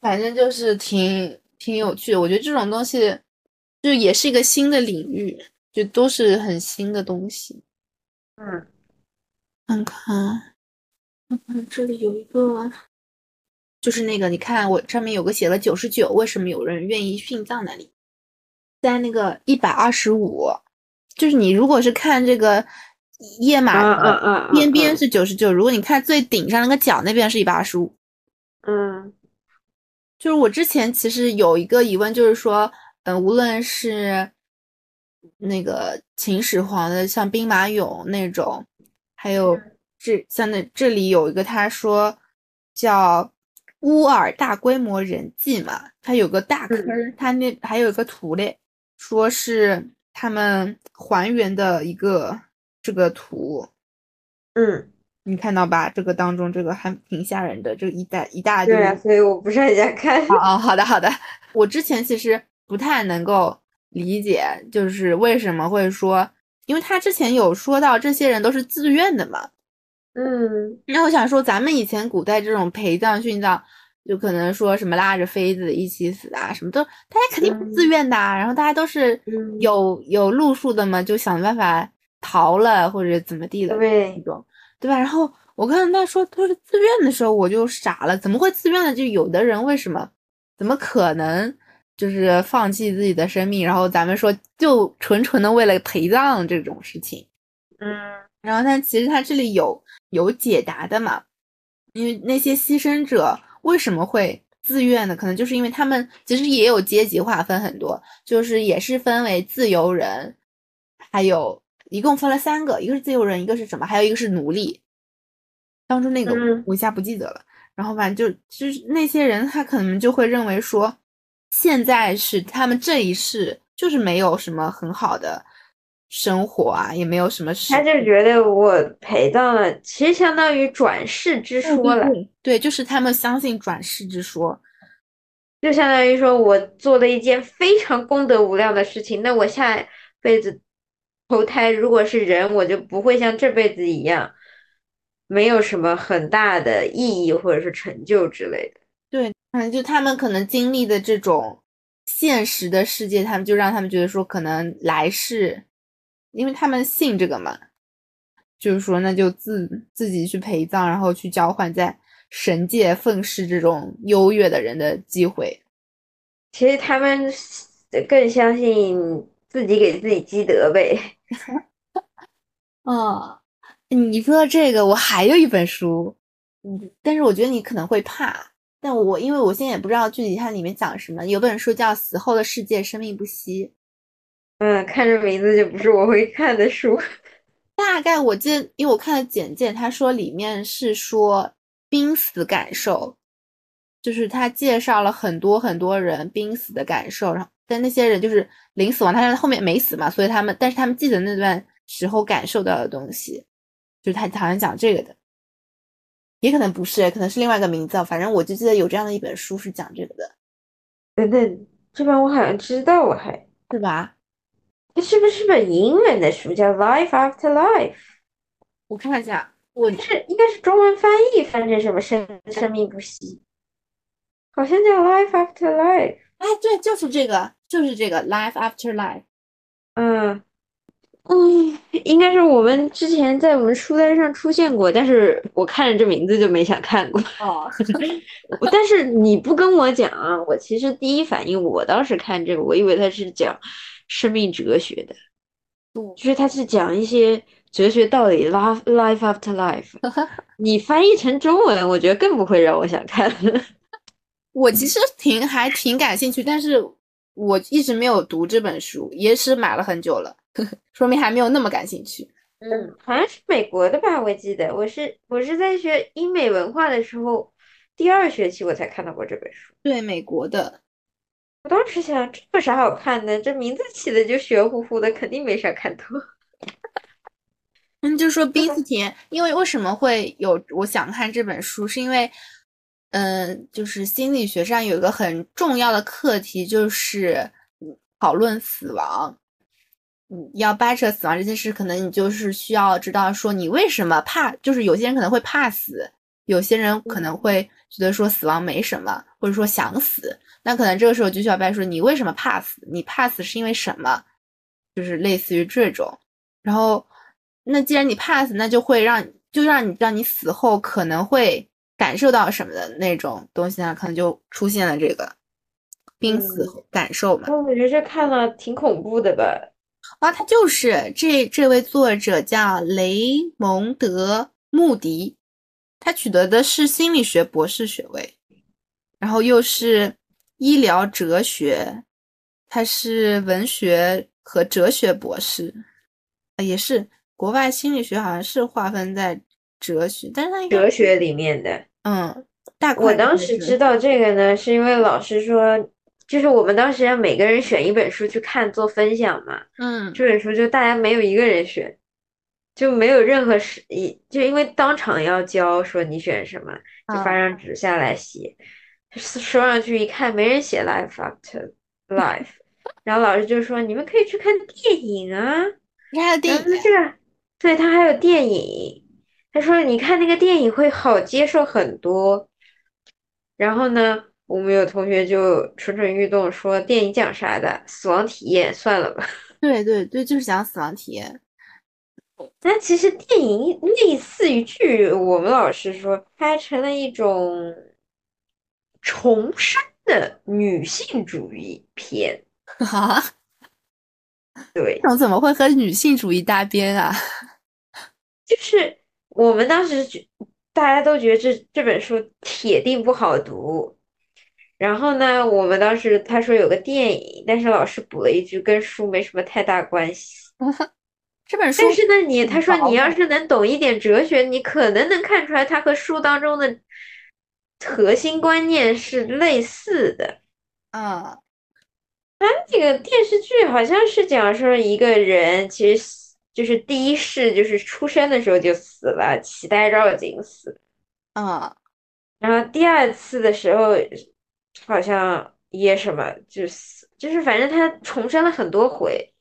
[SPEAKER 1] 反正就是挺挺有趣的，我觉得这种东西就也是一个新的领域，就都是很新的东西。
[SPEAKER 2] 嗯，
[SPEAKER 1] 看看，看看这里有一个，就是那个你看我上面有个写了九十九，为什么有人愿意殉葬那里，在那个一百二十五，就是你如果是看这个页
[SPEAKER 2] 啊
[SPEAKER 1] 码的
[SPEAKER 2] 啊啊，啊
[SPEAKER 1] 边边，是九十九，如果你看最顶上那个角那边是一百二十五。
[SPEAKER 2] 嗯
[SPEAKER 1] 就是我之前其实有一个疑问，就是说，嗯，无论是那个秦始皇的，像兵马俑那种，还有
[SPEAKER 2] 嗯
[SPEAKER 1] 这像那这里有一个他说叫乌尔大规模人祭嘛，它有个大
[SPEAKER 2] 嗯
[SPEAKER 1] 坑儿，它那还有一个图嘞，说是他们还原的一个这个图，
[SPEAKER 2] 嗯，
[SPEAKER 1] 你看到吧？这个当中这个还挺吓人的，这一大一大堆
[SPEAKER 2] 对啊，所以我不是很想看。
[SPEAKER 1] 哦，好的好的。我之前其实不太能够理解，就是为什么会说，因为他之前有说到这些人都是自愿的嘛。
[SPEAKER 2] 嗯
[SPEAKER 1] 那我想说，咱们以前古代这种陪葬殉葬，就可能说什么拉着妃子一起死啊，什么都大家肯定不自愿的啊。然后大家都是
[SPEAKER 2] 嗯，
[SPEAKER 1] 有有路数的嘛，就想办法逃了或者怎么地的那
[SPEAKER 2] 对，
[SPEAKER 1] 种，对吧？然后我看到他说都是自愿的时候，我就傻了，怎么会自愿的？就有的人为什么，怎么可能就是放弃自己的生命？然后咱们说就纯纯的为了陪葬这种事情。
[SPEAKER 2] 嗯
[SPEAKER 1] 然后但其实他这里有有解答的嘛，因为那些牺牲者为什么会自愿的，可能就是因为他们其实也有阶级划分很多，就是也是分为自由人，还有一共分了三个，一个是自由人，一个是什么，还有一个是奴隶。当初那个
[SPEAKER 2] 嗯
[SPEAKER 1] 我一下不记得了，然后反正就就是那些人他可能就会认为说，现在是他们这一世就是没有什么很好的生活啊，也没有什么事
[SPEAKER 2] 他就觉得我陪葬了，其实相当于转世之
[SPEAKER 1] 对
[SPEAKER 2] 说了，
[SPEAKER 1] 对对，就是他们相信转世之说，
[SPEAKER 2] 就相当于说我做了一件非常功德无量的事情，那我下辈子投胎如果是人，我就不会像这辈子一样，没有什么很大的意义或者是成就之类的。
[SPEAKER 1] 嗯，就他们可能经历的这种现实的世界，他们就让他们觉得说，可能来世，因为他们信这个嘛，就是说那就自自己去陪葬，然后去交换在神界奉侍这种优越的人的机会。
[SPEAKER 2] 其实他们更相信自己给自己积德呗。
[SPEAKER 1] 嗯，你说到这个，我还有一本书，嗯，但是我觉得你可能会怕，但我因为我现在也不知道具体它里面讲什么，有本书叫《死后的世界，生命不息》，
[SPEAKER 2] 嗯，看这名字就不是我会看的书。
[SPEAKER 1] 大概我记得，因为我看了简介，他说里面是说濒死感受，就是他介绍了很多很多人濒死的感受，然后但那些人就是临死亡，他是后面没死嘛，所以他们但是他们记得那段时候感受到的东西，就是他好像讲这个的，也可能不是，可能是另外一个名字啊，反正我就记得有这样的一本书是讲这个的，
[SPEAKER 2] 等等，这本我好像知道，我还
[SPEAKER 1] 是吧？
[SPEAKER 2] 这是不是本英文的书叫《Life After Life》？
[SPEAKER 1] 我看一下，我
[SPEAKER 2] 是应该是中文翻译翻成什么生生命不息，好像叫 Life After Life。
[SPEAKER 1] 哎，对，就是这个，就是这个 life after life。
[SPEAKER 2] 嗯嗯，应该是我们之前在我们书单上出现过，但是我看着这名字就没想看过。
[SPEAKER 1] 哦，
[SPEAKER 2] 我但是你不跟我讲啊，我其实第一反应，我当时看这个，我以为他是讲生命哲学的，就是他是讲一些哲学道理 life life after life，你翻译成中文，我觉得更不会让我想看。
[SPEAKER 1] 我其实挺还挺感兴趣，但是我一直没有读这本书，也是买了很久了， 说明还没有那么感兴趣。
[SPEAKER 2] 嗯， 好像是美国的吧？我记得我是我是在学英美文化的时候，第二学期我才看到过这本书。
[SPEAKER 1] 对美国的，
[SPEAKER 2] 我当时想，这有啥好看的？这名字起的就玄乎乎的，肯定没啥看头。
[SPEAKER 1] 嗯，就说第一次体验，因为为什么会有我想看这本书，是因为，嗯、就是心理学上有一个很重要的课题，就是嗯讨论死亡。嗯，要掰扯死亡这件事，可能你就是需要知道说你为什么怕，就是有些人可能会怕死，有些人可能会觉得说死亡没什么，或者说想死。那可能这个时候就需要掰说你为什么怕死，你怕死是因为什么，就是类似于这种。然后，那既然你怕死，那就会让就让你让你死后可能会感受到什么的那种东西啊呢？可能就出现了这个濒死感受嘛。
[SPEAKER 2] 那我觉得这看了挺恐怖的吧？
[SPEAKER 1] 啊，他就是这这位作者叫雷蒙德·穆迪，他取得的是心理学博士学位，然后又是医疗哲学，他是文学和哲学博士，啊，也是国外心理学好像是划分在哲学，但是他应该
[SPEAKER 2] 哲学里面的。
[SPEAKER 1] 嗯，大
[SPEAKER 2] 我
[SPEAKER 1] 块
[SPEAKER 2] 当
[SPEAKER 1] 是
[SPEAKER 2] 时
[SPEAKER 1] 哲
[SPEAKER 2] 知道这个呢，是因为老师说，就是我们当时让每个人选一本书去看做分享嘛。
[SPEAKER 1] 嗯
[SPEAKER 2] 这本书就大家没有一个人选，就没有任何是一，就因为当场要教说你选什么，就发
[SPEAKER 1] 啊
[SPEAKER 2] 张纸下来写，收上去一看没人写 life after life，然后老师就说你们可以去看电影啊。
[SPEAKER 1] 他的电
[SPEAKER 2] 然后
[SPEAKER 1] 影
[SPEAKER 2] 这个，对，他还有电影，他说你看那个电影会好接受很多。然后呢，我们有同学就蠢蠢欲动说电影讲啥的，死亡体验算了吧。
[SPEAKER 1] 对对对，就是讲死亡体验，
[SPEAKER 2] 但其实电影类似于剧，我们老师说拍成了一种重生的女性主义片。
[SPEAKER 1] 啊，
[SPEAKER 2] 对，
[SPEAKER 1] 这种怎么会和女性主义搭边啊？
[SPEAKER 2] 就是我们当时觉，大家都觉得这这本书铁定不好读。然后呢，我们当时他说有个电影，但是老师补了一句跟书没什么太大关系。
[SPEAKER 1] 这本书
[SPEAKER 2] 但是呢，你他说
[SPEAKER 1] 薄
[SPEAKER 2] 你要
[SPEAKER 1] 的
[SPEAKER 2] 是能懂一点哲学，你可能能看出来它和书当中的核心观念是类似的。
[SPEAKER 1] 嗯。
[SPEAKER 2] 这个电视剧好像是讲说一个人其实死就是第一世就是出生的时候就死了，脐带绕颈死。
[SPEAKER 1] 嗯，
[SPEAKER 2] 然后第二次的时候好像也什么就死，就是反正他重生了很多回。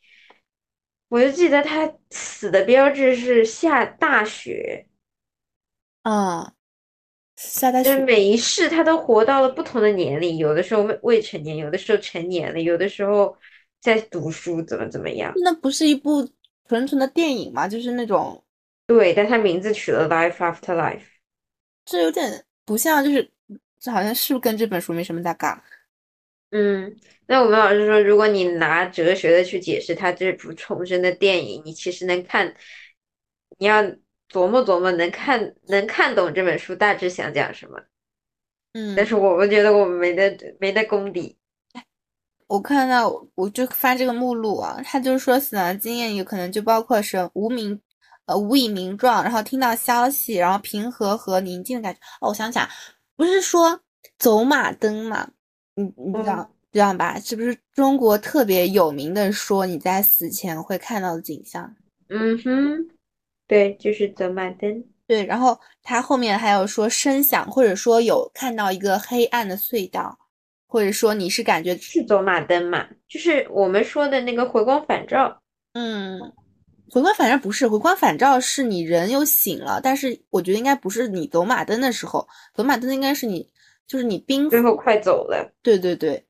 [SPEAKER 2] 我就记得他死的标志是下大雪，
[SPEAKER 1] 嗯，下大
[SPEAKER 2] 就是
[SPEAKER 1] 雪，
[SPEAKER 2] 每一世他都活到了不同的年龄，有的时候未未成年，有的时候成年了，有的时候在读书，怎么怎么样。
[SPEAKER 1] 那不是一部纯纯的电影嘛？就是那种，
[SPEAKER 2] 对，但他名字取了 Life After Life。
[SPEAKER 1] 这有点不像，就是这好像是跟这本书没什么大嘎。
[SPEAKER 2] 嗯，那我们老师说，如果你拿哲学的去解释它这部重生的电影，你其实能看，你要琢磨琢磨，能看能看懂这本书大致想讲什么。
[SPEAKER 1] 嗯，
[SPEAKER 2] 但是我们觉得我们没那没那功底。
[SPEAKER 1] 我看到我我就翻这个目录啊，他就是说死亡经验有可能就包括是无名，呃无以名状，然后听到消息，然后平和和宁静的感觉。哦，我想想，不是说走马灯嘛，你你知道、知道吧？是不是中国特别有名的说你在死前会看到的景象？
[SPEAKER 2] 嗯哼，对，就是走马灯。
[SPEAKER 1] 对，然后他后面还有说声响，或者说有看到一个黑暗的隧道，或者说你是感觉，
[SPEAKER 2] 是走马灯嘛？就是我们说的那个回光返照。
[SPEAKER 1] 嗯，回光返照不是，回光返照是你人又醒了，但是我觉得应该不是你走马灯的时候，走马灯应该是你就是你濒
[SPEAKER 2] 最
[SPEAKER 1] 死，
[SPEAKER 2] 后快走了，
[SPEAKER 1] 对对对，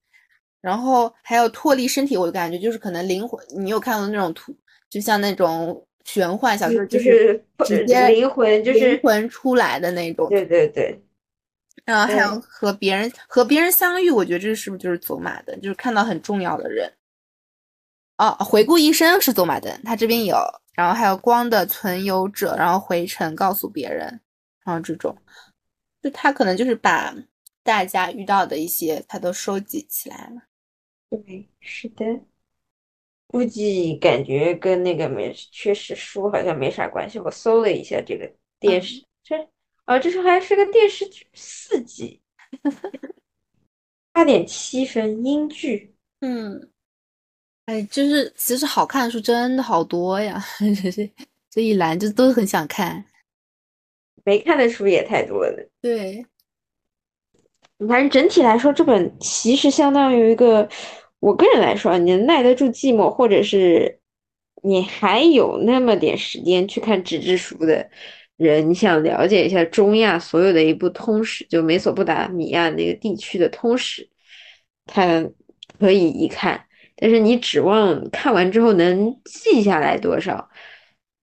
[SPEAKER 1] 然后还有脱离身体，我感觉就是可能灵魂，你有看过那种图，就像那种玄幻小说，
[SPEAKER 2] 嗯就是是
[SPEAKER 1] 直接
[SPEAKER 2] 灵魂，就
[SPEAKER 1] 灵
[SPEAKER 2] 是
[SPEAKER 1] 魂出来的那种，
[SPEAKER 2] 对对对。
[SPEAKER 1] 然后还有
[SPEAKER 2] 对
[SPEAKER 1] 和别人和别人相遇，我觉得这是不是就是走马灯，就是看到很重要的人。哦，回顾一生是走马灯，它这边有，然后还有光的存有者，然后回程告诉别人，然后这种，就他可能就是把大家遇到的一些，他都收集起来了。
[SPEAKER 2] 对，是的，估计感觉跟那个没确实书好像没啥关系。我搜了一下这个电视，这哦，这是还是个电视剧，四 集，八点七分，英剧。
[SPEAKER 1] 嗯，哎，就是其实好看的书真的好多呀， 这是这一栏就都很想看。
[SPEAKER 2] 没看的书也太多了，
[SPEAKER 1] 对，
[SPEAKER 2] 反正整体来说，这本其实相当于一个，我个人来说，啊你耐得住寂寞，或者是你还有那么点时间去看纸质书的人，你想了解一下中亚所有的一部通史，就美索不达米亚那个地区的通史，它可以一看，但是你指望看完之后能记下来多少，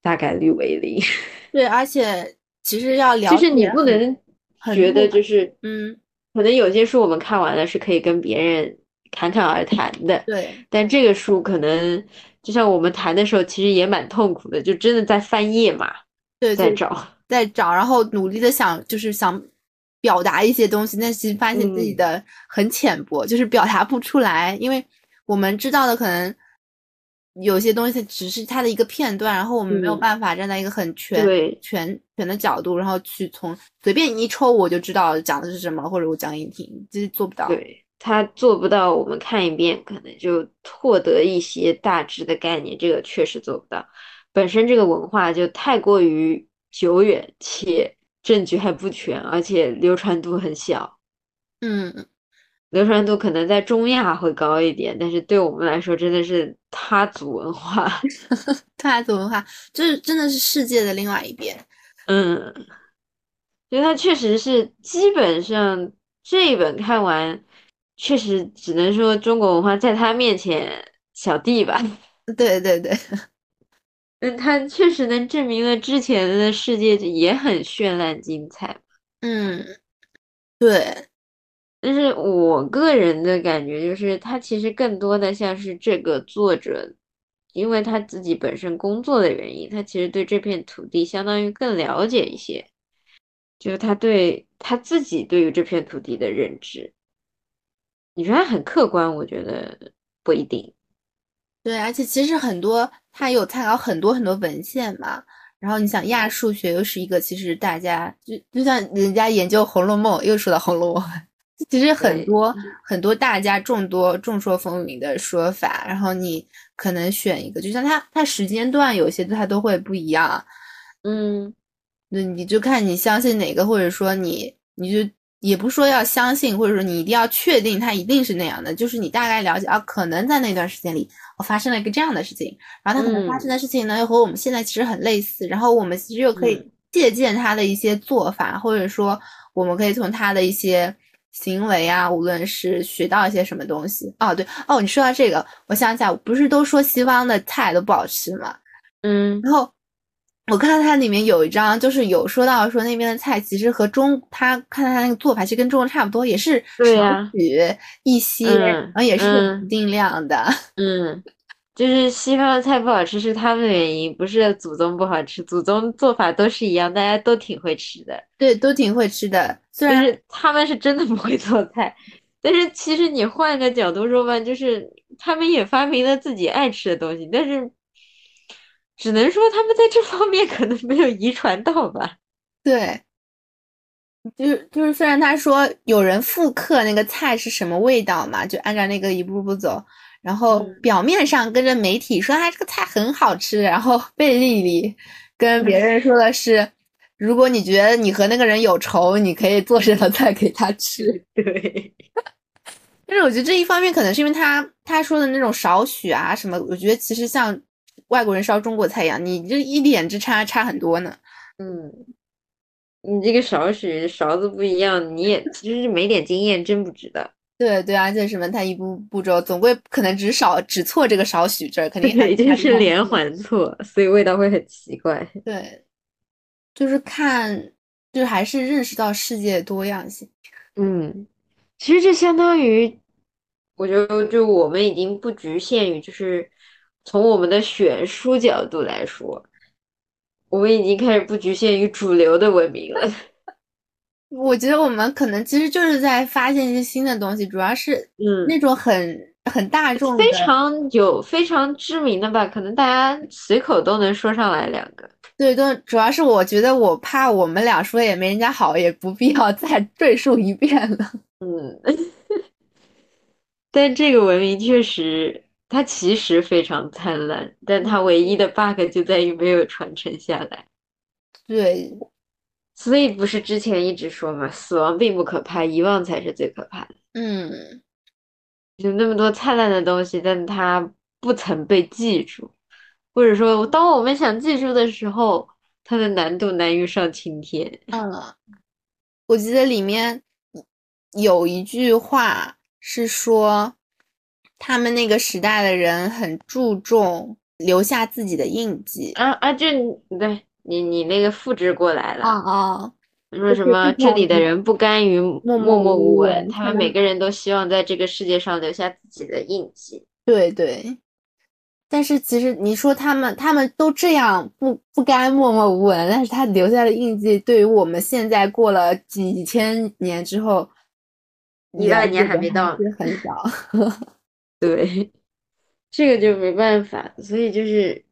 [SPEAKER 2] 大概率为零。
[SPEAKER 1] 对，而且其实要了解
[SPEAKER 2] 就
[SPEAKER 1] 很，
[SPEAKER 2] 是你不能
[SPEAKER 1] 很
[SPEAKER 2] 觉
[SPEAKER 1] 多
[SPEAKER 2] 得就是。
[SPEAKER 1] 嗯，
[SPEAKER 2] 可能有些书我们看完了是可以跟别人侃侃而谈的，
[SPEAKER 1] 对
[SPEAKER 2] 但这个书可能就像我们谈的时候，其实也蛮痛苦的，就真的在翻页码，
[SPEAKER 1] 对
[SPEAKER 2] 在
[SPEAKER 1] 对，
[SPEAKER 2] 找。
[SPEAKER 1] 在找，然后努力的想，就是想表达一些东西，但是发现自己
[SPEAKER 2] 嗯
[SPEAKER 1] 的很浅薄，就是表达不出来，因为我们知道的可能有些东西只是它的一个片段，然后我们没有
[SPEAKER 2] 嗯
[SPEAKER 1] 办法站在一个很全、
[SPEAKER 2] 对
[SPEAKER 1] 全全的角度，然后去从随便一抽我就知道讲的是什么，或者我讲给你听，就是做不到。
[SPEAKER 2] 对，他做不到，我们看一遍可能就获得一些大致的概念，这个确实做不到。本身这个文化就太过于久远，且证据还不全，而且流传度很小。
[SPEAKER 1] 嗯，
[SPEAKER 2] 流传度可能在中亚会高一点，但是对我们来说真的是他族文化。
[SPEAKER 1] 泰族文化就是真的是世界的另外一边。
[SPEAKER 2] 嗯，因为它确实是基本上这一本看完，确实只能说中国文化在他面前小弟吧。
[SPEAKER 1] 对对对，
[SPEAKER 2] 嗯，它确实能证明了之前的世界也很绚烂精彩。
[SPEAKER 1] 嗯，对，
[SPEAKER 2] 但是我个人的感觉就是，它其实更多的像是这个作者，因为他自己本身工作的原因，他其实对这片土地相当于更了解一些，就是他对他自己对于这片土地的认知。你说他很客观，我觉得不一定。
[SPEAKER 1] 对，而且其实很多它有参考很多很多文献嘛。然后你想亚数学又是一个，其实大家就就像人家研究《红楼梦》，又说到《红楼梦》， 其实很
[SPEAKER 2] 对
[SPEAKER 1] 多很多大家众多众说纷纭的说法，然后你可能选一个，就像它它时间段有些它都会不一样，
[SPEAKER 2] 嗯，
[SPEAKER 1] 那你就看你相信哪个，或者说你你就也不说要相信，或者说你一定要确定它一定是那样的，就是你大概了解啊，可能在那段时间里我、发生了一个这样的事情，然后它可能发
[SPEAKER 2] 嗯
[SPEAKER 1] 生的事情呢又和我们现在其实很类似，然后我们其实又可以
[SPEAKER 2] 嗯
[SPEAKER 1] 借鉴它的一些做法，或者说我们可以从它的一些。行为啊，无论是学到一些什么东西哦，对哦，你说到这个，我想起来，不是都说西方的菜都不好吃吗？
[SPEAKER 2] 嗯，
[SPEAKER 1] 然后我看它里面有一章，就是有说到说那边的菜其实和中，他看它那个做法其实跟中国差不多，也是
[SPEAKER 2] 对
[SPEAKER 1] 少
[SPEAKER 2] 呀
[SPEAKER 1] 许一些，
[SPEAKER 2] 嗯
[SPEAKER 1] 然后也是有
[SPEAKER 2] 嗯
[SPEAKER 1] 一定量的。
[SPEAKER 2] 嗯，就是西方的菜不好吃是他们的原因，不是祖宗不好吃，祖宗做法都是一样，大家都挺会吃的。
[SPEAKER 1] 对，都挺会吃的。虽
[SPEAKER 2] 就
[SPEAKER 1] 然
[SPEAKER 2] 是他们是真的不会做菜，但是其实你换个角度说吧，就是他们也发明了自己爱吃的东西，但是只能说他们在这方面可能没有遗传到吧。
[SPEAKER 1] 对，就是就是，虽然他说有人复刻那个菜是什么味道嘛，就按照那个一步步走，然后
[SPEAKER 2] 嗯
[SPEAKER 1] 表面上跟着媒体说哎他这个菜很好吃，然后 背地里跟别人说的是，如果你觉得你和那个人有仇，你可以做这道菜给他吃。
[SPEAKER 2] 对，
[SPEAKER 1] 但是我觉得这一方面可能是因为他他说的那种少许啊什么，我觉得其实像外国人烧中国菜一样，你这一脸之差差很多呢。
[SPEAKER 2] 嗯，你这个勺使勺子不一样，你也就是没点经验，真不知道。
[SPEAKER 1] 对对，而且什么，他一步步骤总归可能只少只错这个少许这儿，肯定还
[SPEAKER 2] 对，就
[SPEAKER 1] 还
[SPEAKER 2] 是
[SPEAKER 1] 有
[SPEAKER 2] 连环错，所以味道会很奇怪。
[SPEAKER 1] 对，就是看，就是还是认识到世界的多样性。
[SPEAKER 2] 嗯，其实这相当于，我觉得就我们已经不局限于就是从我们的选书角度来说，我们已经开始不局限于主流的文明了。
[SPEAKER 1] 我觉得我们可能其实就是在发现一些新的东西，主要是
[SPEAKER 2] 嗯，
[SPEAKER 1] 那种很很大众的，
[SPEAKER 2] 非常有非常知名的吧，可能大家随口都能说上来两个。
[SPEAKER 1] 对，都主要是我觉得我怕我们俩说也没人家好，也不必要再 赘述一遍了。
[SPEAKER 2] 嗯， 但这个文明确实，它其实非常灿烂，但它唯一的 bug 就在于没有传承下来。
[SPEAKER 1] 对，
[SPEAKER 2] 所以不是之前一直说嘛，死亡并不可怕，遗忘才是最可怕的。
[SPEAKER 1] 嗯，
[SPEAKER 2] 有那么多灿烂的东西，但它不曾被记住，或者说，当我们想记住的时候，它的难度难于上青天。
[SPEAKER 1] 嗯，我记得里面有一句话是说，他们那个时代的人很注重留下自己的印记。
[SPEAKER 2] 啊啊，这对你你那个复制过来了。
[SPEAKER 1] 啊
[SPEAKER 2] 哦
[SPEAKER 1] 啊，
[SPEAKER 2] 说什么这里的人不甘于默
[SPEAKER 1] 默
[SPEAKER 2] 默
[SPEAKER 1] 无
[SPEAKER 2] 无
[SPEAKER 1] 闻
[SPEAKER 2] 闻，他
[SPEAKER 1] 他
[SPEAKER 2] 们
[SPEAKER 1] 们
[SPEAKER 2] 每个人都希望在这个世界上留下自己的印记。
[SPEAKER 1] 对对。但是其实你说他们，他们都这样不不该默默无闻，但是他留下的印记，对于我们现在过了几千年之后，
[SPEAKER 2] 一万年还没到
[SPEAKER 1] 是很少。
[SPEAKER 2] 对，这个就没办法，所以就是，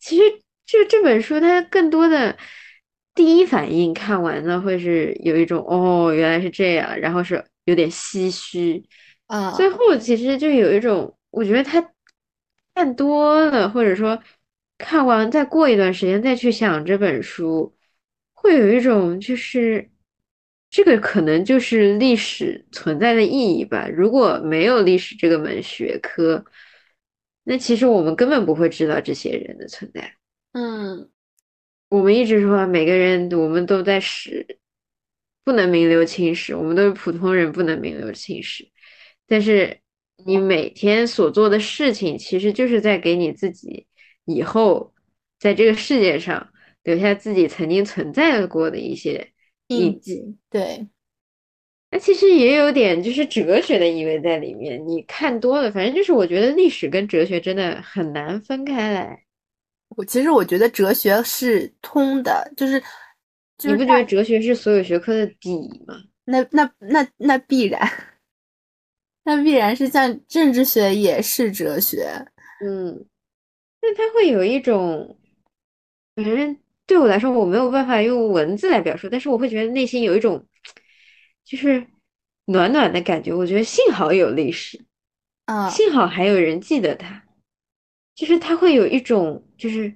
[SPEAKER 2] 其实就这本书，它更多的第一反应看完呢，会是有一种哦，原来是这样，然后是有点唏嘘。
[SPEAKER 1] 嗯，
[SPEAKER 2] 最后其实就有一种，我觉得他看多了，或者说看完再过一段时间再去想这本书，会有一种就是这个可能就是历史存在的意义吧。如果没有历史这个门学科，那其实我们根本不会知道这些人的存在。
[SPEAKER 1] 嗯，
[SPEAKER 2] 我们一直说每个人，我们都在史，不能名留青史，我们都是普通人，不能名留青史。但是你每天所做的事情，其实就是在给你自己以后在这个世界上留下自己曾经存在过的一些
[SPEAKER 1] 印
[SPEAKER 2] 印记。
[SPEAKER 1] 记，对，
[SPEAKER 2] 那其实也有点就是哲学的意味在里面。你看多了，反正就是我觉得历史跟哲学真的很难分开来。
[SPEAKER 1] 我其实我觉得哲学是通的，就是就
[SPEAKER 2] 你
[SPEAKER 1] 是
[SPEAKER 2] 不觉得哲学是所有学科的底吗？
[SPEAKER 1] 那那那那必然， 那必然是像政治学也是哲学，
[SPEAKER 2] 嗯，那它会有一种，反正对我来说，我没有办法用文字来表述，但是我会觉得内心有一种，就是暖暖的感觉。我觉得幸好有历史，
[SPEAKER 1] 嗯，
[SPEAKER 2] 幸好还有人记得它，就是它会有一种，就是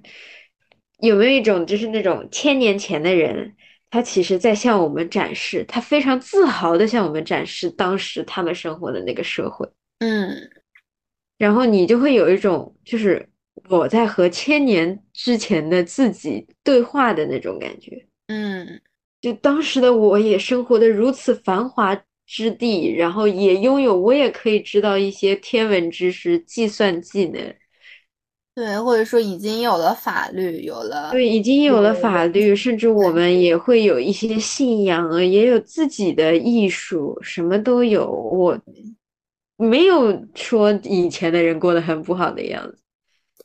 [SPEAKER 2] 有没有一种，就是那种千年前的人，他其实在向我们展示，他非常自豪的向我们展示当时他们生活的那个社会。
[SPEAKER 1] 嗯，
[SPEAKER 2] 然后你就会有一种就是我在和千年之前的自己对话的那种感觉。
[SPEAKER 1] 嗯，
[SPEAKER 2] 就当时的我也生活的如此繁华之地，然后也拥有，我也可以知道一些天文知识、计算技能，
[SPEAKER 1] 对，或者说已经有了法律，有了，
[SPEAKER 2] 对，已经有了
[SPEAKER 1] 对
[SPEAKER 2] 法
[SPEAKER 1] 文字
[SPEAKER 2] 律，甚至我们也会有一些信仰，呃也有自己的艺术，什么都有。我没有说以前的人过得很不好的样子。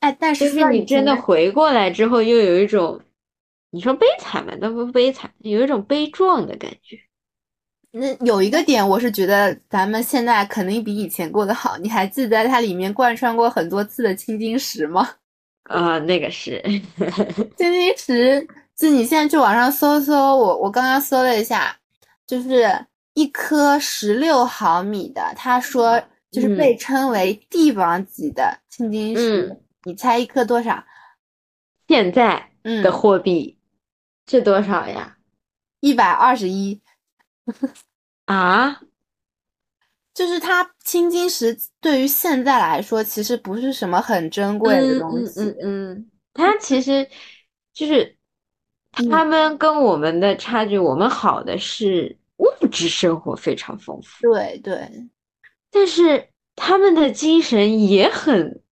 [SPEAKER 1] 哎，但
[SPEAKER 2] 就是是
[SPEAKER 1] 说
[SPEAKER 2] 你真的回过来之后，又有一种，你说悲惨吧，但不悲惨，有一种悲壮的感觉。
[SPEAKER 1] 那有一个点，我是觉得咱们现在肯定比以前过得好。你还记得它里面贯穿过很多次的青金石吗？
[SPEAKER 2] 啊、那个是，
[SPEAKER 1] 青金石，就你现在去网上搜搜，我我刚刚搜了一下，就是一颗十六毫米的，他说就是被称为帝王级的青金石，
[SPEAKER 2] 嗯
[SPEAKER 1] 你猜一颗多少？
[SPEAKER 2] 现在
[SPEAKER 1] 嗯
[SPEAKER 2] 的，货币是多少呀？
[SPEAKER 1] 一百二十一，
[SPEAKER 2] 啊，
[SPEAKER 1] 就是它青金石对于现在来说，其实不是什么很珍贵的东西。
[SPEAKER 2] 嗯嗯嗯嗯，它其实 就是他们跟我们的差距，我们好的是物质生活非常丰富，
[SPEAKER 1] 对对，
[SPEAKER 2] 但是他们的精神也很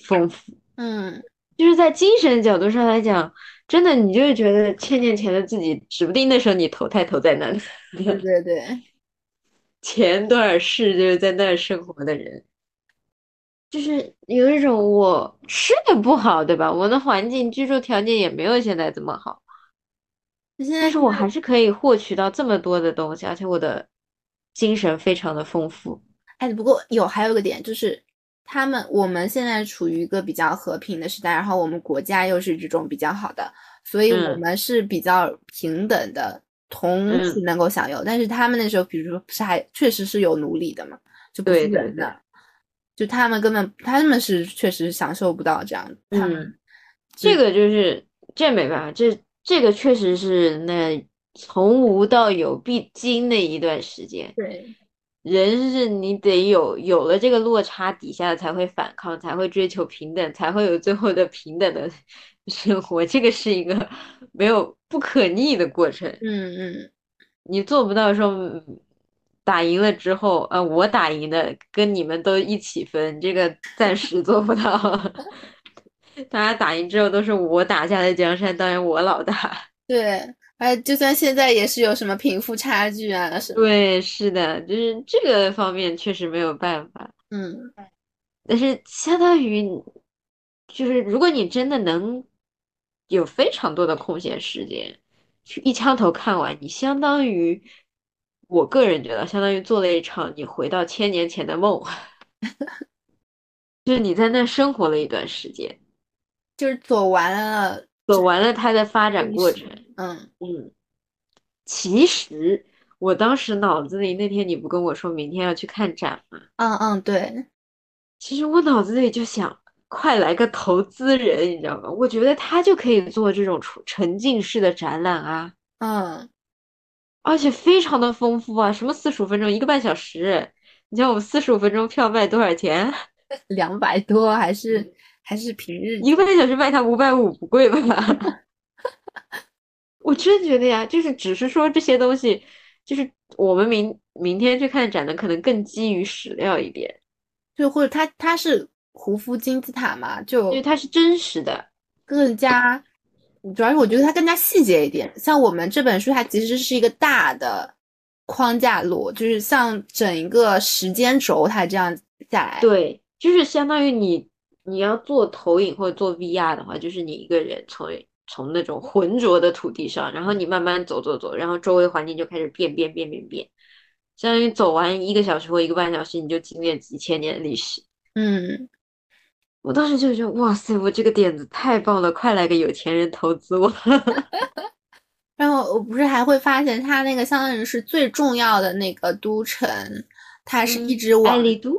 [SPEAKER 2] 丰富。
[SPEAKER 1] 嗯。
[SPEAKER 2] 就是在精神角度上来讲，真的，你就会觉得千年前的自己，指不定那时候你投胎投在那里，
[SPEAKER 1] 对对对，
[SPEAKER 2] 前多少世就是在那儿生活的人，就是有一种我吃的不好，对吧？我的环境居住条件也没有现在这么好，
[SPEAKER 1] 就现在
[SPEAKER 2] 但是我还是可以获取到这么多的东西，而且我的精神非常的丰富。
[SPEAKER 1] 哎，不过有还有个点就是，他们我们现在处于一个比较和平的时代，然后我们国家又是这种比较好的，所以我
[SPEAKER 2] 嗯
[SPEAKER 1] 们是比较平等的，同时能够享有。但是他们那时候，比如说不是还确实是有奴隶的嘛，就不是
[SPEAKER 2] 对对
[SPEAKER 1] 人的，就他们根本他们是确实享受不到这样，他们
[SPEAKER 2] 嗯，这个就是这没办法，这这个确实是那从无到有必经的一段时间。
[SPEAKER 1] 对
[SPEAKER 2] 人是你得有有了这个落差底下才会反抗，才会追求平等，才会有最后的平等的 生活。这个是一个 没有不可逆的过程。
[SPEAKER 1] 嗯嗯，
[SPEAKER 2] 你做不到的时候，嗯打赢了之后，呃，我打赢的跟你们都一起分，这个暂时做不到。 大家打赢之后都是我打下的江山，当然我老大。
[SPEAKER 1] 对。哎，就算现在也是有什么贫富差距啊什么，
[SPEAKER 2] 对，是的，就是这个方面确实没有办法。
[SPEAKER 1] 嗯，
[SPEAKER 2] 但是相当于，就是如果你真的能有非常多的空闲时间，去一枪头看完，你相当于，我个人觉得相当于做了一场你回到千年前的梦，就是你在那生活了一段时间，
[SPEAKER 1] 就是走完了，
[SPEAKER 2] 走完了它的发展过程。
[SPEAKER 1] 嗯，
[SPEAKER 2] 嗯，其实我当时脑子里那天你不跟我说明天要去看展吗？
[SPEAKER 1] 嗯嗯，对，
[SPEAKER 2] 其实我脑子里就想，快来个投资人，你知道吗？我觉得他就可以做这种沉沉浸式的展览啊，
[SPEAKER 1] 嗯，
[SPEAKER 2] 而且非常的丰富啊，什么四十五分钟，一个半小时。你像我们四十五分钟票卖多少钱？
[SPEAKER 1] 两百多还
[SPEAKER 2] 嗯
[SPEAKER 1] 是还是平日
[SPEAKER 2] 一个半小时卖它五百五，不贵吧？ 我真觉得呀，就是只是说这些东西，就是我们明明天去看展的，可能更基于史料一点，
[SPEAKER 1] 就或者它它是胡夫金字塔嘛，就
[SPEAKER 2] 因为它是真实的。
[SPEAKER 1] 更加，主要是我觉得它更加细节一点。像我们这本书，它其实是一个大的框架路，就是像整一个时间轴，它这样下来，
[SPEAKER 2] 对，就是相当于你你要做投影或者做 VR 的话，就是你一个人从从那种浑浊的土地上，然后你慢慢走走走，然后周围环境就开始变变变变变，相当于走完一个小时或一个半小时，你就经历了几千年的历史。
[SPEAKER 1] 嗯，
[SPEAKER 2] 我当时就觉得，哇塞，我这个点子太棒了，快来个有钱人投资我。
[SPEAKER 1] 然后我不是还会发现，它那个相当于是最重要的那个都城，它是一直
[SPEAKER 2] 爱
[SPEAKER 1] 往
[SPEAKER 2] 嗯丽都，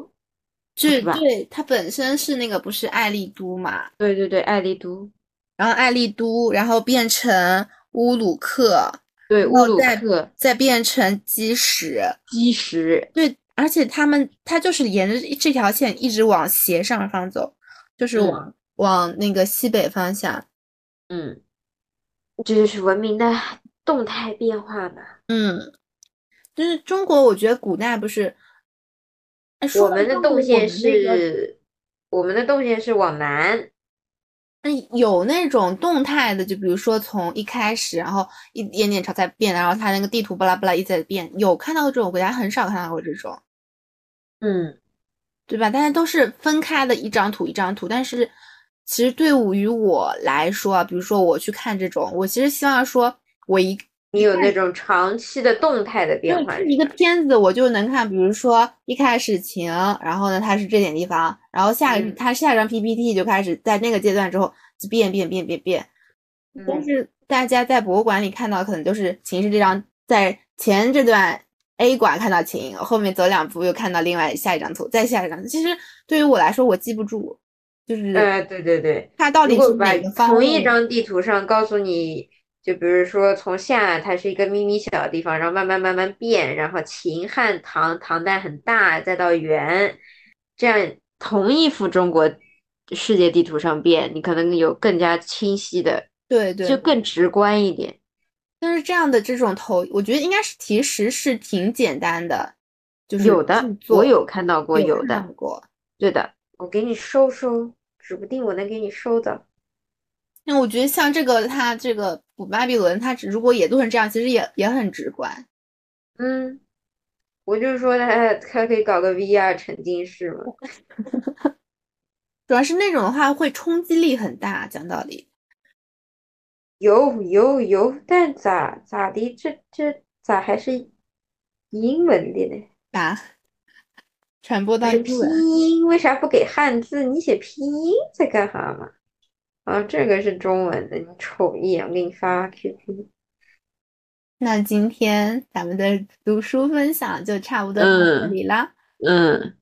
[SPEAKER 1] 就是
[SPEAKER 2] 是吧
[SPEAKER 1] 对，它本身是那个不是爱丽都嘛，
[SPEAKER 2] 对对对，爱丽都，
[SPEAKER 1] 然后爱丽都，然后变成乌鲁克，
[SPEAKER 2] 对，
[SPEAKER 1] 然
[SPEAKER 2] 乌
[SPEAKER 1] 后
[SPEAKER 2] 鲁
[SPEAKER 1] 再
[SPEAKER 2] 克
[SPEAKER 1] 再变成基什，
[SPEAKER 2] 基石，
[SPEAKER 1] 对，而且他们它就是沿着这条线一直往斜上方走，就是
[SPEAKER 2] 嗯
[SPEAKER 1] 往、往那个西北方向，
[SPEAKER 2] 嗯，这就是文明的动态变化嘛。
[SPEAKER 1] 嗯，就是中国，我觉得古代不是，哎，说
[SPEAKER 2] 我
[SPEAKER 1] 到
[SPEAKER 2] 们的
[SPEAKER 1] 中
[SPEAKER 2] 动
[SPEAKER 1] 国
[SPEAKER 2] 线
[SPEAKER 1] 那个
[SPEAKER 2] 是，我们的动线是往南，
[SPEAKER 1] 嗯，有那种动态的，就比如说从一开始，然后一点点朝在变，然后它那个地图巴拉巴拉一直在变，有看到过这种国家，很少看到过这种，
[SPEAKER 2] 嗯，
[SPEAKER 1] 对吧？但是都是分开的一张图一张图，但是其实对于我来说啊，比如说我去看这种，我其实希望说，我一
[SPEAKER 2] 你有那种长期的动态的变
[SPEAKER 1] 对，
[SPEAKER 2] 化
[SPEAKER 1] 看一
[SPEAKER 2] 是
[SPEAKER 1] 个
[SPEAKER 2] 吧
[SPEAKER 1] 片子，我就能看，比如说一开始晴，然后呢，它是这点地方，然后下
[SPEAKER 2] 嗯
[SPEAKER 1] 它下一张 PPT 就开始在那个阶段之后就变变变变变，但
[SPEAKER 2] 嗯，
[SPEAKER 1] 是大家在博物馆里看到可能就是秦是这张，在前这段 A 馆看到秦，后面走两步又看到另外下一张图，再下一张图。其实对于我来说，我记不住，就是
[SPEAKER 2] 呃，对对对，
[SPEAKER 1] 它到底
[SPEAKER 2] 如果
[SPEAKER 1] 是
[SPEAKER 2] 把
[SPEAKER 1] 哪个方
[SPEAKER 2] 同
[SPEAKER 1] 位
[SPEAKER 2] 一。张地图上告诉你，就比如说从夏它是一个咪咪小的地方，然后慢慢慢慢变，然后秦汉唐唐代很大，再到元，这样同一幅中国世界地图上变，你可能有更加清晰的，
[SPEAKER 1] 对对，
[SPEAKER 2] 就更直观一点。
[SPEAKER 1] 但是这样的这种投，我觉得应该是其实是挺简单的，就是
[SPEAKER 2] 有的
[SPEAKER 1] 制，
[SPEAKER 2] 我
[SPEAKER 1] 作
[SPEAKER 2] 有看到过，
[SPEAKER 1] 有
[SPEAKER 2] 有的，
[SPEAKER 1] 看过。
[SPEAKER 2] 对的，我给你收收，指不定我能给你收到。
[SPEAKER 1] 那我觉得像这个，它这个古巴比伦，它只如果也做成这样，其实也也很直观。
[SPEAKER 2] 嗯，我就说他他可以搞个 VR 沉浸式嘛，
[SPEAKER 1] 主要是那种的话会冲击力很大，讲道理。
[SPEAKER 2] 有有有，但咋咋的，这这咋还是英文的呢？
[SPEAKER 1] 把传播
[SPEAKER 2] 不
[SPEAKER 1] 到
[SPEAKER 2] 是
[SPEAKER 1] 英文，
[SPEAKER 2] 拼音，为啥不给汉字？你写拼音在干哈嘛？啊，这个是中文的，你瞅一眼，我给你发 QQ。
[SPEAKER 1] 那今天咱们的读书分享就差不多到这
[SPEAKER 2] 嗯
[SPEAKER 1] 里啦。
[SPEAKER 2] 嗯，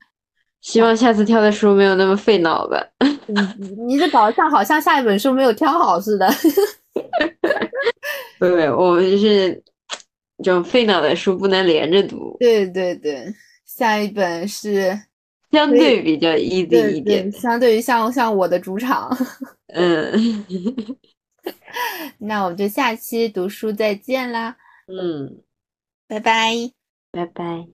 [SPEAKER 2] 希望下次挑的书没有那么费脑吧。
[SPEAKER 1] 嗯你的搞像好像下一本书没有挑好似的。
[SPEAKER 2] 对，我们就是这种费脑的书不能连着读，
[SPEAKER 1] 对对对，下一本是
[SPEAKER 2] 相
[SPEAKER 1] 所以
[SPEAKER 2] 对比较 easy
[SPEAKER 1] 对
[SPEAKER 2] 一
[SPEAKER 1] 对，
[SPEAKER 2] 点。
[SPEAKER 1] 相对于像像我的主场，
[SPEAKER 2] 嗯
[SPEAKER 1] 那我们就下期读书再见啦，
[SPEAKER 2] 嗯，
[SPEAKER 1] 拜拜。
[SPEAKER 2] 拜拜。